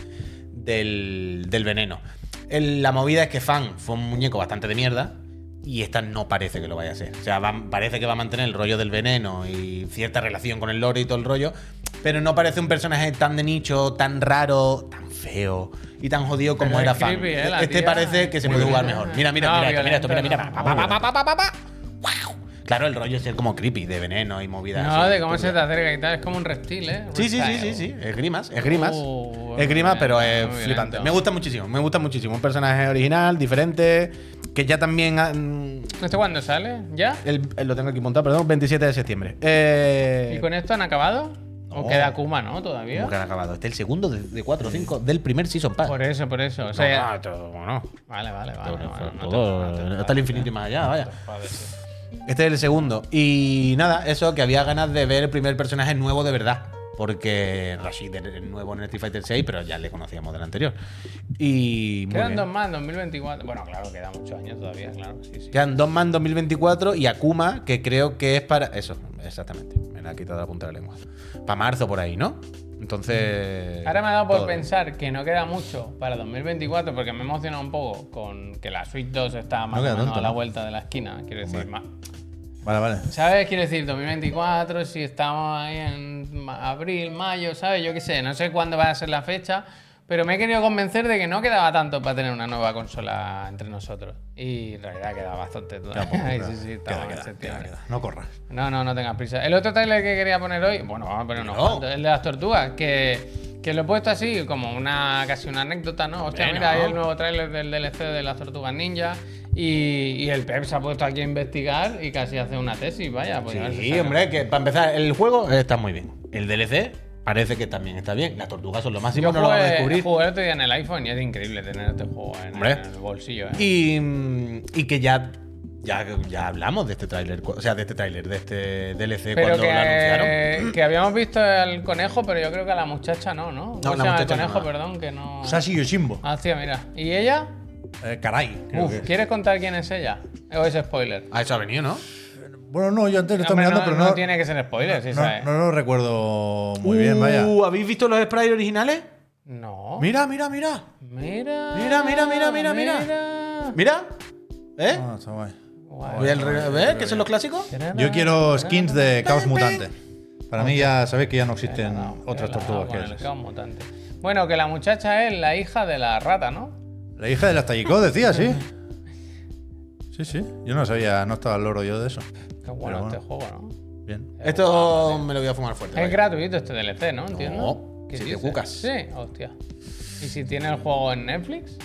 Speaker 1: del, del veneno. El- la movida es que fan fue un muñeco bastante de mierda y esta no parece que lo vaya a ser. O sea, va- parece que va a mantener el rollo del veneno y cierta relación con el lore y todo el rollo, pero no parece un personaje tan de nicho, tan raro, tan feo y tan jodido como
Speaker 2: Pero es
Speaker 1: era fan.
Speaker 2: creepy, ¿eh? La
Speaker 1: este
Speaker 2: tía.
Speaker 1: parece que se
Speaker 2: Muy
Speaker 1: puede jugar
Speaker 2: violenta.
Speaker 1: mejor. Mira, mira,
Speaker 2: No,
Speaker 1: mira, esto, mira esto, mira,
Speaker 2: violenta
Speaker 1: mira.
Speaker 2: no.
Speaker 1: Pa, pa, pa, pa, pa, pa, pa. ¡Guau! Claro, el rollo es ser como creepy, de veneno y movidas.
Speaker 2: No,
Speaker 1: así,
Speaker 2: de cómo se te
Speaker 1: turbias.
Speaker 2: acerca y tal. Es como un reptil, ¿eh?
Speaker 1: Sí, sí, sí, sí,
Speaker 2: Reptile.
Speaker 1: sí. Es grimas, es grimas.
Speaker 2: Uh,
Speaker 1: es grimas,
Speaker 2: muy
Speaker 1: pero es
Speaker 2: violento, muy
Speaker 1: flipante.
Speaker 2: violento.
Speaker 1: Me gusta muchísimo, me gusta muchísimo. Un personaje original, diferente, que ya también... ah, mm,
Speaker 2: ¿Este cuándo sale? ¿Ya?
Speaker 1: el- el- lo tengo aquí montado, perdón, 27 de septiembre. Eh,
Speaker 2: ¿Y con esto han acabado? ¿O
Speaker 1: no.
Speaker 2: queda Kuma, no?
Speaker 1: ¿Cómo que
Speaker 2: Todavía.
Speaker 1: han acabado? Este es el segundo de, de 4 o 5 del primer Season Pass.
Speaker 2: Por eso, por eso. O
Speaker 1: No,
Speaker 2: sea,
Speaker 1: no, todo- bueno,
Speaker 2: Vale, vale, vale.
Speaker 1: todo-
Speaker 2: vale, no te-
Speaker 1: todo-
Speaker 2: no te- no te-
Speaker 1: hasta el infinito y más allá, vaya.
Speaker 2: Vale, sí.
Speaker 1: Este es el segundo. Y nada, eso, que había ganas de ver el primer personaje nuevo de verdad. Porque Rashid es nuevo en Street Fighter 6, pero ya le conocíamos del anterior. Y. muy
Speaker 2: Quedan
Speaker 1: bien.
Speaker 2: dos más, 2024. Bueno, claro, queda muchos años todavía, claro. Sí, sí.
Speaker 1: Quedan dos más en 2024 y Akuma, que creo que es para. Eso, exactamente. Me la ha quitado la punta de la lengua. Para marzo por ahí, ¿no? Entonces.
Speaker 2: Ahora me ha dado por
Speaker 1: todo.
Speaker 2: pensar que no queda mucho para 2024 porque me he emocionado un poco con que la Switch 2 está más
Speaker 1: No
Speaker 2: o
Speaker 1: queda
Speaker 2: menos
Speaker 1: tanto,
Speaker 2: a la
Speaker 1: ¿no?
Speaker 2: vuelta de la esquina. Quiero decir, más.
Speaker 3: Vale, vale.
Speaker 2: ¿Sabes? Quiero decir, 2024, si estamos ahí en ma- abril, mayo, ¿sabes? Yo qué sé, no sé cuándo va a ser la fecha, pero me he querido convencer de que no quedaba tanto para tener una nueva consola entre nosotros. Y en realidad queda bastante todavía.
Speaker 3: pues,
Speaker 2: Ay, sí, sí, estamos en septiembre.
Speaker 3: No corras.
Speaker 2: No, no, no tengas prisa. El otro trailer que quería poner hoy, bueno, vamos a poner unos
Speaker 1: No.
Speaker 2: cuantos, el de las tortugas, que, que lo he puesto así como una casi una anécdota, ¿no? Hostia,
Speaker 1: Bueno.
Speaker 2: mira, hay el nuevo trailer del DLC de las tortugas ninja y, y el Pep se ha puesto aquí a investigar y casi hace una tesis, vaya. pues, a ver si
Speaker 1: Sí,
Speaker 2: saca-
Speaker 1: hombre, que para empezar, el juego está muy bien. El DLC parece que también está bien. Las tortugas son lo máximo,
Speaker 2: Yo
Speaker 1: no lo vamos a
Speaker 2: jugué,
Speaker 1: descubrir.
Speaker 2: jugué el otro día en el iPhone y es increíble tener este juego en,
Speaker 1: Hombre.
Speaker 2: en el bolsillo. ¿eh?
Speaker 1: Y, mm, y que ya, ya, ya hablamos de este tráiler, cu- o sea, de este tráiler, de este DLC
Speaker 2: Pero
Speaker 1: cuando
Speaker 2: que,
Speaker 1: lo anunciaron.
Speaker 2: que habíamos visto al conejo, pero yo creo que a la muchacha no,
Speaker 1: No,
Speaker 2: ¿no? O
Speaker 1: la
Speaker 2: sea, al
Speaker 1: muchacha no,
Speaker 2: conejo,
Speaker 1: no.
Speaker 2: perdón, que no.
Speaker 3: Sashi Yoshimbo.
Speaker 2: Ah, sí, mira. ¿Y ella?
Speaker 3: Eh, caray. creo
Speaker 2: Uf,
Speaker 3: que-
Speaker 2: ¿quieres contar quién es ella? ¿O es spoiler?
Speaker 1: A eso ha venido, ¿no?
Speaker 3: Bueno, no, yo antes lo estaba
Speaker 2: Hombre,
Speaker 3: mirando,
Speaker 2: no,
Speaker 3: pero
Speaker 2: no
Speaker 3: no,
Speaker 2: tiene eh. que ser spoiler, sí,
Speaker 3: no-
Speaker 2: sabes.
Speaker 3: no lo recuerdo muy bien, vaya.
Speaker 1: Uh, ¿Habéis visto los sprites originales?
Speaker 2: No.
Speaker 1: Mira, mira, mira.
Speaker 2: Mira.
Speaker 1: Mira, mira, mira, mira, mira. Mira. ¿Eh?
Speaker 3: Ah, está guay.
Speaker 2: Guau.
Speaker 1: Voy al re- ¿Ves? ¿Qué son los clásicos?
Speaker 3: Yo quiero skins de Caos Mutante. Para mí ya sabéis que ya no existen otras tortugas
Speaker 2: Con
Speaker 3: que
Speaker 2: el
Speaker 3: esas.
Speaker 2: caos mutante. Bueno, que la muchacha es la hija de la rata, ¿no?
Speaker 3: La hija de las Tallicó decía, sí. Sí, sí. Yo no sabía, no estaba al loro yo de eso.
Speaker 2: Qué bueno,
Speaker 3: Pero
Speaker 2: este juego, ¿no?
Speaker 3: Bien.
Speaker 1: Esto me lo voy a fumar fuerte.
Speaker 2: Es
Speaker 1: vaya.
Speaker 2: gratuito este DLC, ¿no? Entiendo.
Speaker 1: No,
Speaker 2: ¿Qué
Speaker 1: si te
Speaker 2: dices?
Speaker 1: cucas.
Speaker 2: Sí, hostia. ¿Y si tiene el juego en Netflix?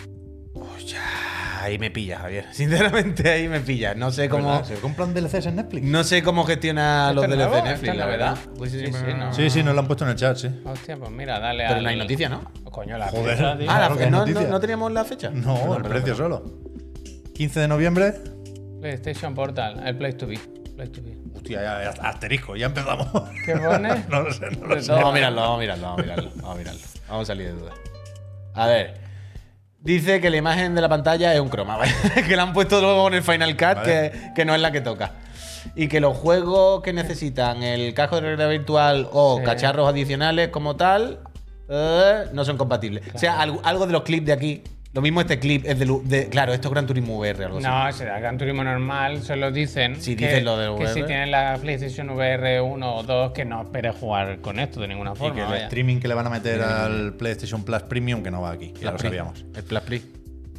Speaker 1: Ahí me pillas, Javier. Sinceramente, ahí me pillas. No sé cómo.
Speaker 3: ¿Se compran DLCs en Netflix?
Speaker 1: No sé cómo gestiona los
Speaker 2: ¿Esto es
Speaker 1: DLC
Speaker 2: nuevo? ¿Esto
Speaker 1: Netflix,
Speaker 2: es
Speaker 1: la
Speaker 2: novedad?
Speaker 1: verdad.
Speaker 2: Sí, sí, no.
Speaker 3: Sí, sí, nos lo han puesto en el chat, sí.
Speaker 2: Hostia, pues mira, dale a.
Speaker 1: Pero no hay noticia, ¿no?
Speaker 2: Coño, la
Speaker 3: Joder.
Speaker 2: pizza, tío.
Speaker 1: Ah, la
Speaker 3: Claro que
Speaker 1: fe-
Speaker 3: hay
Speaker 1: no,
Speaker 3: noticia.
Speaker 1: no- no teníamos la fecha.
Speaker 3: No, el precio solo. 15 de noviembre.
Speaker 2: PlayStation Portal, el Place to Be. Place to Be.
Speaker 3: Hostia, ya, ya- asterisco, ya empezamos.
Speaker 2: ¿Qué pone?
Speaker 3: no lo sé, no lo
Speaker 2: De
Speaker 3: sé.
Speaker 2: todo.
Speaker 1: Vamos a mirarlo, vamos a mirarlo, vamos a mirarlo. Vamos a, mirarlo. Vamos a salir de duda. A ver. Dice que la imagen de la pantalla es un croma, vaya, que la han puesto luego en el Final Cut,
Speaker 3: Vale.
Speaker 1: que, que no es la que toca. Y que los juegos que necesitan el casco de realidad virtual o
Speaker 2: Sí.
Speaker 1: cacharros adicionales como tal, eh, no son compatibles. O sea, algo, algo de los clips de aquí. Lo mismo este clip es de, lu- de- Claro, esto es Gran Turismo VR o algo así.
Speaker 2: No, será Gran Turismo normal, solo dicen.
Speaker 1: Sí,
Speaker 2: que,
Speaker 1: dicen lo del
Speaker 2: Que
Speaker 1: VR.
Speaker 2: si tienes la PlayStation VR 1 o 2, que no esperes jugar con esto de ninguna
Speaker 3: Y
Speaker 2: forma.
Speaker 3: que el
Speaker 2: vaya.
Speaker 3: streaming que le van a meter al PlayStation Plus Premium que no va aquí, ya lo
Speaker 1: Plus Pri.
Speaker 3: sabíamos.
Speaker 1: El Plus Pri.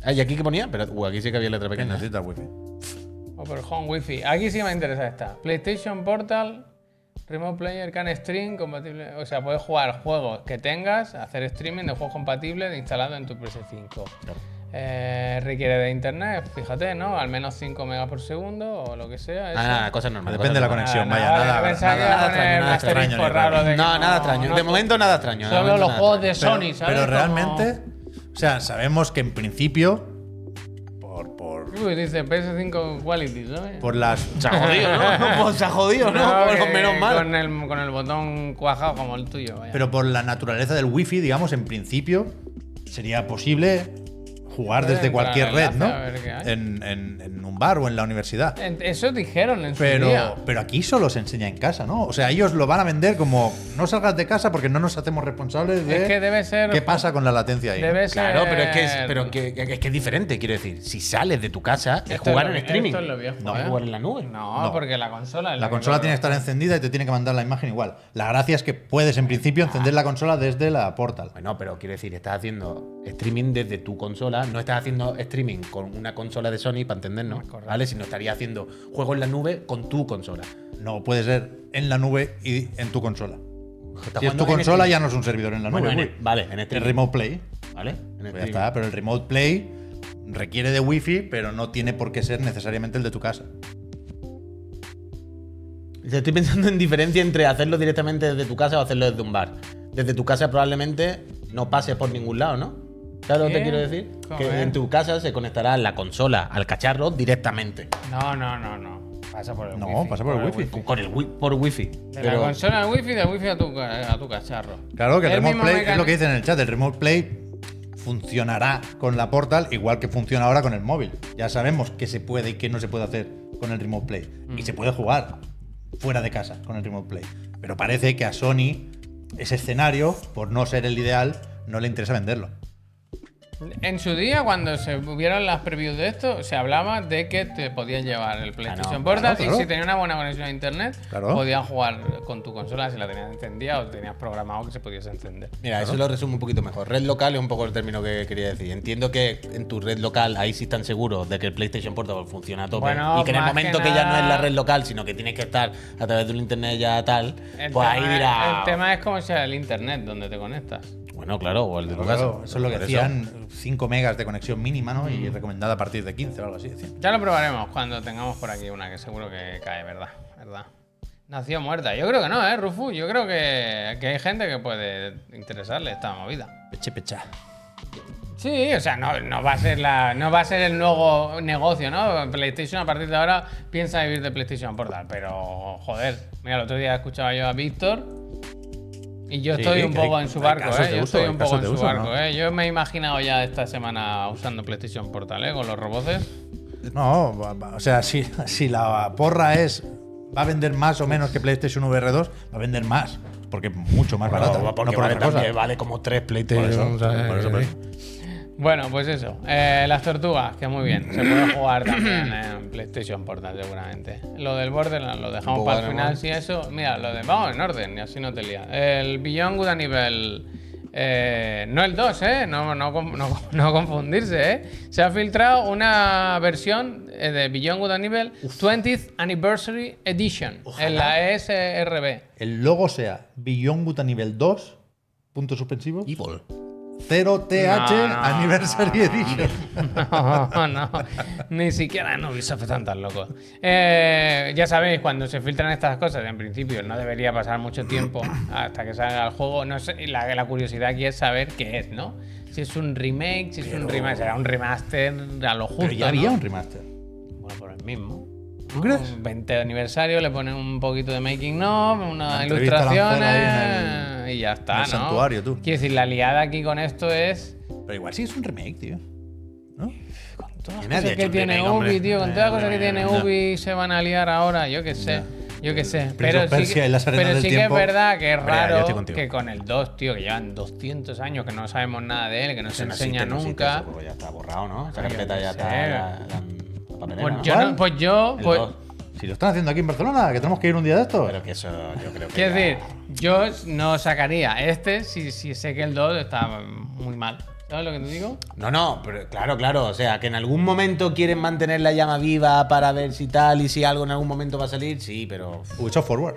Speaker 1: Ah, ¿y aquí qué ponía? Pero uh, aquí sí que había letra
Speaker 3: Que
Speaker 1: pequeña.
Speaker 3: necesita wifi.
Speaker 2: O por Home Wi-Fi. Aquí sí me interesa esta. PlayStation Portal, Remote Player Can Stream, compatible. O sea, puedes jugar juegos que tengas, hacer streaming de juegos compatibles instalados en tu PS5.
Speaker 1: Claro.
Speaker 2: Eh, requiere de internet, fíjate, ¿no? Al menos 5 megas por segundo o lo que sea. eso.
Speaker 1: Ah, nada, cosas normales.
Speaker 3: Depende de la
Speaker 1: cosas normales.
Speaker 3: conexión, vaya, nada.
Speaker 2: Ah, Pensaba que iba a
Speaker 1: nada
Speaker 2: poner
Speaker 1: extraño, nada
Speaker 2: un
Speaker 1: extraño,
Speaker 2: asterisco
Speaker 3: ni
Speaker 2: raro
Speaker 3: raro.
Speaker 2: de que
Speaker 1: No, nada
Speaker 2: no-
Speaker 1: extraño.
Speaker 2: no
Speaker 1: de momento nada extraño. de
Speaker 2: Solo
Speaker 1: momento
Speaker 2: los
Speaker 1: nada
Speaker 2: juegos
Speaker 1: extraño.
Speaker 2: de Sony, ¿sabes?
Speaker 3: pero
Speaker 2: Como-
Speaker 3: realmente, o sea, sabemos que en principio, por, por,
Speaker 2: Uy, dice PS5 Quality, ¿sabes?
Speaker 3: por las.
Speaker 1: Se ha jodido, ¿no? Pues se ha jodido, ¿no?
Speaker 2: No,
Speaker 1: Bueno,
Speaker 2: que
Speaker 1: menos mal.
Speaker 2: Con el, con el botón cuajado como el tuyo, vaya.
Speaker 3: Pero por la naturaleza del wifi, digamos, en principio, sería posible jugar
Speaker 2: Puede
Speaker 3: desde
Speaker 2: entrar
Speaker 3: cualquier
Speaker 2: al
Speaker 3: red,
Speaker 2: enlace
Speaker 3: ¿no?
Speaker 2: a ver qué hay.
Speaker 3: En, en- en un bar o en la universidad.
Speaker 2: En- Eso dijeron en su día.
Speaker 3: Pero, pero aquí solo se enseña en casa, ¿no? O sea, ellos lo van a vender como no salgas de casa porque no nos hacemos responsables
Speaker 2: Es
Speaker 3: de
Speaker 2: que debe ser-
Speaker 3: ¿Eh? qué pasa con la latencia ahí.
Speaker 2: Debe ser.
Speaker 1: Claro, pero es que es, pero que, que- es que es diferente, quiero decir. Si sales de tu casa, es
Speaker 2: Esto
Speaker 1: jugar
Speaker 2: es lo-
Speaker 1: en streaming.
Speaker 2: esto es lo viejo,
Speaker 1: no
Speaker 2: ¿eh?
Speaker 1: es jugar en la nube.
Speaker 2: No,
Speaker 3: No.
Speaker 2: porque la consola. es
Speaker 3: La
Speaker 2: que
Speaker 3: consola
Speaker 2: lo-
Speaker 3: tiene que estar encendida y te tiene que mandar la imagen igual. La gracia es que puedes, en principio, encender la consola desde la portal.
Speaker 1: Bueno, pero quiero decir, estás haciendo streaming desde tu consola, no estás haciendo streaming con una consola de Sony para entendernos,
Speaker 2: Correcto.
Speaker 1: ¿vale? Sino estarías haciendo juego en la nube con tu consola.
Speaker 3: No puede ser en la nube y en tu consola.
Speaker 1: Estás
Speaker 3: Si es
Speaker 1: jugando
Speaker 3: tu
Speaker 1: en
Speaker 3: consola,
Speaker 1: streaming.
Speaker 3: ya no es un servidor en la nube.
Speaker 1: Bueno, en
Speaker 3: uy.
Speaker 1: el- vale, en
Speaker 3: el
Speaker 1: streaming.
Speaker 3: Remote Play.
Speaker 1: ¿Vale? En
Speaker 3: Pues ya
Speaker 1: streaming.
Speaker 3: está, pero el Remote Play requiere de wifi, pero no tiene por qué ser necesariamente el de tu casa.
Speaker 1: Yo estoy pensando en diferencia entre hacerlo directamente desde tu casa o hacerlo desde un bar. Desde tu casa probablemente no pases por ningún lado, ¿no? ¿Sabes lo que te
Speaker 2: ¿Qué?
Speaker 1: quiero decir?
Speaker 2: Joder.
Speaker 1: Que en tu casa se conectará la consola al cacharro directamente.
Speaker 2: No, no, no, no. Pasa por el
Speaker 3: No,
Speaker 2: wifi.
Speaker 3: pasa por el wifi.
Speaker 1: Con- Con el wi- por wifi.
Speaker 2: De
Speaker 1: Pero-
Speaker 2: la consola al wifi, del wifi a tu, ca- a tu cacharro.
Speaker 3: Claro que el,
Speaker 2: Es
Speaker 3: Remote
Speaker 2: mismo
Speaker 3: Play
Speaker 2: mecan-
Speaker 3: es lo que dicen en el chat. El Remote Play funcionará con la portal igual que funciona ahora con el móvil. Ya sabemos qué se puede y qué no se puede hacer con el Remote Play. Y
Speaker 2: Mm.
Speaker 3: se puede jugar fuera de casa con el Remote Play. Pero parece que a Sony ese escenario, por no ser el ideal, no le interesa venderlo.
Speaker 2: En su día, cuando se hubieron las previews de esto, se hablaba de que te podías llevar el
Speaker 1: Claro,
Speaker 2: PlayStation Portal
Speaker 3: claro, claro.
Speaker 2: y si tenías una buena conexión a internet,
Speaker 3: Claro.
Speaker 2: podías jugar con tu consola si la tenías encendida o tenías programado que se pudiese encender.
Speaker 1: Mira, eso lo resumo un poquito mejor. Red local es un poco el término que quería decir. Entiendo que en tu red local ahí sí están seguros de que el PlayStation Portable funciona a tope.
Speaker 2: Bueno,
Speaker 1: y que en el
Speaker 2: más que
Speaker 1: momento que, ya no es la
Speaker 2: nada-
Speaker 1: red local, sino que tienes que estar a través de un internet ya tal,
Speaker 2: El
Speaker 1: pues ahí
Speaker 2: tema-
Speaker 1: dirá.
Speaker 2: El tema es cómo sea el internet donde te conectas.
Speaker 1: Bueno, claro, o el de tu
Speaker 3: Claro,
Speaker 1: casa.
Speaker 3: eso es lo que
Speaker 1: Por
Speaker 3: decían, 5 megas de conexión mínima, ¿no?
Speaker 2: Mm.
Speaker 3: Y recomendada a partir de 15 o algo así. decían.
Speaker 2: Ya lo probaremos cuando tengamos por aquí una que seguro que cae, ¿verdad? ¿Verdad? Nació muerta. Yo creo que no, ¿eh, Rufu? Yo creo que, que hay gente que puede interesarle esta movida.
Speaker 1: Peche, pecha.
Speaker 2: Sí, o sea, no, no va a ser la, no va a ser el nuevo negocio, ¿no? PlayStation a partir de ahora piensa vivir de PlayStation Portal, pero joder, mira, el otro día escuchaba yo a Víctor y yo
Speaker 3: Sí,
Speaker 2: estoy un
Speaker 3: que hay-
Speaker 2: poco en su
Speaker 3: hay
Speaker 2: barco,
Speaker 3: casos
Speaker 2: ¿eh?
Speaker 3: de
Speaker 2: Yo
Speaker 3: uso,
Speaker 2: estoy
Speaker 3: hay
Speaker 2: un poco
Speaker 3: casos
Speaker 2: en
Speaker 3: de
Speaker 2: su
Speaker 3: uso,
Speaker 2: barco,
Speaker 3: ¿no?
Speaker 2: ¿eh? Yo me he imaginado ya esta semana usando PlayStation Portal, ¿eh? Con los roboces.
Speaker 3: No, va- va- o sea, si, si la porra es va a vender más o menos que PlayStation VR 2, va a vender más, porque es mucho más barata,
Speaker 1: Bueno,
Speaker 3: no
Speaker 1: porque
Speaker 3: por
Speaker 1: vale,
Speaker 3: otra cosa.
Speaker 1: también vale como tres PlayStation.
Speaker 3: Por eso,
Speaker 1: ¿sabes?
Speaker 3: por eso, por eso.
Speaker 2: Bueno, pues eso. Eh, las tortugas, que muy bien. Se puede jugar también en PlayStation Portal, seguramente. Lo del Borderlands lo dejamos
Speaker 1: poco
Speaker 2: para el
Speaker 1: de
Speaker 2: final.
Speaker 1: amor.
Speaker 2: Si eso, mira, lo de. Vamos en orden, y así no te lías. El Beyond Good a nivel. eh, no el 2, ¿eh? No, no, con- no- no confundirse, ¿eh? Se ha filtrado una versión eh, de Beyond Good a nivel 20th Anniversary Edition en la E ESRB.
Speaker 3: El logo sea Beyond Good a nivel 2, punto suspensivo,
Speaker 1: Evil.
Speaker 3: 0TH
Speaker 2: No, no,
Speaker 3: Anniversary
Speaker 2: no,
Speaker 3: Edition.
Speaker 2: No, no, ni siquiera no Ubisoft están tan locos. Eh, ya sabéis, cuando se filtran estas cosas, en principio no debería pasar mucho tiempo hasta que salga el juego. No sé, la, la curiosidad aquí es saber qué es, ¿no? Si es un remake, si es un remaster, será un remaster a lo justo.
Speaker 3: Pero ya había
Speaker 2: ¿no?
Speaker 3: un remaster.
Speaker 2: Bueno, por el mismo.
Speaker 3: ¿Tú crees?
Speaker 2: Un 20 aniversario, le ponen un poquito de making of,
Speaker 3: Una
Speaker 2: unas
Speaker 3: entrevista a Lanzón
Speaker 2: ilustraciones
Speaker 3: ahí
Speaker 2: y ya está,
Speaker 3: en el
Speaker 2: ¿no?
Speaker 3: santuario, tú.
Speaker 2: Quiero decir, la liada aquí con esto es...
Speaker 3: Pero igual sí es un remake, tío. ¿No?
Speaker 2: Todas
Speaker 1: Que
Speaker 2: las
Speaker 1: nadie ha
Speaker 2: cosas
Speaker 1: hecho
Speaker 2: que
Speaker 1: un
Speaker 2: tiene
Speaker 1: remake,
Speaker 2: Ubi,
Speaker 1: hombre.
Speaker 2: tío, con todas las cosas que tiene
Speaker 3: Ya.
Speaker 2: Ubi se van a liar ahora, yo qué sé. Yo qué sé.
Speaker 3: Prince
Speaker 2: Pero
Speaker 3: of
Speaker 2: sí,
Speaker 3: Persia
Speaker 2: que,
Speaker 3: y las arenas
Speaker 2: pero
Speaker 3: del
Speaker 2: sí que es
Speaker 3: tiempo.
Speaker 2: verdad que es
Speaker 1: Hombre, ya, yo
Speaker 2: raro
Speaker 1: estoy contigo.
Speaker 2: que con el 2, tío, que llevan 200 años que no sabemos nada de él, que no se
Speaker 1: Eso no
Speaker 2: enseña
Speaker 1: existe, no existe,
Speaker 2: nunca.
Speaker 1: ese juego ya está borrado, ¿no? Esa
Speaker 2: Ay,
Speaker 1: carpeta
Speaker 2: yo
Speaker 1: ya
Speaker 2: qué
Speaker 1: está.
Speaker 2: sé.
Speaker 1: La, la- la papelera,
Speaker 2: Pues
Speaker 1: ¿no?
Speaker 2: yo,
Speaker 3: ¿Cuál?
Speaker 2: no- pues yo,
Speaker 1: El
Speaker 2: pues-
Speaker 1: dos.
Speaker 3: Si lo están haciendo aquí en Barcelona, que tenemos que ir un día de estos.
Speaker 1: Pero que eso yo creo que.
Speaker 2: quiero
Speaker 1: ya-
Speaker 2: decir, yo no sacaría este si, si sé que el 2 está muy mal. ¿Sabes lo que te digo?
Speaker 1: No, no, pero claro, claro. O sea, que en algún momento quieren mantener la llama viva para ver si tal y si algo en algún momento va a salir. Sí, pero.
Speaker 3: Ubisoft Forward.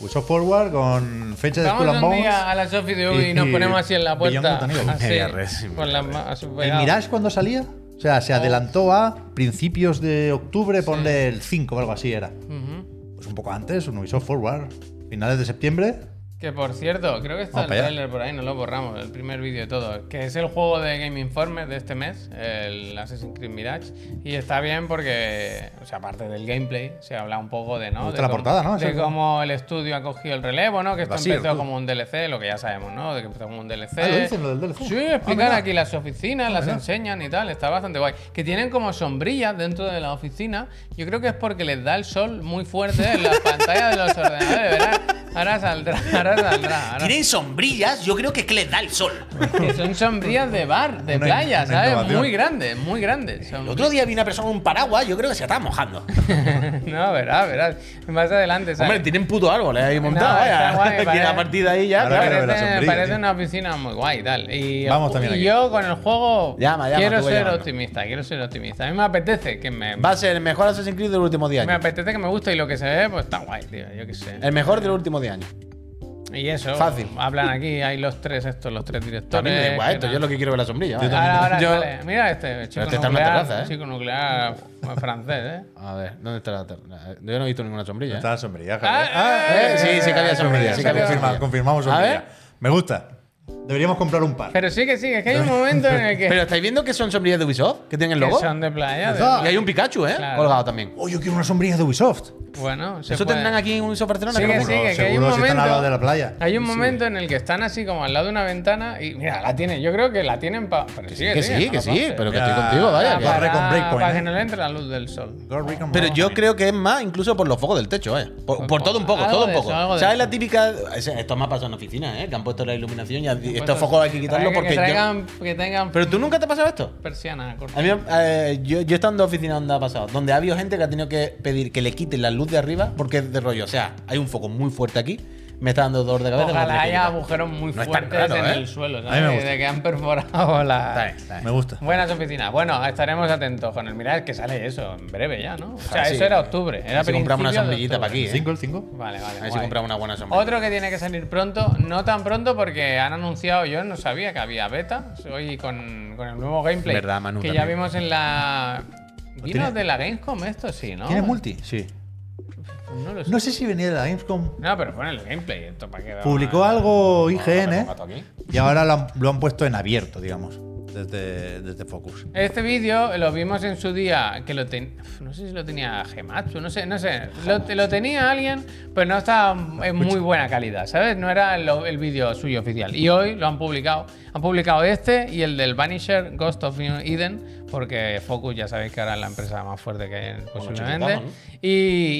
Speaker 3: Ubisoft Forward con
Speaker 1: Este
Speaker 3: fecha de Skull
Speaker 2: Vamos
Speaker 3: and
Speaker 2: un
Speaker 3: Bones.
Speaker 2: día a la Sofi de Ubi y,
Speaker 3: y-
Speaker 2: nos ponemos así en la
Speaker 3: Beyond
Speaker 2: puerta.
Speaker 3: Contenido.
Speaker 2: así,
Speaker 1: Media res,
Speaker 2: con las
Speaker 1: media
Speaker 2: ma- así
Speaker 3: ¿El
Speaker 2: pegados.
Speaker 3: Mirage cuándo salía? O sea, se adelantó a principios de octubre, ponle el 5 o algo así era.
Speaker 1: Mm.
Speaker 2: Ujú.
Speaker 3: Pues un poco antes, un Ubisoft Forward. Finales de septiembre.
Speaker 2: Que por cierto, creo que está
Speaker 3: Vamos
Speaker 2: el
Speaker 3: para allá.
Speaker 2: trailer por ahí, no lo borramos, el primer vídeo de todo. Que es el juego de Game Informer de este mes, el Assassin's Creed Mirage. Y está bien porque, o sea, aparte del gameplay, se habla un poco de, ¿no?
Speaker 3: Me gusta
Speaker 2: de
Speaker 3: la
Speaker 2: cómo-
Speaker 3: portada, ¿no?
Speaker 2: De
Speaker 3: Esa-
Speaker 2: cómo el estudio ha cogido el relevo, ¿no? Que esto
Speaker 3: Basir,
Speaker 2: empezó
Speaker 3: tú.
Speaker 2: como un DLC, lo que ya sabemos, ¿no? De que empezó como un DLC.
Speaker 3: Ah, lo dicen, lo del DLC.
Speaker 2: Sí,
Speaker 3: Ah,
Speaker 2: explican
Speaker 3: mira.
Speaker 2: aquí las
Speaker 3: Ah,
Speaker 2: oficinas, las enseñan y tal, está bastante guay. Que tienen como sombrillas dentro de la oficina. Yo creo que es porque les da el sol muy fuerte en las pantallas de los ordenadores, ¿verdad? Ahora saldrá, ahora saldrá. ahora-
Speaker 4: Tienen sombrillas, yo creo que es que les da el sol.
Speaker 2: Que son sombrillas de bar, de
Speaker 3: Una-
Speaker 2: playa,
Speaker 3: una
Speaker 2: ¿sabes?
Speaker 3: innovación.
Speaker 2: Muy grandes, muy grandes.
Speaker 4: El
Speaker 2: Son-
Speaker 4: otro día vi una persona con un paraguas, yo creo que se estaba mojando.
Speaker 2: No, verás, verás. Más adelante, ¿sabes?
Speaker 1: Hombre, tienen puto árboles ahí montados,
Speaker 2: No, está
Speaker 1: vaya.
Speaker 2: guay,
Speaker 1: Aquí
Speaker 2: parece-
Speaker 1: la partida ahí ya,
Speaker 3: Ahora
Speaker 1: claro.
Speaker 3: quiero
Speaker 2: parece,
Speaker 3: ver la sombrilla,
Speaker 2: parece
Speaker 3: tío.
Speaker 2: una oficina muy guay y tal. Y, el
Speaker 3: Vamos
Speaker 2: ju-
Speaker 3: también
Speaker 2: y
Speaker 3: aquí.
Speaker 2: yo con el juego
Speaker 1: Llama, llama,
Speaker 2: quiero
Speaker 1: tú voy
Speaker 2: ser
Speaker 1: llamando.
Speaker 2: optimista, quiero ser optimista. A mí me apetece que me,
Speaker 1: Va a ser el mejor Assassin's Creed del último 10
Speaker 2: me
Speaker 1: años.
Speaker 2: apetece que me guste y lo que se ve, pues está guay, tío. Yo qué sé.
Speaker 1: El mejor del último 10 años.
Speaker 2: Y eso,
Speaker 1: Fácil.
Speaker 2: hablan aquí, hay los tres estos, los tres
Speaker 1: A
Speaker 2: directores.
Speaker 1: mí me da igual
Speaker 2: que
Speaker 1: esto,
Speaker 2: no-
Speaker 1: yo lo que quiero es la sombrilla. vaya.
Speaker 2: Ahora, ahora,
Speaker 1: Yo-
Speaker 2: sale. mira este, chico
Speaker 1: este está en una
Speaker 2: nuclear,
Speaker 1: terraza, ¿eh?
Speaker 2: chico nuclear francés, ¿eh?
Speaker 1: A ver, ¿dónde está la terna? Yo no he visto ninguna sombrilla.
Speaker 3: Está la sombrilla,
Speaker 2: Ah,
Speaker 3: Javier.
Speaker 1: eh, sí, sí que había sombrilla,
Speaker 3: Ah, sombrilla,
Speaker 1: sí que había
Speaker 3: confirma-
Speaker 1: sombrilla.
Speaker 3: Confirmamos
Speaker 1: A ver.
Speaker 3: sombrilla. Me gusta. Deberíamos comprar un par.
Speaker 2: Pero sí que sí, es que hay un momento en el que,
Speaker 1: Pero ¿estáis viendo que son sombrillas de Ubisoft? Que tienen el
Speaker 2: que
Speaker 1: logo.
Speaker 2: son de playa. de-
Speaker 1: Y hay un Pikachu, ¿eh?
Speaker 2: Claro.
Speaker 1: Colgado también.
Speaker 3: Oh, yo quiero una sombrilla de Ubisoft.
Speaker 2: Bueno, se
Speaker 1: ¿Eso
Speaker 2: puede.
Speaker 1: tendrán aquí en Ubisoft Barcelona?
Speaker 2: Sí,
Speaker 1: que
Speaker 2: que
Speaker 1: no
Speaker 2: sí,
Speaker 1: me
Speaker 2: que,
Speaker 3: Seguro,
Speaker 2: que hay un
Speaker 3: seguro, si están al
Speaker 2: momento.
Speaker 3: lado de la playa.
Speaker 2: Hay un momento en el que están así como al lado de una ventana y mira, la tienen. Yo creo que la tienen para. Pero sí,
Speaker 1: Que sí, que sí, pero que
Speaker 3: Mira,
Speaker 1: estoy contigo, vaya.
Speaker 3: la
Speaker 1: que-
Speaker 3: barra- Barre con breakpoint,
Speaker 2: Para
Speaker 3: ¿eh?
Speaker 2: que no le entre la luz del sol.
Speaker 3: Go Rick and
Speaker 1: Pero
Speaker 3: Morty.
Speaker 1: yo creo que es más incluso por los focos del techo, ¿eh? Por, por todo un poco,
Speaker 2: Algo
Speaker 1: todo un
Speaker 2: de eso,
Speaker 1: poco.
Speaker 2: algo de
Speaker 1: ¿Sabes
Speaker 2: eso.
Speaker 1: la típica...? es- Estos mapas son oficinas, ¿eh? Que han puesto la iluminación y y estos focos hay que quitarlos
Speaker 2: Traigan-
Speaker 1: porque...
Speaker 2: Que,
Speaker 1: yo-
Speaker 2: traigan, que tengan
Speaker 1: Pero tú nunca te ha pasado esto.
Speaker 2: persiana corta.
Speaker 1: A mí, eh, yo, yo he estado en dos oficinas donde ha pasado, donde ha habido gente que ha tenido que pedir que le quiten la luz de arriba porque es de rollo. O sea, hay un foco muy fuerte aquí, me está dando dolor de cabeza. me lo
Speaker 2: Ojalá
Speaker 1: tendré que
Speaker 2: haya
Speaker 1: quitar.
Speaker 2: agujeros muy
Speaker 1: No es tan
Speaker 2: fuertes
Speaker 1: raro,
Speaker 2: en
Speaker 1: ¿eh?
Speaker 2: el suelo,
Speaker 3: A mí me
Speaker 2: ¿sabes?
Speaker 3: gusta.
Speaker 2: De que han perforado la.
Speaker 1: Está bien, está bien.
Speaker 3: Me gusta.
Speaker 2: Buenas oficinas. Bueno, estaremos atentos con el mirar que sale eso en breve ya, ¿no? O sea,
Speaker 1: Ojalá sí.
Speaker 2: eso era octubre. Era
Speaker 1: Si compramos una
Speaker 2: principio de
Speaker 1: sombrillita para
Speaker 2: octubre.
Speaker 1: aquí, ¿eh?
Speaker 3: ¿Cinco el cinco?
Speaker 2: Vale, vale.
Speaker 1: A ver si
Speaker 2: guay.
Speaker 1: compramos una buena sombrilla.
Speaker 2: Otro que tiene que salir pronto, no tan pronto porque han anunciado, yo no sabía que había beta, hoy con, con el nuevo gameplay.
Speaker 1: Verdad, Manu,
Speaker 2: Que ya
Speaker 1: también.
Speaker 2: vimos en la... ¿Vino
Speaker 3: tiene-
Speaker 2: de la Gamescom esto? Sí, ¿no?
Speaker 3: ¿Tienes multi?
Speaker 1: Sí.
Speaker 2: No lo sé.
Speaker 3: No sé si venía de la Gamescom.
Speaker 2: No, pero fue en el gameplay esto para que...
Speaker 3: Publicó
Speaker 1: Ah,
Speaker 3: algo IGN
Speaker 1: ¿eh? Aquí.
Speaker 3: y ahora lo han, lo han puesto en abierto, digamos, desde, desde Focus.
Speaker 2: Este vídeo lo vimos en su día, que lo ten... No sé si lo tenía Gematsu, no sé, no sé. Lo, lo tenía alguien, pero no estaba en muy buena calidad, ¿sabes? No era lo- el vídeo suyo oficial. Y hoy lo han publicado. Han publicado este y el del Vanisher, Ghost of New Eden, porque Focus ya sabéis que ahora es la empresa más fuerte que hay posiblemente.
Speaker 1: chiquitano,
Speaker 2: y,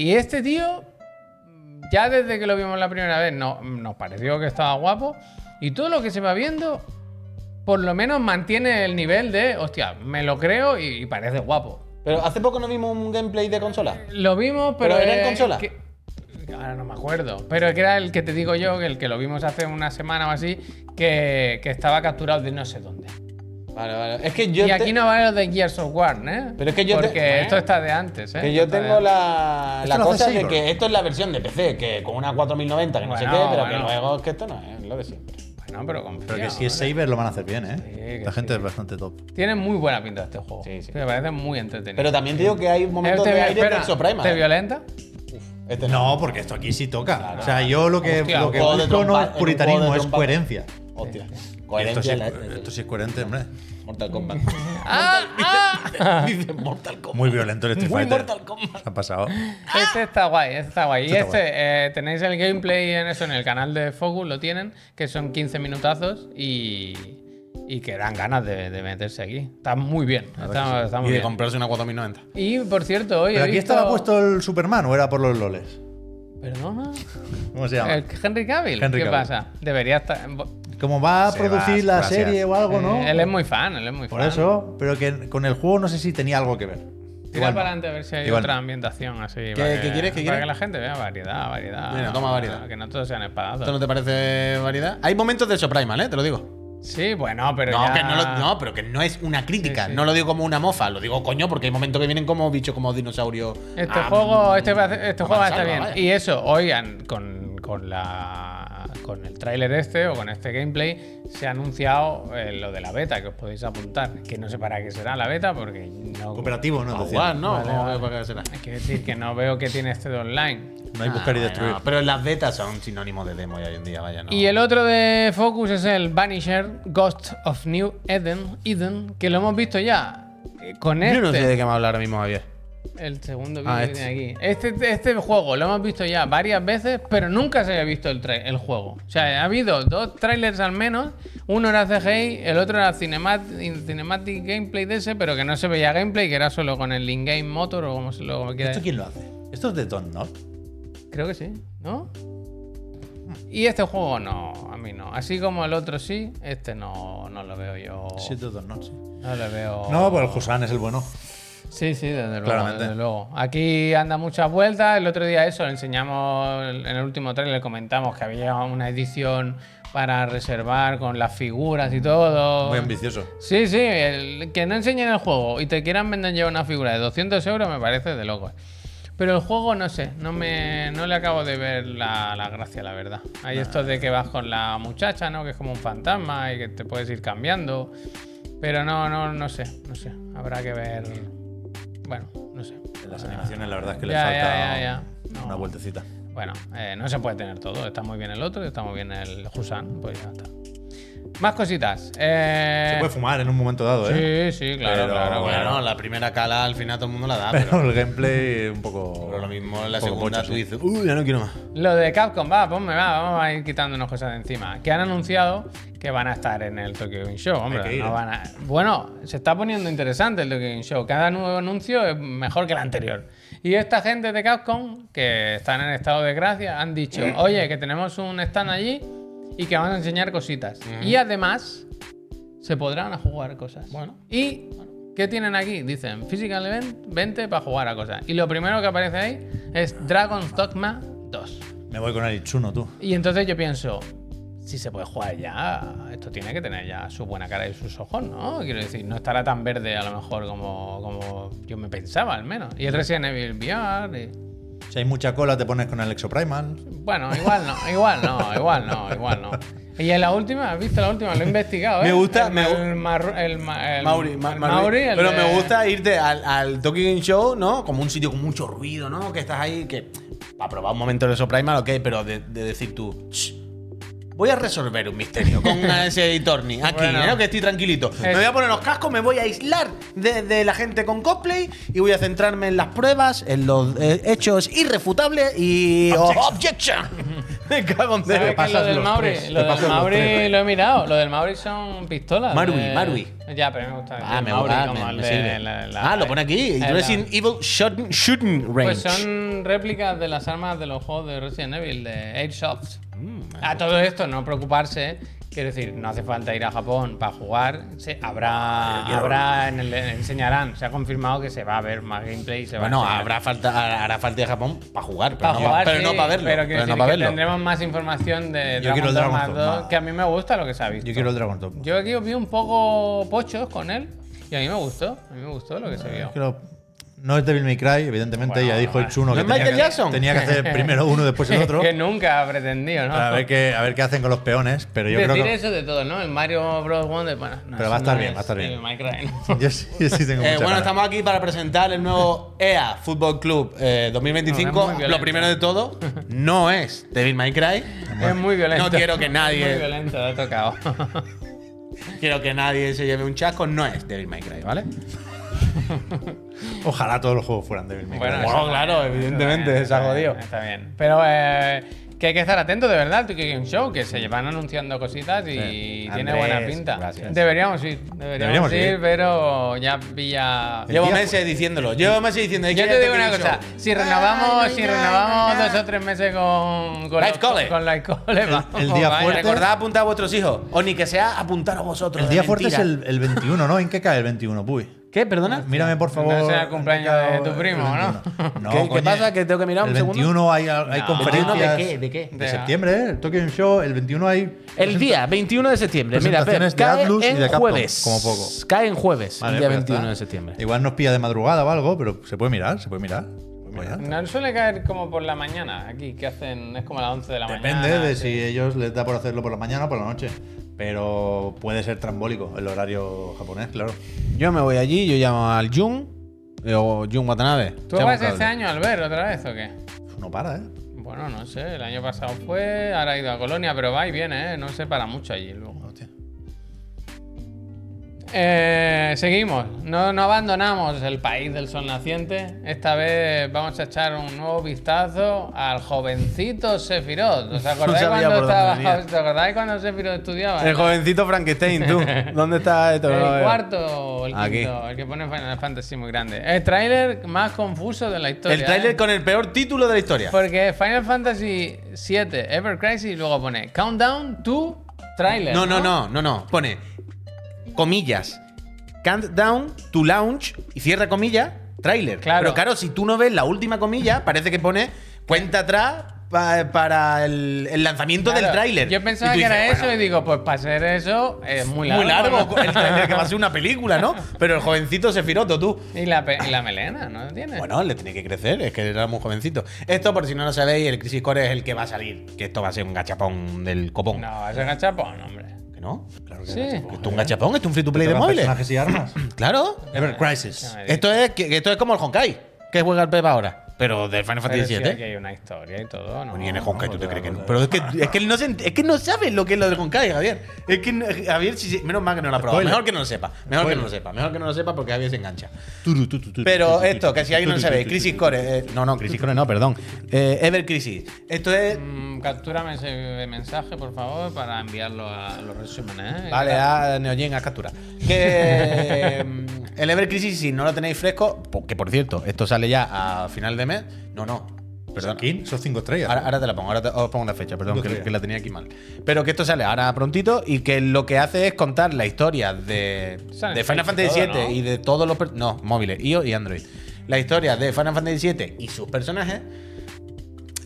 Speaker 2: y este tío, ya desde que lo vimos la primera vez, no, nos pareció que estaba guapo. Y todo lo que se va viendo por lo menos mantiene el nivel de, hostia, me lo creo y, y parece guapo.
Speaker 1: Pero hace poco no vimos un gameplay de consola.
Speaker 2: Lo vimos, pero.
Speaker 1: ¿Pero era en
Speaker 2: eh,
Speaker 1: consola?
Speaker 2: que- ahora no me acuerdo. Pero que era el que te digo yo, que el que lo vimos hace una semana o así, que, que estaba capturado de no sé dónde.
Speaker 1: Vale, vale. Es que yo,
Speaker 2: Y
Speaker 1: te-
Speaker 2: aquí no vale lo de Gears of War, ¿eh?
Speaker 1: Pero es que yo te-
Speaker 2: Porque esto está de antes, ¿eh?
Speaker 1: que yo
Speaker 2: Esto está de
Speaker 1: tengo
Speaker 2: antes.
Speaker 1: la, la
Speaker 3: Esto lo hace
Speaker 1: cosa de
Speaker 3: Sailor.
Speaker 1: que esto es la versión de PC, que con una 4090, que no sé
Speaker 2: Bueno,
Speaker 1: qué, pero que
Speaker 2: bueno.
Speaker 1: luego es que esto no es lo de siempre.
Speaker 2: Bueno, pero confía.
Speaker 3: Pero que si es
Speaker 2: ¿vale?
Speaker 3: Saber lo van a hacer bien, ¿eh?
Speaker 2: Sí, que
Speaker 3: Esta gente
Speaker 2: sí.
Speaker 3: es bastante top.
Speaker 2: Tiene muy buena pinta este juego.
Speaker 1: Sí, sí.
Speaker 2: Me parece muy entretenido.
Speaker 1: Pero también te digo que hay momentos
Speaker 2: Eh,
Speaker 1: de
Speaker 2: vi-
Speaker 1: aire
Speaker 2: espera,
Speaker 1: de Exoprima.
Speaker 2: ¿Te
Speaker 1: ¿eh?
Speaker 2: violenta?
Speaker 1: Este
Speaker 3: No, porque esto aquí sí toca. o sea, yo lo que,
Speaker 2: Hostia,
Speaker 3: lo que
Speaker 1: un juego de
Speaker 3: busco no
Speaker 1: trompa- en
Speaker 3: es
Speaker 1: un juego
Speaker 3: puritanismo,
Speaker 1: de
Speaker 3: es
Speaker 1: trompa-
Speaker 3: coherencia.
Speaker 1: Hostia.
Speaker 3: Y Esto sí,
Speaker 1: Coherencia. la-
Speaker 3: es- esto sí es coherente, hombre.
Speaker 1: Mortal Kombat.
Speaker 2: ¡Ah! ¡Ah!
Speaker 1: Dice Mortal Kombat.
Speaker 3: Muy violento el Street
Speaker 1: Muy
Speaker 3: Fighter.
Speaker 1: Mortal Kombat.
Speaker 3: Se ha pasado.
Speaker 2: Este está guay, este está guay.
Speaker 3: Este
Speaker 2: y
Speaker 3: está
Speaker 2: este, eh, tenéis el gameplay en eso, en el canal de Focus, lo tienen, que son 15 minutazos y, y que dan ganas de, de meterse aquí. Está muy bien, está, está muy
Speaker 1: Y de
Speaker 2: bien.
Speaker 1: comprarse una 4090.
Speaker 2: Y por cierto, hoy.
Speaker 3: ¿Pero
Speaker 2: he
Speaker 3: aquí
Speaker 2: visto-
Speaker 3: estaba puesto el Superman o era por los loles?
Speaker 2: Perdona.
Speaker 3: ¿Cómo se llama?
Speaker 2: El Henry Cavill.
Speaker 3: Henry
Speaker 2: ¿Qué
Speaker 3: Cavill.
Speaker 2: pasa? Debería estar.
Speaker 3: Como va a
Speaker 1: Se
Speaker 3: producir
Speaker 1: va,
Speaker 3: la
Speaker 1: gracias.
Speaker 3: serie o algo, ¿no?
Speaker 2: Eh, él es muy fan, él es muy
Speaker 3: Por
Speaker 2: fan.
Speaker 3: eso, pero que con el juego no sé si tenía algo que ver.
Speaker 2: Tira
Speaker 3: Igual no.
Speaker 2: para adelante a ver si hay
Speaker 3: Igual
Speaker 2: otra
Speaker 3: no.
Speaker 2: ambientación así.
Speaker 1: qué
Speaker 2: ¿Qué,
Speaker 1: quieres, qué
Speaker 2: Para
Speaker 1: quieres?
Speaker 2: que la gente vea variedad, variedad.
Speaker 1: Mira, toma variedad.
Speaker 2: Que no todos sean espadazos.
Speaker 1: ¿Esto no te parece variedad? Hay momentos de eso Primal, ¿eh? Te lo digo.
Speaker 2: Sí, bueno, pero.
Speaker 1: No,
Speaker 2: ya-
Speaker 1: que no, lo- no, pero que no es una crítica.
Speaker 2: Sí, sí.
Speaker 1: No lo digo como una mofa. Lo digo, coño, porque hay momentos que vienen como bichos, como dinosaurios. Ah,
Speaker 2: Este
Speaker 1: a-
Speaker 2: juego, este, va a hacer- este
Speaker 1: a
Speaker 2: juego va a estar
Speaker 1: mansalva,
Speaker 2: bien.
Speaker 1: vaya.
Speaker 2: Y eso, hoy han- con, con la con el tráiler este o con este gameplay se ha anunciado eh, lo de la beta que os podéis apuntar. Que no sé para qué será la beta porque no
Speaker 3: Cooperativo, ¿no?
Speaker 1: a
Speaker 3: Es decir,
Speaker 1: jugar, ¿no?
Speaker 2: Vale,
Speaker 1: ¿Cómo
Speaker 2: vale.
Speaker 1: para qué será?
Speaker 2: Hay que decir que no veo que tiene este de online.
Speaker 3: No hay buscar y
Speaker 1: Ah,
Speaker 3: destruir.
Speaker 1: no, pero las betas son sinónimo de demo ya hoy en día, vaya, ¿no?
Speaker 2: Y el otro de Focus es el Vanisher Ghost of New Eden, Eden que lo hemos visto ya. Eh, Con este,
Speaker 1: Yo no sé de qué me habla ahora mismo Javier.
Speaker 2: el segundo vídeo
Speaker 1: Ah,
Speaker 2: que tiene aquí. Este, este juego lo hemos visto ya varias veces, pero nunca se había visto el, tra- el juego. O sea, ha habido dos trailers al menos. Uno era CGI, el otro era cinemat Cinematic Gameplay de ese, pero que no se veía gameplay, que era solo con el in-game motor o como se lo quiera
Speaker 3: ¿Esto
Speaker 2: decir.
Speaker 3: quién lo hace? Esto es de Don Knott.
Speaker 2: Creo que sí, ¿no? Y este juego no, a mí no. Así como el otro sí, este no, no lo veo yo.
Speaker 3: no, sí.
Speaker 2: No lo veo.
Speaker 3: No, pues el Hussein es el bueno.
Speaker 2: Oh. Sí, sí, desde luego,
Speaker 3: Claramente.
Speaker 2: desde luego. Aquí anda muchas vueltas. El otro día eso, le enseñamos en el último trailer, le comentamos que había una edición para reservar con las figuras y todo.
Speaker 3: Muy ambicioso.
Speaker 2: Sí, sí, el que no enseñen el juego y te quieran vender ya una figura de 200 euros me parece de locos. Pero el juego no sé, no me no le acabo de ver la, la gracia, la verdad. Hay esto de que vas con la muchacha, ¿no? Que es como un fantasma y que te puedes ir cambiando. Pero no, no, no sé, no sé. Habrá que ver. Bueno, no sé.
Speaker 3: En las animaciones, la verdad es
Speaker 2: Ah.
Speaker 3: que
Speaker 2: Ya,
Speaker 3: le falta
Speaker 2: ya, ya, ya. No.
Speaker 3: una vueltecita.
Speaker 2: Bueno, eh, no se puede tener todo. Está muy bien el otro y está muy bien el Husan. Pues ya está. Más cositas. Eh,
Speaker 3: Se puede fumar en un momento dado, ¿eh?
Speaker 2: Sí, sí, claro,
Speaker 3: Pero,
Speaker 2: claro,
Speaker 1: Bueno,
Speaker 2: claro.
Speaker 1: la primera cala al final todo el mundo la da, pero,
Speaker 3: Pero el gameplay un poco.
Speaker 1: pero lo mismo en la
Speaker 3: un poco
Speaker 1: segunda
Speaker 3: pocho,
Speaker 1: tú
Speaker 3: sí.
Speaker 1: dices, uy, ya no quiero más.
Speaker 2: Lo de Capcom, va, ponme, va, vamos a ir quitándonos cosas de encima. Que han anunciado que van a estar en el Tokyo Game Show,
Speaker 3: Hay
Speaker 2: hombre.
Speaker 3: que ir,
Speaker 2: no
Speaker 3: ¿eh?
Speaker 2: van a- Bueno, se está poniendo interesante el Tokyo Game Show. Cada nuevo anuncio es mejor que el anterior. Y esta gente de Capcom, que están en estado de gracia, han dicho, oye, que tenemos un stand allí y que van a enseñar cositas. Y además, se podrán a jugar cosas. Bueno. ¿Y qué tienen aquí? Dicen, Physical Event, vente para jugar a cosas. Y lo primero que aparece ahí es Dragon's Dogma 2.
Speaker 3: Me voy con el Ichuno, tú.
Speaker 2: Y entonces yo pienso, si se puede jugar ya, esto tiene que tener ya su buena cara y sus ojos, ¿no? Quiero decir, no estará tan verde a lo mejor como, como yo me pensaba, al menos. Y el Resident Evil VR. y-
Speaker 3: Si hay mucha cola, te pones con el Exoprimal.
Speaker 2: Bueno, igual no, igual no, igual no, igual no. Y en la última, ¿has visto la última? Lo he investigado, ¿eh?
Speaker 1: Me gusta,
Speaker 2: El,
Speaker 1: me gu-
Speaker 2: el, Marru- el ma- el-
Speaker 1: Mauri, Ma-
Speaker 2: el
Speaker 1: Mauri.
Speaker 2: Mauri, el
Speaker 1: Pero
Speaker 2: de-
Speaker 1: me gusta irte al, al Tokyo Game Show, ¿no? Como un sitio con mucho ruido, ¿no? Que estás ahí, que. Para probar un momento de eso Primal, ok, pero de, de decir tú. "Shh, Voy a resolver un misterio con una ese editorni. Aquí,
Speaker 2: Bueno.
Speaker 1: ¿eh? que estoy tranquilito. Me voy a poner los cascos, me voy a aislar de, de la gente con cosplay y voy a centrarme en las pruebas, en los eh, hechos irrefutables y. ¡Objection! Me cago en
Speaker 2: ¿Sabes
Speaker 1: Dios.
Speaker 2: qué es lo
Speaker 3: pasas
Speaker 2: del
Speaker 3: los
Speaker 2: Mauri?
Speaker 3: tres,
Speaker 2: Lo
Speaker 3: te
Speaker 2: del
Speaker 3: pasas los
Speaker 2: Mauri
Speaker 3: tres.
Speaker 2: lo he mirado. Lo del Mauri son pistolas.
Speaker 1: Marui,
Speaker 2: de-
Speaker 1: Marui.
Speaker 2: Ya, pero me gusta.
Speaker 1: Ah,
Speaker 2: el
Speaker 1: me
Speaker 2: Mauri
Speaker 1: gusta,
Speaker 2: como
Speaker 1: me,
Speaker 2: el
Speaker 1: me
Speaker 2: de
Speaker 1: sirve.
Speaker 2: la- la-
Speaker 1: ah, lo pone aquí.
Speaker 2: el-
Speaker 1: Resident Evil Shooting, shooting Range.
Speaker 2: Pues son réplicas de las armas de los juegos de Resident Evil, de Airsoft.
Speaker 1: Mm,
Speaker 2: a todo esto, no preocuparse. ¿eh? Quiero decir, no hace falta ir a Japón para jugar. Se- habrá, habrá en el- enseñarán. Se ha confirmado que se va a ver más gameplay. y Se va a
Speaker 1: Bueno,
Speaker 2: enseñar.
Speaker 1: habrá falta, hará falta de Japón para jugar, pero,
Speaker 2: Para
Speaker 1: no,
Speaker 2: jugar,
Speaker 1: pa- pero
Speaker 2: sí,
Speaker 1: no para verlo.
Speaker 2: Pero,
Speaker 1: Pero,
Speaker 2: quiero decir
Speaker 1: no para
Speaker 2: que
Speaker 1: verlo.
Speaker 2: tendremos más información de
Speaker 3: Yo quiero
Speaker 2: Dragon's
Speaker 3: el Dragon's
Speaker 2: Dogma 2,
Speaker 3: Dogma.
Speaker 2: que a mí me gusta lo que se ha visto.
Speaker 3: Yo quiero el Dragon Top.
Speaker 2: Yo aquí os vi un poco pochos con él y a mí me gustó, a mí me gustó lo que se vio.
Speaker 3: Quiero- No es Devil May Cry, evidentemente,
Speaker 2: Bueno,
Speaker 3: ya dijo el Chuno
Speaker 1: ¿No
Speaker 3: que,
Speaker 1: es
Speaker 3: tenía
Speaker 1: Michael
Speaker 3: que-
Speaker 1: Jackson?
Speaker 3: tenía que hacer primero uno, después el otro.
Speaker 2: que nunca ha pretendido, ¿no?
Speaker 3: A ver, qué, a ver qué hacen con los peones, pero yo
Speaker 2: Decir
Speaker 3: creo que.
Speaker 2: eso de todo, ¿no? El Mario Bros. Wonder, bueno, no,
Speaker 3: Pero va a
Speaker 2: eso
Speaker 3: estar
Speaker 2: no
Speaker 3: bien,
Speaker 2: es
Speaker 3: va a estar bien.
Speaker 2: el Minecraft, ¿no?
Speaker 3: Yo sí, yo sí tengo
Speaker 1: Eh,
Speaker 3: mucha
Speaker 1: bueno,
Speaker 3: ganas.
Speaker 1: estamos aquí para presentar el nuevo EA Fútbol Club eh,
Speaker 2: No, es
Speaker 1: 2025.
Speaker 2: muy violento.
Speaker 1: Lo primero de todo, no es Devil May Cry.
Speaker 2: Es muy violento.
Speaker 1: No quiero que
Speaker 2: Es muy
Speaker 1: nadie,
Speaker 2: violento, lo he tocado.
Speaker 1: quiero que nadie se lleve un chasco. No es Devil May Cry, ¿vale?
Speaker 3: Ojalá todos los juegos fueran Devil May Cry.
Speaker 2: Bueno,
Speaker 1: Bueno,
Speaker 2: eso
Speaker 1: claro,
Speaker 2: también, eso
Speaker 1: evidentemente,
Speaker 2: también,
Speaker 1: se ha
Speaker 2: está bien,
Speaker 1: jodido.
Speaker 2: Está bien. Pero eh, que hay que estar atento, de verdad, al Tokyo Game Show, que se llevan anunciando cositas y tiene
Speaker 3: Andrés,
Speaker 2: buena pinta.
Speaker 3: gracias.
Speaker 2: Deberíamos ir, deberíamos,
Speaker 3: Deberíamos
Speaker 2: ir,
Speaker 3: ir.
Speaker 2: pero ya pilla.
Speaker 1: Llevo
Speaker 3: día fue-
Speaker 1: meses diciéndolo. Llevo meses diciendo.
Speaker 2: Yo te digo una cosa, si renovamos, si renovamos dos o tres meses con, con
Speaker 1: Light
Speaker 2: los-
Speaker 1: Cole.
Speaker 2: con Light Cole, vamos,
Speaker 3: el día
Speaker 2: vaya.
Speaker 3: fuerte-
Speaker 1: Recordad apuntar a vuestros hijos. O ni que sea apuntar a vosotros.
Speaker 3: El
Speaker 1: de
Speaker 3: día fuerte es
Speaker 1: mentira.
Speaker 3: el, el 21, ¿no? ¿En qué cae el 21? Puy.
Speaker 1: ¿Qué? ¿Perdona?
Speaker 3: Mírame, por favor.
Speaker 2: No sea el
Speaker 3: en qué
Speaker 2: cumpleaños
Speaker 3: cae
Speaker 2: de tu
Speaker 3: el
Speaker 2: primo, ¿no?
Speaker 3: 21.
Speaker 1: ¿Qué- qué
Speaker 3: coño,
Speaker 1: pasa? ¿Que tengo que mirar un
Speaker 3: El
Speaker 1: segundo?
Speaker 3: 21 hay, hay
Speaker 2: No.
Speaker 3: conferencias.
Speaker 1: ¿21 de qué? ¿De qué?
Speaker 3: De
Speaker 2: De-
Speaker 3: septiembre, ¿eh? El Tokyo Game Show, el 21 hay.
Speaker 1: El día 21 de septiembre. Mira, Pep,
Speaker 3: Presentaciones de
Speaker 1: cae
Speaker 3: Atlus y
Speaker 1: en
Speaker 3: de Capcom,
Speaker 1: jueves.
Speaker 3: como poco.
Speaker 1: Cae en jueves,
Speaker 3: Vale,
Speaker 1: el día
Speaker 3: pues ya
Speaker 1: 21
Speaker 3: está.
Speaker 1: de septiembre.
Speaker 3: Igual nos pilla de madrugada o algo, pero se puede mirar, se puede mirar. se puede mirar.
Speaker 2: Pues No suele caer como por la mañana, aquí, que hacen, es como a las 11 de la mañana.
Speaker 3: Depende de si ellos les da por hacerlo por la mañana o por la noche. Pero puede ser trambólico el horario japonés, claro.
Speaker 1: Yo me voy allí, yo llamo al Jun. eh, O Jun Watanabe.
Speaker 2: ¿Tú
Speaker 1: Llamo
Speaker 2: vas
Speaker 1: al
Speaker 2: este
Speaker 1: cable.
Speaker 2: año al ver otra vez o qué?
Speaker 3: No para, ¿eh?
Speaker 2: Bueno, no sé, el año pasado fue, ahora ha ido a Colonia, pero va y viene, ¿eh? No se para mucho allí luego.
Speaker 3: Hostia.
Speaker 2: Eh, seguimos, no, no abandonamos el país del sol naciente. Esta vez vamos a echar un nuevo vistazo al jovencito Sephiroth. ¿Os acordáis,
Speaker 1: sabía
Speaker 2: cuando,
Speaker 1: por dónde
Speaker 2: estaba-
Speaker 1: venía.
Speaker 2: ¿os acordáis cuando Sephiroth estudiaba?
Speaker 1: El jovencito Frankenstein, tú. ¿Dónde está esto? Eh,
Speaker 2: El
Speaker 1: No lo veo.
Speaker 2: cuarto, el
Speaker 1: Aquí.
Speaker 2: quinto, el que pone Final Fantasy muy grande. El tráiler más confuso de la historia.
Speaker 1: El
Speaker 2: ¿eh?
Speaker 1: tráiler con el peor título de la historia.
Speaker 2: Porque Final Fantasy VII, Ever Crisis, y luego pone Countdown to Trailer.
Speaker 1: No, no, no, no, no. Pone comillas. Countdown to launch y cierra comillas, trailer.
Speaker 2: Claro.
Speaker 1: Pero claro, si tú no ves la última comilla, parece que pone cuenta atrás pa- para el, el lanzamiento
Speaker 2: Claro,
Speaker 1: del tráiler.
Speaker 2: Yo pensaba
Speaker 1: Y
Speaker 2: que
Speaker 1: tú
Speaker 2: era
Speaker 1: dices,
Speaker 2: eso y digo, pues para ser eso es muy largo.
Speaker 1: Muy largo
Speaker 2: ¿no?
Speaker 1: el tráiler que va a ser una película, ¿no? Pero el jovencito Sefiroto, tú.
Speaker 2: y, la pe- y la melena, ¿no tiene?
Speaker 1: Bueno, le tiene que crecer, es que era muy jovencito. Esto, por si no lo sabéis, el Crisis Core es el que va a salir. Que esto va a ser un gachapón del copón.
Speaker 2: pues, No, ese gachapón, hombre.
Speaker 1: ¿Que no? Claro que
Speaker 2: Sí.
Speaker 1: no. Esto es un gachapón, esto es un free to play de
Speaker 3: Tocan
Speaker 1: móviles.
Speaker 3: personajes y armas.
Speaker 1: Claro.
Speaker 3: Ever
Speaker 2: Ah,
Speaker 3: Crisis.
Speaker 1: Esto es, que- que esto es como el Honkai, que juega el Pepa ahora. Pero del Final
Speaker 2: Pero
Speaker 1: Fantasy
Speaker 2: sí,
Speaker 1: VII.
Speaker 2: aquí hay una historia y todo, ¿no? pues,
Speaker 1: Bueno, y en el Honkai tú te
Speaker 3: no,
Speaker 1: crees que
Speaker 3: no,
Speaker 1: no. Pero es que, es que, no, se ent- es que no sabes lo que es lo del Honkai, Javier. Es que no- Javier, si, si- menos mal que no lo ha probado.
Speaker 3: Spoiler.
Speaker 1: Mejor que no lo sepa. Mejor que no lo sepa. Mejor que no lo sepa porque Javier se engancha. Pero esto, que si alguien no lo sabe, Crisis Core. eh, no, no, Crisis Core no, perdón. Eh, Ever Crisis. Esto es.
Speaker 2: Mm, captúrame ese mensaje, por favor, para enviarlo a los resúmenes. ¿eh?
Speaker 1: Vale, a Neogen, a captura. Que mm, el Ever Crisis, si no lo tenéis fresco, po- que por cierto, esto sale ya a final de mes. No, no. Perdón.
Speaker 3: Perdón. Son cinco estrellas.
Speaker 1: Ahora, ahora te la pongo, ahora te- os pongo una fecha, perdón,
Speaker 3: Dos
Speaker 1: que,
Speaker 3: días.
Speaker 1: que la tenía aquí mal. Pero que esto sale ahora prontito y que lo que hace es contar la historia de,
Speaker 2: Sale
Speaker 1: de
Speaker 2: en
Speaker 1: Final
Speaker 2: Switch
Speaker 1: Fantasy
Speaker 2: y
Speaker 1: VII
Speaker 2: todo, ¿no?
Speaker 1: y de todos los. per- No, móviles, iOS y Android. La historia de Final Fantasy VII y sus personajes.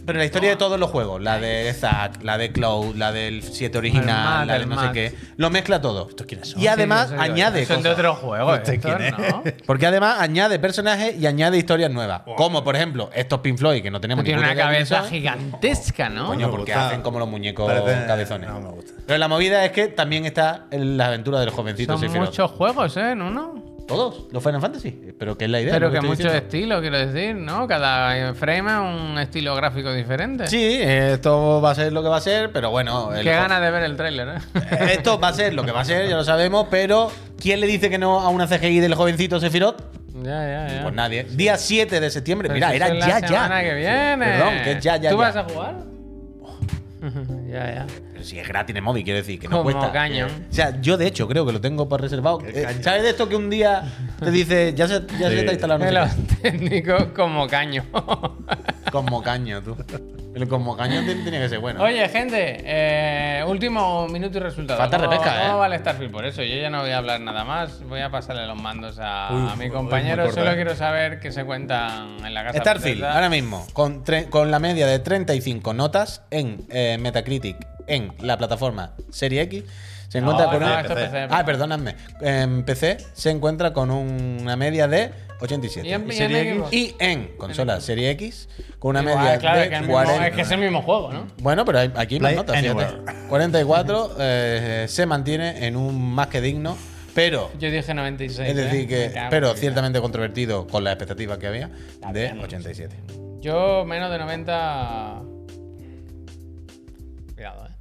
Speaker 1: Pero la historia de todos los juegos, la de Zack, la de Cloud, la del 7 original,
Speaker 2: Matt,
Speaker 1: la de
Speaker 2: el
Speaker 1: no
Speaker 2: Matt.
Speaker 1: sé qué, lo mezcla todo.
Speaker 2: Sí,
Speaker 1: Y además
Speaker 2: sí, sí,
Speaker 1: añade
Speaker 2: Son de
Speaker 1: cosas.
Speaker 2: otros juegos,
Speaker 3: Este
Speaker 2: estos,
Speaker 3: quién es.
Speaker 2: ¿no?
Speaker 1: Porque además añade personajes y añade historias nuevas. Como por ejemplo estos Pink Floyd que no tenemos
Speaker 2: Tiene
Speaker 1: ni
Speaker 2: una
Speaker 1: puta idea de quiénes
Speaker 2: cabeza
Speaker 1: son.
Speaker 2: gigantesca, ¿no?
Speaker 1: Coño,
Speaker 3: me
Speaker 1: porque
Speaker 3: gusta.
Speaker 1: hacen como los muñecos
Speaker 3: Parece-
Speaker 1: cabezones.
Speaker 3: no me gusta.
Speaker 1: Pero la movida es que también está en la aventura del jovencito
Speaker 2: Son
Speaker 1: Sephiroth.
Speaker 2: muchos juegos, ¿eh? En uno.
Speaker 1: Todos, los Final Fantasy. Pero que es la idea.
Speaker 2: Pero
Speaker 1: lo
Speaker 2: que
Speaker 1: estoy
Speaker 2: muchos
Speaker 1: diciendo.
Speaker 2: estilos, quiero decir, ¿no? Cada frame es un estilo gráfico diferente.
Speaker 1: Sí, esto va a ser lo que va a ser, pero bueno.
Speaker 2: Qué
Speaker 1: el-
Speaker 2: ganas de ver el tráiler, ¿eh?
Speaker 1: Esto va a ser lo que va a ser, ya lo sabemos, pero ¿quién le dice que no a una CGI del jovencito Sephiroth?
Speaker 2: ya, ya, ya.
Speaker 1: Pues nadie. Día 7 de septiembre,
Speaker 2: Pero
Speaker 1: mira,
Speaker 2: si
Speaker 1: era
Speaker 2: eso es
Speaker 1: ya,
Speaker 2: la semana
Speaker 1: ya.
Speaker 2: que viene.
Speaker 1: Perdón, que es ya, ya, Oh.
Speaker 2: ¿Tú
Speaker 1: ya.
Speaker 2: vas a jugar? ya, ya.
Speaker 1: Pero si es gratis en móvil, quiero decir, que
Speaker 2: Como
Speaker 1: no cuesta.
Speaker 2: cañón.
Speaker 1: O sea, yo de hecho creo que lo tengo por reservado. Eh,
Speaker 3: cañón.
Speaker 1: ¿Sabes de esto que un día te dice, ya se, ya se
Speaker 3: Sí.
Speaker 1: te ha instalado no
Speaker 2: De
Speaker 1: sé qué?
Speaker 2: los técnicos como caño.
Speaker 1: Como caño, tú. El como caño te- tenía que ser bueno.
Speaker 2: Oye, gente, eh, último minuto y resultado.
Speaker 1: Falta
Speaker 2: ¿Cómo-
Speaker 1: repesca, ¿eh?
Speaker 2: ¿Cómo vale Starfield? Por eso, yo ya no voy a hablar nada más. Voy a pasarle los mandos a,
Speaker 3: Uy,
Speaker 2: a
Speaker 3: uy,
Speaker 2: mi
Speaker 3: muy
Speaker 2: compañero.
Speaker 3: corta,
Speaker 2: Solo
Speaker 3: eh.
Speaker 2: quiero saber qué se cuentan en la casa.
Speaker 1: Starfield,
Speaker 2: Bethesda.
Speaker 1: ahora mismo, con, tre- con la media de 35 notas en eh, Metacritic, en la plataforma Serie X, se
Speaker 2: No,
Speaker 1: encuentra con
Speaker 2: no,
Speaker 1: un-
Speaker 2: esto es PC.
Speaker 1: Ah, perdónadme. En PC se encuentra con una media de 87.
Speaker 2: Y en- y en Xbox.
Speaker 1: Y en consola Serie X, con una
Speaker 2: Igual,
Speaker 1: media
Speaker 2: claro, es que el
Speaker 1: de
Speaker 2: mismo-
Speaker 1: 40.
Speaker 2: es que es el mismo juego, ¿no?
Speaker 1: Bueno, pero hay- aquí más
Speaker 3: Play
Speaker 1: notas, fíjate.
Speaker 3: anywhere.
Speaker 1: 44 eh, se mantiene en un más que digno, pero
Speaker 2: Yo dije 96.
Speaker 1: Es decir,
Speaker 2: ¿eh?
Speaker 1: que.
Speaker 2: Me cago en
Speaker 1: Pero
Speaker 2: la vida.
Speaker 1: ciertamente controvertido con la expectativa que había de 87.
Speaker 2: Yo menos de 90. Cuidado, eh.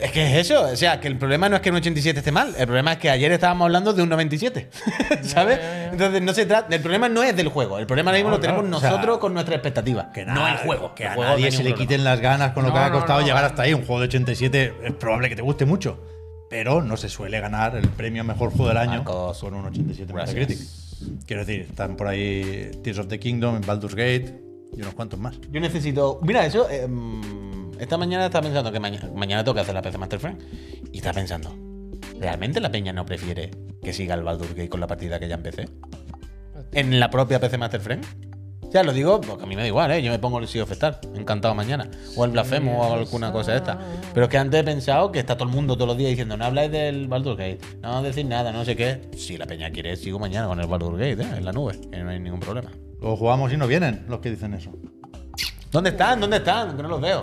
Speaker 1: Es que es eso. O sea, que el problema no es que un 87 esté mal. El problema es que ayer estábamos hablando de un 97. ¿Sabes? Entonces, no se trata. El problema no es del juego. El problema ahora mismo lo tenemos
Speaker 3: claro, o sea,
Speaker 1: nosotros con nuestra expectativa.
Speaker 3: Que
Speaker 1: no
Speaker 3: nada,
Speaker 1: el juego.
Speaker 3: Que a
Speaker 1: juego
Speaker 3: nadie
Speaker 1: tiene
Speaker 3: se
Speaker 1: un
Speaker 3: le
Speaker 1: problema.
Speaker 3: quiten las ganas con lo
Speaker 2: No,
Speaker 3: que ha
Speaker 2: no,
Speaker 3: costado
Speaker 2: no.
Speaker 3: llegar hasta ahí. Un juego de 87 es probable que te guste mucho, pero no se suele ganar el premio a mejor juego del año
Speaker 1: Marcos,
Speaker 3: con un 87 en
Speaker 1: gracias.
Speaker 3: Metacritic. Quiero decir, están por ahí Tears of the Kingdom, Baldur's Gate y unos cuantos más.
Speaker 1: Yo necesito. Mira, eso. eh, mm, esta mañana estaba pensando que maña- mañana tengo que hacer la PC Master Friend. Y estaba pensando. ¿Realmente la peña no prefiere que siga el Baldur's Gate con la partida que ya empecé? ¿En la propia PC Master Friend? O sea, lo digo porque a mí me da igual, ¿eh? Yo me pongo el Sea of Star, encantado mañana. O el Blasphemous o alguna cosa de esta. Pero es que antes he pensado que está todo el mundo todos los días diciendo no habláis del Baldur's Gate, no decís nada, no sé qué. Si la peña quiere, sigo mañana con el Baldur's Gate, ¿eh? En la nube, que no hay ningún problema.
Speaker 3: Luego jugamos y no vienen los que dicen eso.
Speaker 1: ¿Dónde están? ¿Dónde están? Que no los veo.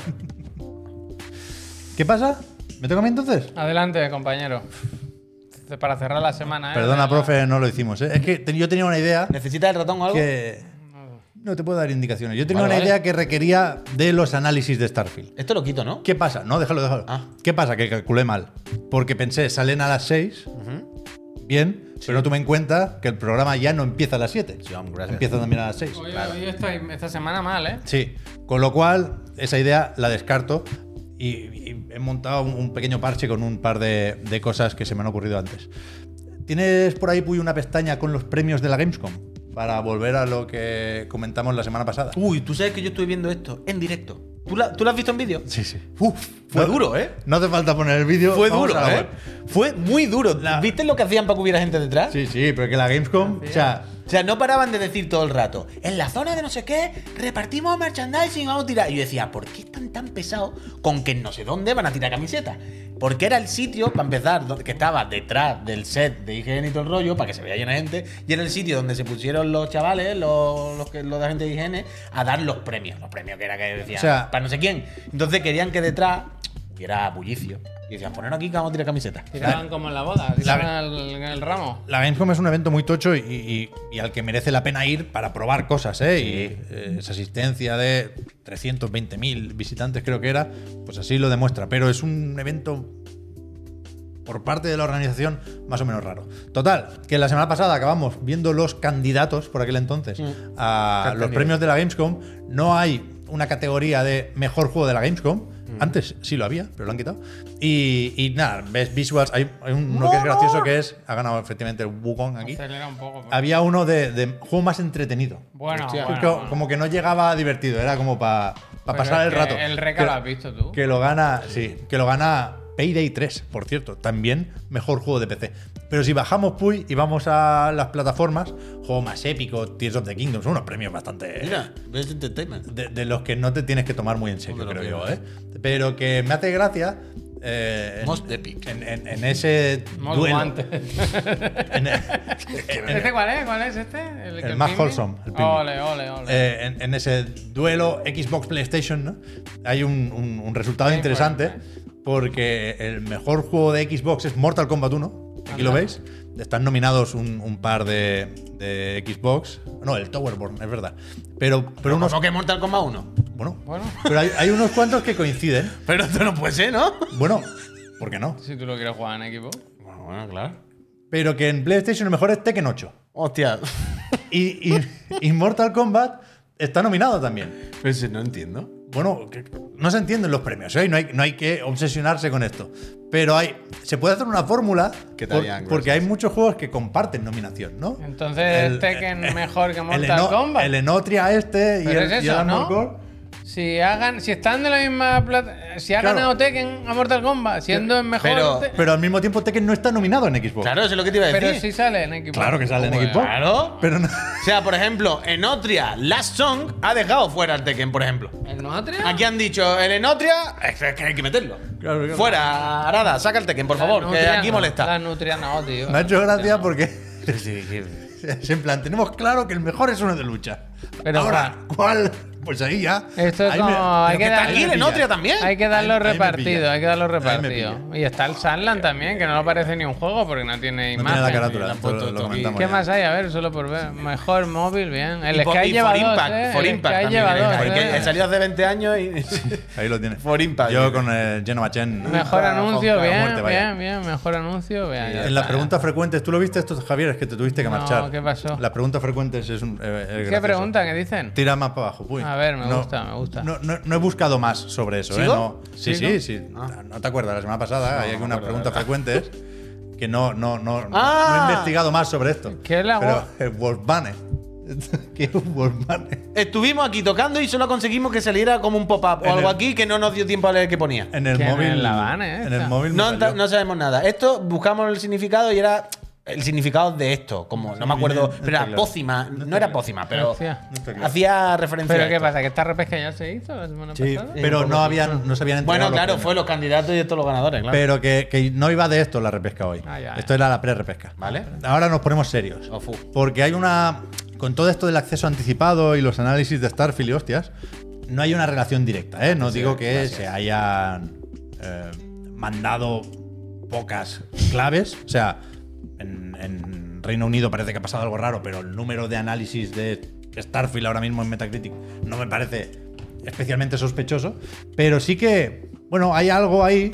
Speaker 3: ¿Qué pasa? ¿Me toca a mí entonces?
Speaker 2: Adelante, compañero. Este, Para cerrar la
Speaker 1: Ah,
Speaker 2: semana, eh.
Speaker 3: Perdona,
Speaker 2: La-
Speaker 3: profe, no lo hicimos. ¿eh? Es que te- yo tenía una idea
Speaker 1: ¿Necesitas el ratón o algo?
Speaker 3: que. No te puedo dar indicaciones. Yo tenía
Speaker 1: Vale,
Speaker 3: una
Speaker 1: vale.
Speaker 3: idea que requería de los análisis de Starfield.
Speaker 1: Esto lo quito, ¿no?
Speaker 3: ¿Qué pasa? No, déjalo, déjalo.
Speaker 1: Ah.
Speaker 3: ¿Qué pasa? Que calculé mal. Porque pensé, salen a las 6 bien, pero tú me en cuenta que el programa ya no empieza a las 7.
Speaker 1: Sí, hombre, gracias.
Speaker 3: Empieza también a las 6.
Speaker 2: Hoy, hoy estoy- esta semana mal, ¿eh?
Speaker 3: Sí, con lo cual esa idea la descarto y, y he montado un- un pequeño parche con un par de, de cosas que se me han ocurrido antes. ¿Tienes por ahí, Puy, una pestaña con los premios de la Gamescom? Para volver a lo que comentamos la semana pasada.
Speaker 1: Uy, tú sabes que yo estoy viendo esto en directo. ¿Tú, la- tú lo has visto en vídeo?
Speaker 3: Sí, sí.
Speaker 1: Uf, fue
Speaker 3: No-
Speaker 1: duro, ¿eh?
Speaker 3: No hace falta poner el vídeo.
Speaker 1: Fue
Speaker 3: vamos
Speaker 1: duro,
Speaker 3: a la
Speaker 1: ¿eh?
Speaker 3: web.
Speaker 1: Fue muy duro. ¿Viste lo que hacían para que hubiera gente detrás?
Speaker 3: Sí, sí, pero que la Gamescom. O sea,
Speaker 1: O sea, no paraban de decir todo el rato, en la zona de no sé qué, repartimos merchandising, vamos a tirar. Y yo decía, ¿por qué están tan pesados con que en no sé dónde van a tirar camisetas? Porque era el sitio, para empezar, do- que estaba detrás del set de IGN y todo el rollo, para que se vea llena de gente, y era el sitio donde se pusieron los chavales, los, los, que, los de la gente de IGN, a dar los premios, los premios que era que decían,
Speaker 3: O sea-
Speaker 1: para no sé quién. Entonces querían que detrás hubiera bullicio. Y decían, ponernos aquí que vamos a tirar camisetas.
Speaker 2: Tiraban como en la boda, tiraban el, en el ramo.
Speaker 3: la Gamescom es un evento muy tocho y, y- y al que merece la pena ir para probar cosas, ¿eh? Y eh, esa asistencia de 320.000 visitantes creo que era, pues así lo demuestra. Pero es un evento por parte de la organización más o menos raro. Total, que la semana pasada acabamos viendo los candidatos por aquel entonces a los premios de la Gamescom. No hay una categoría de mejor juego de la Gamescom. Antes sí lo había, pero lo han quitado. Y, y nada, ves visuals. Hay, hay uno que es gracioso que es. Ha ganado efectivamente el Wukong aquí.
Speaker 2: Acelera un poco. pero-
Speaker 3: Había uno de, de juego más entretenido.
Speaker 2: Bueno,
Speaker 3: Hostia.
Speaker 2: bueno,
Speaker 3: Co-
Speaker 2: bueno.
Speaker 3: Como que no llegaba divertido, era como para
Speaker 2: Pero
Speaker 3: pasar
Speaker 2: es
Speaker 3: el
Speaker 2: que
Speaker 3: rato.
Speaker 2: El reca lo
Speaker 3: Que-
Speaker 2: has visto tú.
Speaker 3: que lo gana, sí, que lo gana Payday 3, por cierto, también mejor juego de PC. Pero si bajamos Puy y vamos a las plataformas, juego más épico, Tears of the Kingdom, son unos premios bastante
Speaker 1: ves entertainment.
Speaker 3: de, de los que no te tienes que tomar muy en serio,
Speaker 1: Hombre,
Speaker 3: creo
Speaker 1: lo
Speaker 3: yo, ¿eh? Pero que me hace gracia eh, en-
Speaker 1: Most epic.
Speaker 3: en, en- en ese
Speaker 2: Más
Speaker 3: duelo,
Speaker 2: guantes.
Speaker 3: en- en-
Speaker 2: ¿Este cuál es? ¿Cuál es este? El, que
Speaker 3: más
Speaker 2: Pimbi?
Speaker 3: wholesome, el Pimbi.
Speaker 2: Ole, ole, ole.
Speaker 3: eh, en, en ese duelo Xbox-PlayStation, ¿no? Hay un, un- un resultado
Speaker 2: Sí, eh.
Speaker 3: interesante porque el mejor juego de Xbox es Mortal Kombat 1. Aquí lo
Speaker 2: Anda.
Speaker 3: veis. Están nominados un, un par de, de Xbox. No, el Towerborn, es verdad. Pero, pero unos.
Speaker 1: que Mortal Kombat 1.
Speaker 3: Bueno,
Speaker 2: Bueno.
Speaker 3: pero hay, hay unos cuantos que coinciden.
Speaker 1: Pero esto no puede ser, ¿no?
Speaker 3: Bueno, ¿por qué no?
Speaker 2: si tú lo quieres jugar en equipo.
Speaker 1: Bueno, bueno, claro.
Speaker 3: Pero que en PlayStation el mejor es Tekken 8.
Speaker 1: Hostia.
Speaker 3: Y, y- y Mortal Kombat está nominado también.
Speaker 1: Pero si no entiendo.
Speaker 3: bueno, que no se entienden los premios, ¿eh? no, hay, no hay que obsesionarse con esto. Pero hay, se puede hacer una fórmula
Speaker 1: Que te
Speaker 3: por-
Speaker 1: hayan
Speaker 3: porque hay muchos juegos que comparten nominación, ¿no?
Speaker 2: Entonces,
Speaker 3: El-
Speaker 2: Tekken
Speaker 3: el-
Speaker 2: mejor que
Speaker 3: el
Speaker 2: Mortal
Speaker 3: Eno-
Speaker 2: Kombat.
Speaker 3: El Enotria este y
Speaker 2: Pero
Speaker 3: el,
Speaker 2: es
Speaker 3: y el
Speaker 2: eso,
Speaker 3: Armored
Speaker 2: ¿no?
Speaker 3: Core.
Speaker 2: Si hagan, si están de la misma plata, si ha
Speaker 3: Claro.
Speaker 2: ganado Tekken a Mortal Kombat, siendo el mejor,
Speaker 1: pero-
Speaker 2: Te-
Speaker 3: Pero al mismo tiempo Tekken no está nominado en Xbox.
Speaker 1: Claro, eso es lo que te iba a
Speaker 2: pero
Speaker 1: decir.
Speaker 2: sí sale en equipo.
Speaker 3: Claro que sale en
Speaker 2: Joder.
Speaker 3: equipo.
Speaker 1: Claro.
Speaker 3: Pero no-
Speaker 1: O sea, por ejemplo, Enotria, Last Song ha dejado fuera al Tekken, por ejemplo.
Speaker 2: ¿El Notria?
Speaker 1: Aquí han dicho, el Enotria, es que hay que meterlo.
Speaker 3: Claro, claro.
Speaker 1: Fuera, Arada, saca el Tekken, por
Speaker 2: La
Speaker 1: favor, que
Speaker 2: Nutria
Speaker 1: aquí
Speaker 2: no, La
Speaker 1: molesta.
Speaker 2: Nutria no, tío.
Speaker 3: me ha hecho gracia porque es en plan, tenemos claro que el mejor es uno de lucha.
Speaker 2: Pero-
Speaker 3: Ahora, ¿cuál? Pues ahí ya.
Speaker 2: Esto es
Speaker 3: Ahí me-
Speaker 2: como- hay
Speaker 3: pero
Speaker 2: que
Speaker 3: está
Speaker 2: dar-
Speaker 3: ahí
Speaker 1: Aquí el
Speaker 3: me pilla.
Speaker 1: Enotria también.
Speaker 2: Hay que darlo
Speaker 3: Ahí- ahí me
Speaker 2: repartido,
Speaker 3: pilla.
Speaker 2: hay que darlo
Speaker 3: Ahí me
Speaker 2: repartido. Y está el Sunland también, que no lo parece ni un juego porque no tiene
Speaker 3: No
Speaker 2: imagen.
Speaker 3: tiene la carátula,
Speaker 1: Tampoco-
Speaker 3: esto lo- lo comentamos
Speaker 2: ¿Qué
Speaker 3: ya.
Speaker 2: más hay? A ver, solo por ver. Mejor móvil, bien. El
Speaker 1: Y po-
Speaker 2: Sky
Speaker 1: y
Speaker 2: lleva
Speaker 1: For
Speaker 2: dos,
Speaker 1: Impact,
Speaker 2: ¿eh?
Speaker 1: For
Speaker 2: El
Speaker 1: Impact
Speaker 2: Sky
Speaker 1: también.
Speaker 2: lleva dos,
Speaker 1: porque
Speaker 2: ¿eh?
Speaker 1: salió hace 20 años y.
Speaker 3: Ahí lo tienes.
Speaker 1: For Impact.
Speaker 3: Yo con el Genova Chen.
Speaker 2: Mejor
Speaker 3: Ah,
Speaker 2: anuncio,
Speaker 3: con la
Speaker 2: bien,
Speaker 3: muerte, vaya.
Speaker 2: bien, bien. Mejor anuncio, bien. ya
Speaker 3: En las
Speaker 2: está.
Speaker 3: preguntas frecuentes, ¿tú lo viste esto, Javier? Es que te tuviste que
Speaker 2: No,
Speaker 3: marchar.
Speaker 2: ¿qué pasó?
Speaker 3: Las preguntas frecuentes es un. eh, es
Speaker 2: ¿Qué
Speaker 3: gracioso.
Speaker 2: pregunta? ¿Qué dicen?
Speaker 3: Tira más para abajo, Puy.
Speaker 2: A ver, me gusta, me gusta.
Speaker 3: No, no- no he buscado más sobre eso, ¿eh?
Speaker 1: ¿Sigo?
Speaker 3: No, sí,
Speaker 2: ¿Sigo?
Speaker 3: sí, sí. No te acuerdas, la semana pasada hay aquí unas preguntas frecuentes que no, no, no, no-
Speaker 1: Ah.
Speaker 3: no he investigado más sobre esto.
Speaker 2: ¿Qué es la
Speaker 3: Pero
Speaker 2: gua-
Speaker 3: es Wolfbane. ¿Qué es un Wolfbane?
Speaker 1: Estuvimos aquí tocando y solo conseguimos que saliera como un pop-up
Speaker 3: En
Speaker 1: o algo
Speaker 3: el-
Speaker 1: aquí que no nos dio tiempo a leer qué ponía.
Speaker 3: En el
Speaker 2: Que no
Speaker 3: móvil.
Speaker 2: es La Habana, ¿eh?
Speaker 3: En el
Speaker 2: Esta.
Speaker 3: móvil. me
Speaker 1: No, enta-
Speaker 3: salió.
Speaker 1: no sabemos nada. Esto, buscamos el significado y era el significado de esto. Como, no me acuerdo,
Speaker 3: No está
Speaker 1: pero era
Speaker 3: claro.
Speaker 1: pócima. No era pócima, pero
Speaker 2: Hostia.
Speaker 3: No está claro.
Speaker 1: hacía referencia
Speaker 2: ¿Pero
Speaker 1: a
Speaker 2: qué
Speaker 1: esto.
Speaker 2: pasa? ¿Que esta repesca ya se hizo la semana
Speaker 3: Sí,
Speaker 2: pasada?
Speaker 3: pero no, habían, no se habían entregado
Speaker 1: Bueno,
Speaker 3: los
Speaker 1: claro,
Speaker 3: premios.
Speaker 1: fue los candidatos y estos los ganadores, claro.
Speaker 3: Pero que, que no iba de esto la repesca hoy.
Speaker 2: Ah, ya, ya.
Speaker 3: Esto era la pre-repesca.
Speaker 1: Vale.
Speaker 3: Ahora nos ponemos serios.
Speaker 1: Ofu.
Speaker 3: Porque hay una. Con todo esto del acceso anticipado y los análisis de Starfield y hostias, no hay una relación directa, ¿eh? No digo que se hayan eh, mandado pocas claves. O sea, en, en Reino Unido parece que ha pasado algo raro, pero el número de análisis de Starfield ahora mismo en Metacritic no me parece especialmente sospechoso. Pero sí que, bueno, hay algo ahí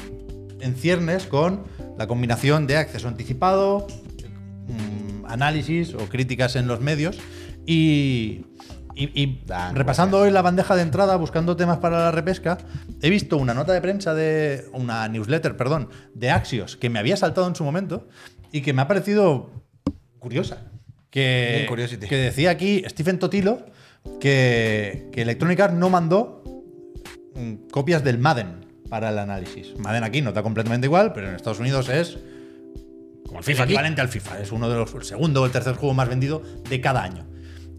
Speaker 3: en ciernes con la combinación de acceso anticipado, mm, análisis o críticas en los medios. Y, y- y
Speaker 1: Dan,
Speaker 3: repasando hoy la bandeja de entrada, buscando temas para la repesca, he visto una nota de prensa de. una newsletter, perdón, de Axios que me había saltado en su momento y que me ha parecido curiosa.
Speaker 1: Bien,
Speaker 3: Que,
Speaker 1: curiosity.
Speaker 3: que decía aquí Stephen Totilo que, que Electronic Arts no mandó mm, copias del Madden para el análisis. Madden aquí no está completamente igual, pero en Estados Unidos es
Speaker 1: Como el
Speaker 3: FIFA
Speaker 1: FIFA aquí.
Speaker 3: equivalente al FIFA. Es uno de los el segundo o el tercer juego más vendido de cada año.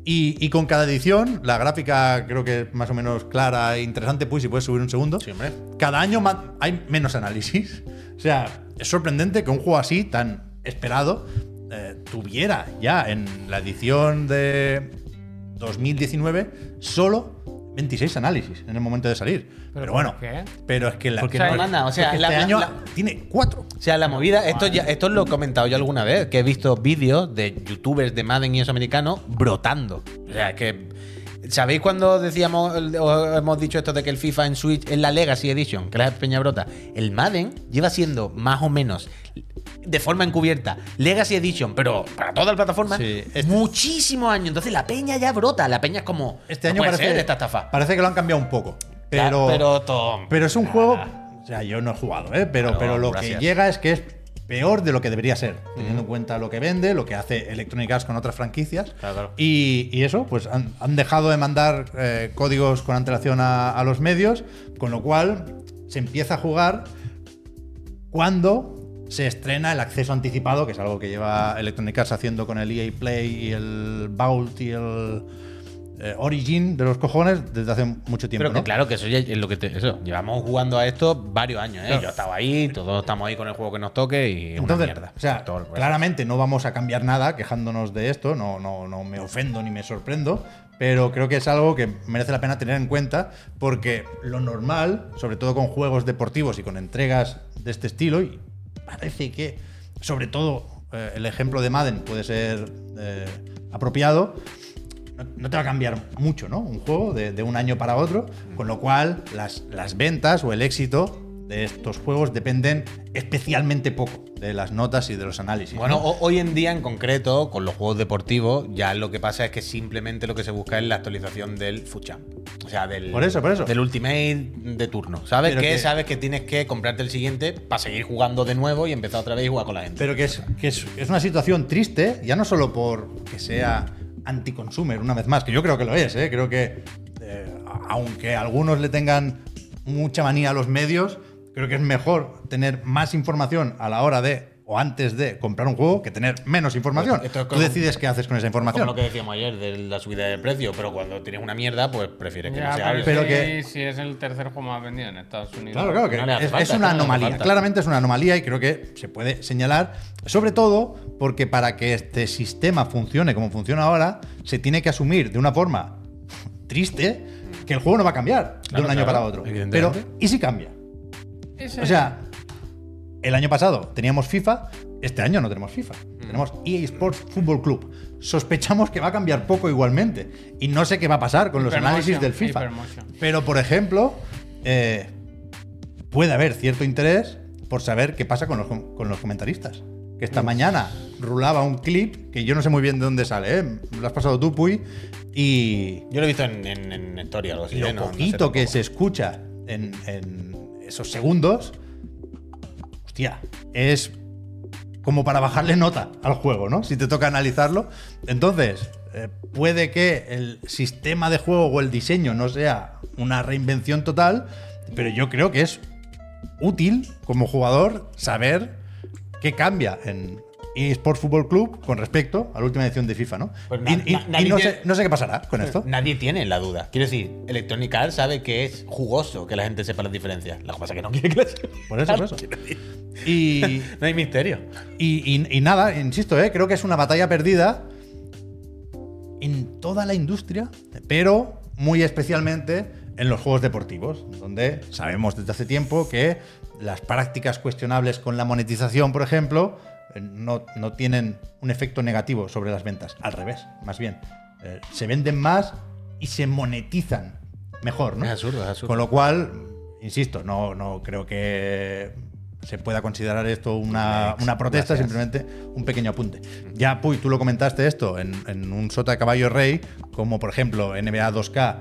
Speaker 3: Y, y con cada edición, la gráfica creo que es más o menos clara e interesante. Pues si puedes subir un segundo.
Speaker 1: Sí, hombre.
Speaker 3: Cada año ma- hay menos análisis. O sea, es sorprendente que un juego así, tan esperado, eh, tuviera ya en la edición de 2019 solo 26 análisis en el momento de salir. Pero,
Speaker 2: ¿Pero por
Speaker 3: bueno,
Speaker 2: qué?
Speaker 3: pero es que la,
Speaker 2: Porque no
Speaker 1: manda, o sea,
Speaker 3: porque
Speaker 1: la-
Speaker 3: este
Speaker 1: la-
Speaker 3: año
Speaker 1: la-
Speaker 3: tiene cuatro.
Speaker 1: O sea, la movida, esto, ya, esto lo he comentado yo alguna vez, que he visto vídeos de youtubers de Madden y esos americanos brotando. O sea, es que. ¿Sabéis cuando decíamos, o hemos dicho esto de que el FIFA en Switch es la Legacy Edition, que la Peña brota? El Madden lleva siendo más o menos, de forma encubierta, Legacy Edition, pero para toda la plataforma,
Speaker 3: Sí, este-
Speaker 1: muchísimos años. Entonces la Peña ya brota, la Peña es como.
Speaker 3: Este
Speaker 1: "No
Speaker 3: año
Speaker 1: puede
Speaker 3: parece,
Speaker 1: ser esta estafa.
Speaker 3: parece que lo han cambiado un poco.
Speaker 1: Claro,
Speaker 3: Pero,
Speaker 1: pero, Tom,
Speaker 3: pero es un juego. O sea, yo no he jugado, ¿eh? pero,
Speaker 1: No,
Speaker 3: pero lo
Speaker 1: gracias.
Speaker 3: que llega es que es peor de lo que debería ser, teniendo en cuenta lo que vende, lo que hace Electronic Arts con otras franquicias.
Speaker 1: Claro, claro.
Speaker 3: Y, y eso, pues han, han dejado de mandar eh, códigos con antelación a, a los medios, con lo cual se empieza a jugar cuando se estrena el acceso anticipado, que es algo que lleva Electronic Arts haciendo con el EA Play y el Vault y el eh, Origin de los cojones desde hace mucho tiempo.
Speaker 1: Pero que
Speaker 3: ¿no?
Speaker 1: claro, que eso ya es lo que te- eso. Llevamos jugando a esto varios años, ¿eh?
Speaker 3: Claro.
Speaker 1: Yo estaba ahí, todos estamos ahí con el juego que nos toque y es
Speaker 3: Entonces,
Speaker 1: una mierda. pues.
Speaker 3: o sea,
Speaker 1: Todo el-
Speaker 3: claramente no vamos a cambiar nada quejándonos de esto, no, no, no me ofendo ni me sorprendo, pero creo que es algo que merece la pena tener en cuenta porque lo normal, sobre todo con juegos deportivos y con entregas de este estilo, y parece que sobre todo eh, el ejemplo de Madden puede ser eh, apropiado, no, no te va a cambiar mucho, ¿no? Un juego de, de un año para otro, con lo cual las, las ventas o el éxito de estos juegos dependen especialmente poco de las notas y de los análisis.
Speaker 1: Bueno,
Speaker 3: ¿no?
Speaker 1: ho- hoy en día en concreto, con los juegos deportivos, ya lo que pasa es que simplemente lo que se busca es la actualización del FUCHAM. O sea, del,
Speaker 3: Por eso, por eso.
Speaker 1: del Ultimate de turno. ¿Sabes
Speaker 3: Pero
Speaker 1: que,
Speaker 3: que-
Speaker 1: Sabes que tienes que comprarte el siguiente para seguir jugando de nuevo y empezar otra vez y jugar con la gente.
Speaker 3: pero que es, que es, es una situación triste, ya no solo por que sea anticonsumer, una vez más, que yo creo que lo es, ¿eh? creo que eh, aunque algunos le tengan mucha manía a los medios, creo que es mejor tener más información a la hora de o antes de comprar un juego que tener menos información.
Speaker 1: Esto es
Speaker 3: Tú
Speaker 1: como-
Speaker 3: decides qué haces con esa
Speaker 1: como
Speaker 3: información.
Speaker 1: lo que decíamos ayer de la subida de precio, pero cuando tienes una mierda, pues prefieres que
Speaker 2: Ya,
Speaker 1: no se
Speaker 2: pero,
Speaker 1: hable.
Speaker 3: Pero
Speaker 2: sí,
Speaker 3: que-
Speaker 2: si es el tercer juego más vendido en Estados Unidos.
Speaker 3: Claro, claro, que
Speaker 1: No le hace
Speaker 3: es,
Speaker 1: falta,
Speaker 3: es
Speaker 1: no
Speaker 3: una
Speaker 1: le hace
Speaker 3: anomalía.
Speaker 1: falta.
Speaker 3: Claramente es una anomalía y creo que se puede señalar, sobre todo porque para que este sistema funcione como funciona ahora, se tiene que asumir de una forma triste que el juego no va a cambiar de
Speaker 1: Claro,
Speaker 3: un año
Speaker 1: claro,
Speaker 3: para otro. Pero,
Speaker 1: evidentemente.
Speaker 3: ¿y si cambia?
Speaker 2: Ese-
Speaker 3: O sea, el año pasado teníamos FIFA, este año no tenemos FIFA.
Speaker 1: Mm.
Speaker 3: Tenemos EA Sports Football Club. Sospechamos que va a cambiar poco igualmente. Y no sé qué va a pasar con los
Speaker 2: Hypermotion,
Speaker 3: análisis del FIFA.
Speaker 2: hypermotion.
Speaker 3: Pero, por ejemplo, eh, puede haber cierto interés por saber qué pasa con los, com- con los comentaristas. Que esta mañana rulaba un clip que yo no sé muy bien de dónde sale. ¿eh? Lo has pasado tú, Puy. Y,
Speaker 1: Yo lo he visto en, en, en Story o algo así.
Speaker 3: lo
Speaker 1: ¿eh? No- no sé
Speaker 3: poquito que
Speaker 1: tampoco.
Speaker 3: se escucha en, en esos segundos, hostia, es como para bajarle nota al juego, ¿no? Si te toca analizarlo. Entonces, eh, puede que el sistema de juego o el diseño no sea una reinvención total, pero yo creo que es útil como jugador saber qué cambia en eSports Football Club con respecto a la última edición de FIFA, ¿no?
Speaker 1: Pues na-
Speaker 3: y y-
Speaker 1: na-
Speaker 3: y
Speaker 1: nadie
Speaker 3: no,
Speaker 1: tiene-
Speaker 3: sé, no sé qué pasará con esto.
Speaker 1: Nadie tiene la duda. Quiero decir, Electronic Arts sabe que es jugoso que la gente sepa las diferencias. Lo que pasa es que no quiere que la sepa.
Speaker 3: Por eso, por eso. Y,
Speaker 1: No hay misterio.
Speaker 3: Y, y- y nada, insisto, ¿eh? creo que es una batalla perdida en toda la industria, pero muy especialmente en los juegos deportivos, donde sabemos desde hace tiempo que las prácticas cuestionables con la monetización, por ejemplo, eh, no, no tienen un efecto negativo sobre las ventas. Al revés, más bien. Eh, se venden más y se monetizan mejor, ¿no?
Speaker 1: Es absurdo, es absurdo.
Speaker 3: Con lo cual, insisto, no, no creo que se pueda considerar esto una, una protesta, simplemente un pequeño apunte. Ya, Puy, tú lo comentaste esto en, en un sota de caballo rey, como por ejemplo NBA 2K,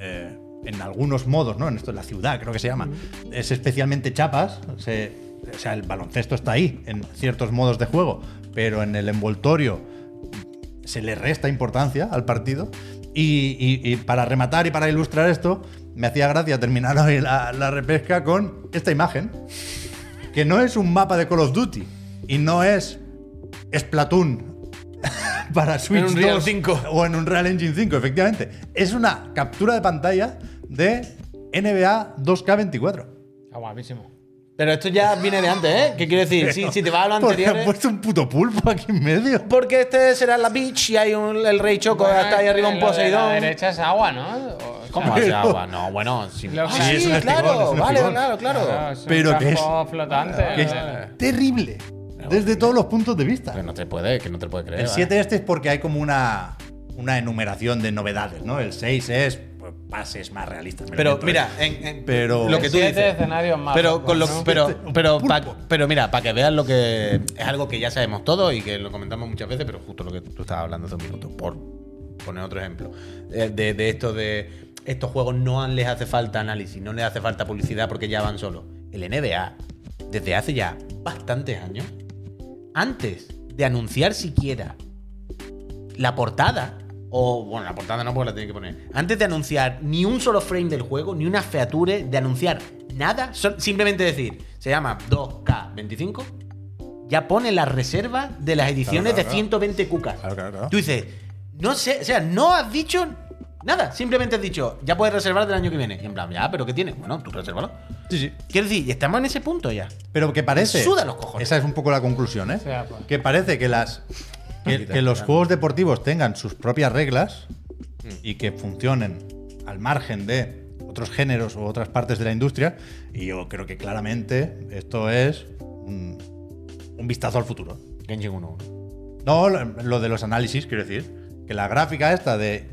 Speaker 3: eh, en algunos modos, ¿no? En esto, en la ciudad, creo que se llama, es especialmente chapas. se- o sea, el baloncesto está ahí, en ciertos modos de juego, pero en el envoltorio se le resta importancia al partido. Y, y- y para rematar y para ilustrar esto, me hacía gracia terminar hoy la, la repesca con esta imagen, que no es un mapa de Call of Duty y no es Splatoon para Switch
Speaker 1: un Real
Speaker 3: 2
Speaker 1: 5.
Speaker 3: o en un Real Engine 5, efectivamente. Es una captura de pantalla de NBA 2K24.
Speaker 2: Está guapísimo.
Speaker 1: Pero esto ya viene de antes, ¿eh? ¿Qué quiere decir? Si, si te vas a lo
Speaker 3: Porque
Speaker 1: anterior. ¿eh?
Speaker 3: han puesto un puto pulpo aquí en medio.
Speaker 1: Porque este será la beach y hay un, el rey Choco,
Speaker 2: Bueno,
Speaker 1: está ahí arriba un
Speaker 2: lo de
Speaker 1: Poseidón.
Speaker 2: La derecha es agua, ¿no? O-
Speaker 1: ¿Cómo hace agua? No, Ah, bueno, sí.
Speaker 2: Lo-
Speaker 1: Ah,
Speaker 2: Sí, es
Speaker 1: sí,
Speaker 3: un espigón, es
Speaker 1: claro,
Speaker 3: un
Speaker 1: vale,
Speaker 3: espigón.
Speaker 1: claro, claro.
Speaker 2: Claro, es un
Speaker 3: Pero que es-
Speaker 2: campo flotante.
Speaker 3: Que es
Speaker 2: ¿no?
Speaker 3: terrible. Desde todos los puntos de vista.
Speaker 1: Pero no te puede, que no te lo puede creer.
Speaker 3: El
Speaker 1: ¿vale?
Speaker 3: 7 este es porque hay como una, una enumeración de novedades, ¿no? El 6 es pues, pases más realistas. me lo
Speaker 1: Pero
Speaker 3: invento,
Speaker 1: mira,
Speaker 3: ¿eh?
Speaker 1: en- en-
Speaker 3: Pero-
Speaker 1: lo que tú
Speaker 2: Siete
Speaker 1: dices.
Speaker 2: escenarios más. pues,
Speaker 1: Pero, con lo-
Speaker 2: ¿no?
Speaker 1: pero, pero,
Speaker 3: Pulpo.
Speaker 1: pa- pero mira, para que veas lo que es algo que ya sabemos todos y que lo comentamos muchas veces, pero justo lo que tú estabas hablando hace un minuto, por poner otro ejemplo, eh, de, de esto de estos juegos no han- les hace falta análisis, no les hace falta publicidad porque ya van solos. El NBA, desde hace ya bastantes años, antes de anunciar siquiera la portada, o bueno, la portada no, porque la tienen que poner. Antes de anunciar ni un solo frame del juego, ni una feature, de anunciar nada, sol- simplemente decir, se llama 2K25, ya pone las reservas de las ediciones
Speaker 3: claro,
Speaker 1: de
Speaker 3: claro.
Speaker 1: 120 cucas.
Speaker 3: Claro, claro, claro.
Speaker 1: Tú dices, no sé, o sea, no has dicho nada, simplemente has dicho, ya puedes reservar del año que viene. Y en plan, ya, pero ¿qué tienes? Bueno, tú resérvalo.
Speaker 3: Sí, sí.
Speaker 1: Quiero decir, estamos en ese punto ya.
Speaker 3: Pero que parece.
Speaker 1: Suda los cojones.
Speaker 3: Esa es un poco la conclusión, ¿eh?
Speaker 2: O sea, pues.
Speaker 3: Que parece que las. Que, que los juegos deportivos tengan sus propias reglas
Speaker 1: Mm.
Speaker 3: y que funcionen al margen de otros géneros u otras partes de la industria. Y yo creo que claramente esto es un, un vistazo al futuro.
Speaker 1: Genshin 1.1.
Speaker 3: No, lo, lo de los análisis, quiero decir. Que la gráfica esta de.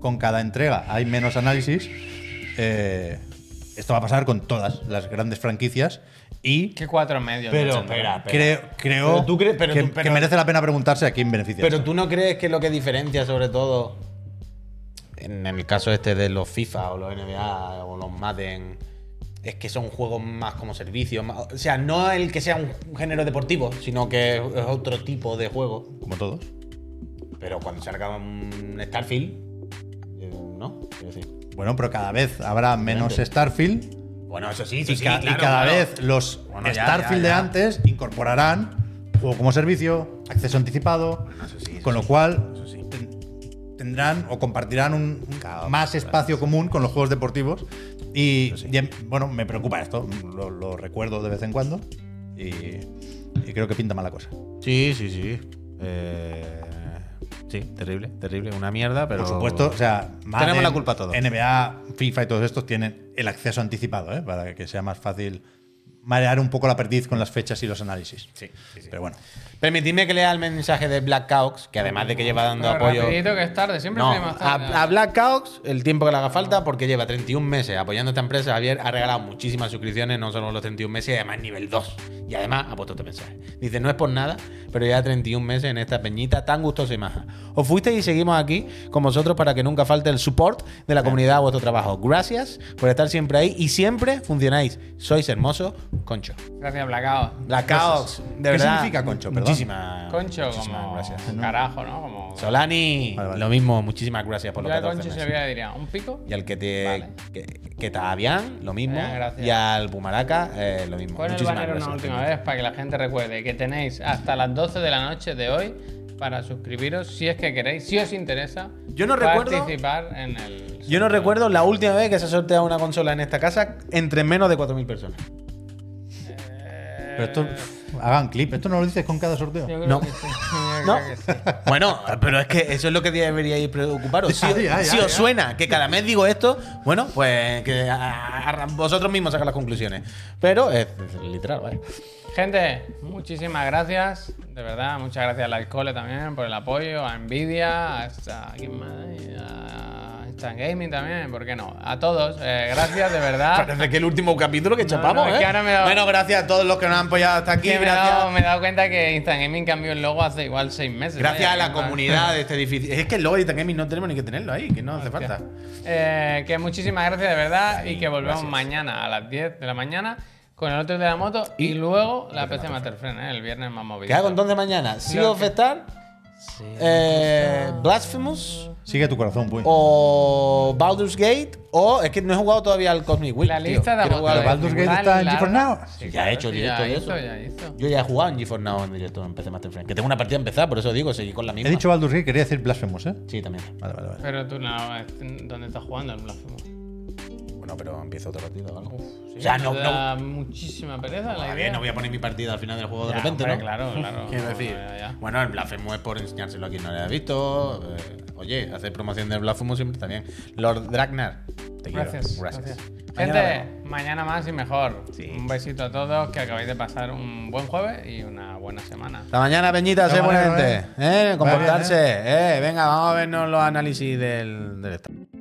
Speaker 3: Con cada entrega hay menos análisis. eh, esto va a pasar con todas las grandes franquicias. Y.
Speaker 2: ¿Qué cuatro medios?
Speaker 1: Pero,
Speaker 2: macho, no?
Speaker 1: espera.
Speaker 3: Creo, creo
Speaker 1: Pero tú crees- pero
Speaker 3: que,
Speaker 1: tú- pero-
Speaker 3: que merece la pena preguntarse a quién beneficia.
Speaker 1: Pero
Speaker 3: esto.
Speaker 1: tú no crees que lo que diferencia sobre todo en el caso este de los FIFA o los NBA o los Madden es que son juegos más como servicio, más- o sea, no el que sea un género deportivo, sino que es otro tipo de juego,
Speaker 3: Como todos.
Speaker 1: pero cuando salga un Starfield eh, no, Quiero decir.
Speaker 3: Bueno, pero cada vez habrá menos
Speaker 1: Obviamente.
Speaker 3: Starfield.
Speaker 1: Bueno, eso sí,
Speaker 3: Y,
Speaker 1: eso sí,
Speaker 3: ca- y
Speaker 1: claro,
Speaker 3: cada
Speaker 1: claro.
Speaker 3: vez los
Speaker 1: Bueno, ya,
Speaker 3: Starfield
Speaker 1: ya, ya.
Speaker 3: de antes incorporarán juego como servicio, acceso anticipado. con lo cual ten- tendrán o compartirán un, un más espacio común con los juegos deportivos. Y, y em- bueno, me preocupa esto. Lo, lo recuerdo de vez en cuando. Y, y creo que pinta mala cosa.
Speaker 1: Sí, sí, sí. Eh, sí, terrible, terrible, una mierda, pero
Speaker 3: Por supuesto, o sea,
Speaker 1: Tenemos la culpa todos.
Speaker 3: NBA, FIFA y todos estos tienen el acceso anticipado, ¿eh? para que sea más fácil marear un poco la perdiz con las fechas y los análisis.
Speaker 1: Sí, sí, sí.
Speaker 3: Pero bueno,
Speaker 1: Permitidme que lea el mensaje de Black Caux, que además de que lleva dando
Speaker 2: Pero
Speaker 1: apoyo.
Speaker 2: rapidito que es tarde, siempre
Speaker 1: No,
Speaker 2: salimos
Speaker 1: a,
Speaker 2: tarde.
Speaker 1: a Black Caux el tiempo que le haga falta, porque lleva 31 meses apoyando esta empresa. Javier ha regalado muchísimas suscripciones, no solo los 31 meses, y además nivel 2. Y además ha puesto este mensaje. Dice, no es por nada, pero lleva 31 meses en esta peñita tan gustosa y maja. Os fuisteis y seguimos aquí con vosotros para que nunca falte el support de la comunidad a vuestro trabajo. Gracias por estar siempre ahí y siempre funcionáis. Sois hermosos, concho.
Speaker 2: Gracias, Blacao.
Speaker 1: Black Caux, de
Speaker 3: ¿Qué
Speaker 1: verdad.
Speaker 3: significa concho, perdón?
Speaker 1: Muchísimas,
Speaker 2: Concho,
Speaker 1: muchísimas
Speaker 2: como
Speaker 1: gracias.
Speaker 2: carajo, ¿no? Como
Speaker 1: Solani,
Speaker 3: Vale, vale.
Speaker 1: lo mismo, muchísimas gracias por
Speaker 2: yo
Speaker 1: los
Speaker 2: a
Speaker 1: 14
Speaker 2: Concho
Speaker 1: meses.
Speaker 2: se veía diría, ¿un pico?
Speaker 1: Y al que te.
Speaker 2: Vale.
Speaker 1: Que, que te avian, lo mismo.
Speaker 2: Eh, gracias.
Speaker 1: y al Bumaraca, eh, lo mismo.
Speaker 2: Pon el
Speaker 1: Muchísimas
Speaker 2: banner
Speaker 1: gracias.
Speaker 2: una última vez para que la gente recuerde que tenéis hasta las 12 de la noche de hoy para suscribiros si es que queréis, si os interesa
Speaker 1: Yo no recuerdo-
Speaker 2: participar en el.
Speaker 1: Yo no recuerdo la última vez que se ha sorteado una consola en esta casa entre menos de 4.000 personas.
Speaker 3: pero esto, pff, hagan clip, esto no lo dices con cada sorteo.
Speaker 2: Yo creo
Speaker 1: No.
Speaker 2: que sí, yo
Speaker 1: No.
Speaker 2: creo que sí.
Speaker 1: Bueno, pero es que eso es lo que deberíais preocuparos. Si,
Speaker 3: Ya, ya,
Speaker 1: si
Speaker 3: ya,
Speaker 1: os
Speaker 3: ya.
Speaker 1: suena que cada mes digo esto, bueno, pues que a- a- vosotros mismos sacáis las conclusiones. Pero es, es literal, vale.
Speaker 2: Gente, muchísimas gracias. De verdad, muchas gracias al Alcole también por el apoyo, a Nvidia, hasta- ¿quién más? a Chan Gaming también, ¿por qué no? A todos, eh, gracias de verdad.
Speaker 1: Parece que el último capítulo que chapamos,
Speaker 2: no, es
Speaker 1: ¿eh?
Speaker 2: que ahora me da-
Speaker 1: Bueno, gracias a todos los que nos han apoyado hasta aquí.
Speaker 2: Que me, he
Speaker 1: gracias
Speaker 2: dado, me he dado cuenta que Instagaming cambió el logo hace igual seis meses.
Speaker 1: gracias
Speaker 2: vaya,
Speaker 1: a la
Speaker 2: que no-
Speaker 1: comunidad de este edificio. Es que el logo de Itaquemi no tenemos ni que tenerlo ahí, que no hace falta.
Speaker 2: Eh, que muchísimas gracias de verdad y que volvemos
Speaker 1: gracias.
Speaker 2: mañana a las 10 de la mañana con el otro de la moto y, luego la PC Master Friend, ¿eh? el viernes más movido.
Speaker 1: ¿Qué hago entonces mañana? ¿Sea
Speaker 2: Lo
Speaker 1: of
Speaker 2: que-
Speaker 1: Star? Eh, Blasphemous
Speaker 3: Sigue tu corazón, pues.
Speaker 1: Oh. o Baldur's Gate o es que no he jugado todavía al Cosmic Wheel.
Speaker 2: La
Speaker 1: tío.
Speaker 2: lista de
Speaker 1: Quiero jugar
Speaker 2: abogados
Speaker 1: al
Speaker 3: Pero Baldur's
Speaker 2: es
Speaker 3: Gate
Speaker 2: tan
Speaker 3: está en
Speaker 2: larga.
Speaker 3: G4 Now.
Speaker 1: Ya he hecho directo
Speaker 2: ya
Speaker 1: de
Speaker 2: hizo,
Speaker 1: eso.
Speaker 2: ya hizo.
Speaker 1: Yo ya he jugado en GeForce Now en directo en PC Master Friend. Que tengo una partida empezada, por eso digo, seguí con la
Speaker 3: He
Speaker 1: misma.
Speaker 3: dicho Baldur's Gate, quería decir Blasphemous, ¿eh?
Speaker 1: Sí, también.
Speaker 3: Vale, vale, vale.
Speaker 2: Pero tú no, es- ¿dónde estás jugando el blasfemo?
Speaker 1: Bueno, pero empiezo otra partida, ¿vale?
Speaker 2: Sí,
Speaker 1: ya
Speaker 2: me
Speaker 1: no, no.
Speaker 2: da muchísima pereza la
Speaker 1: Está
Speaker 2: idea.
Speaker 1: bien, no voy a poner mi partida al final del juego de
Speaker 2: Ya,
Speaker 1: repente,
Speaker 2: hombre,
Speaker 1: ¿no?
Speaker 2: Claro, claro.
Speaker 1: Quiero decir,
Speaker 2: Ya, ya.
Speaker 1: bueno, el Blasphemous es por enseñárselo a quien no lo haya visto. eh, oye, hacer promoción del Blasphemous siempre está bien. Lord Dragnar, te quiero.
Speaker 2: Gracias.
Speaker 1: Gracias.
Speaker 2: gracias.
Speaker 1: Mañana
Speaker 2: Gente, mañana más y mejor.
Speaker 1: Sí.
Speaker 2: Un besito a todos, que acabáis de pasar un buen jueves y una buena semana.
Speaker 1: Hasta mañana, Peñita, sé
Speaker 3: Hasta
Speaker 1: buena
Speaker 3: mañana,
Speaker 1: gente. ¿eh? Comportarse.
Speaker 3: bien,
Speaker 1: ¿eh? venga, vamos a vernos los análisis del, del estado.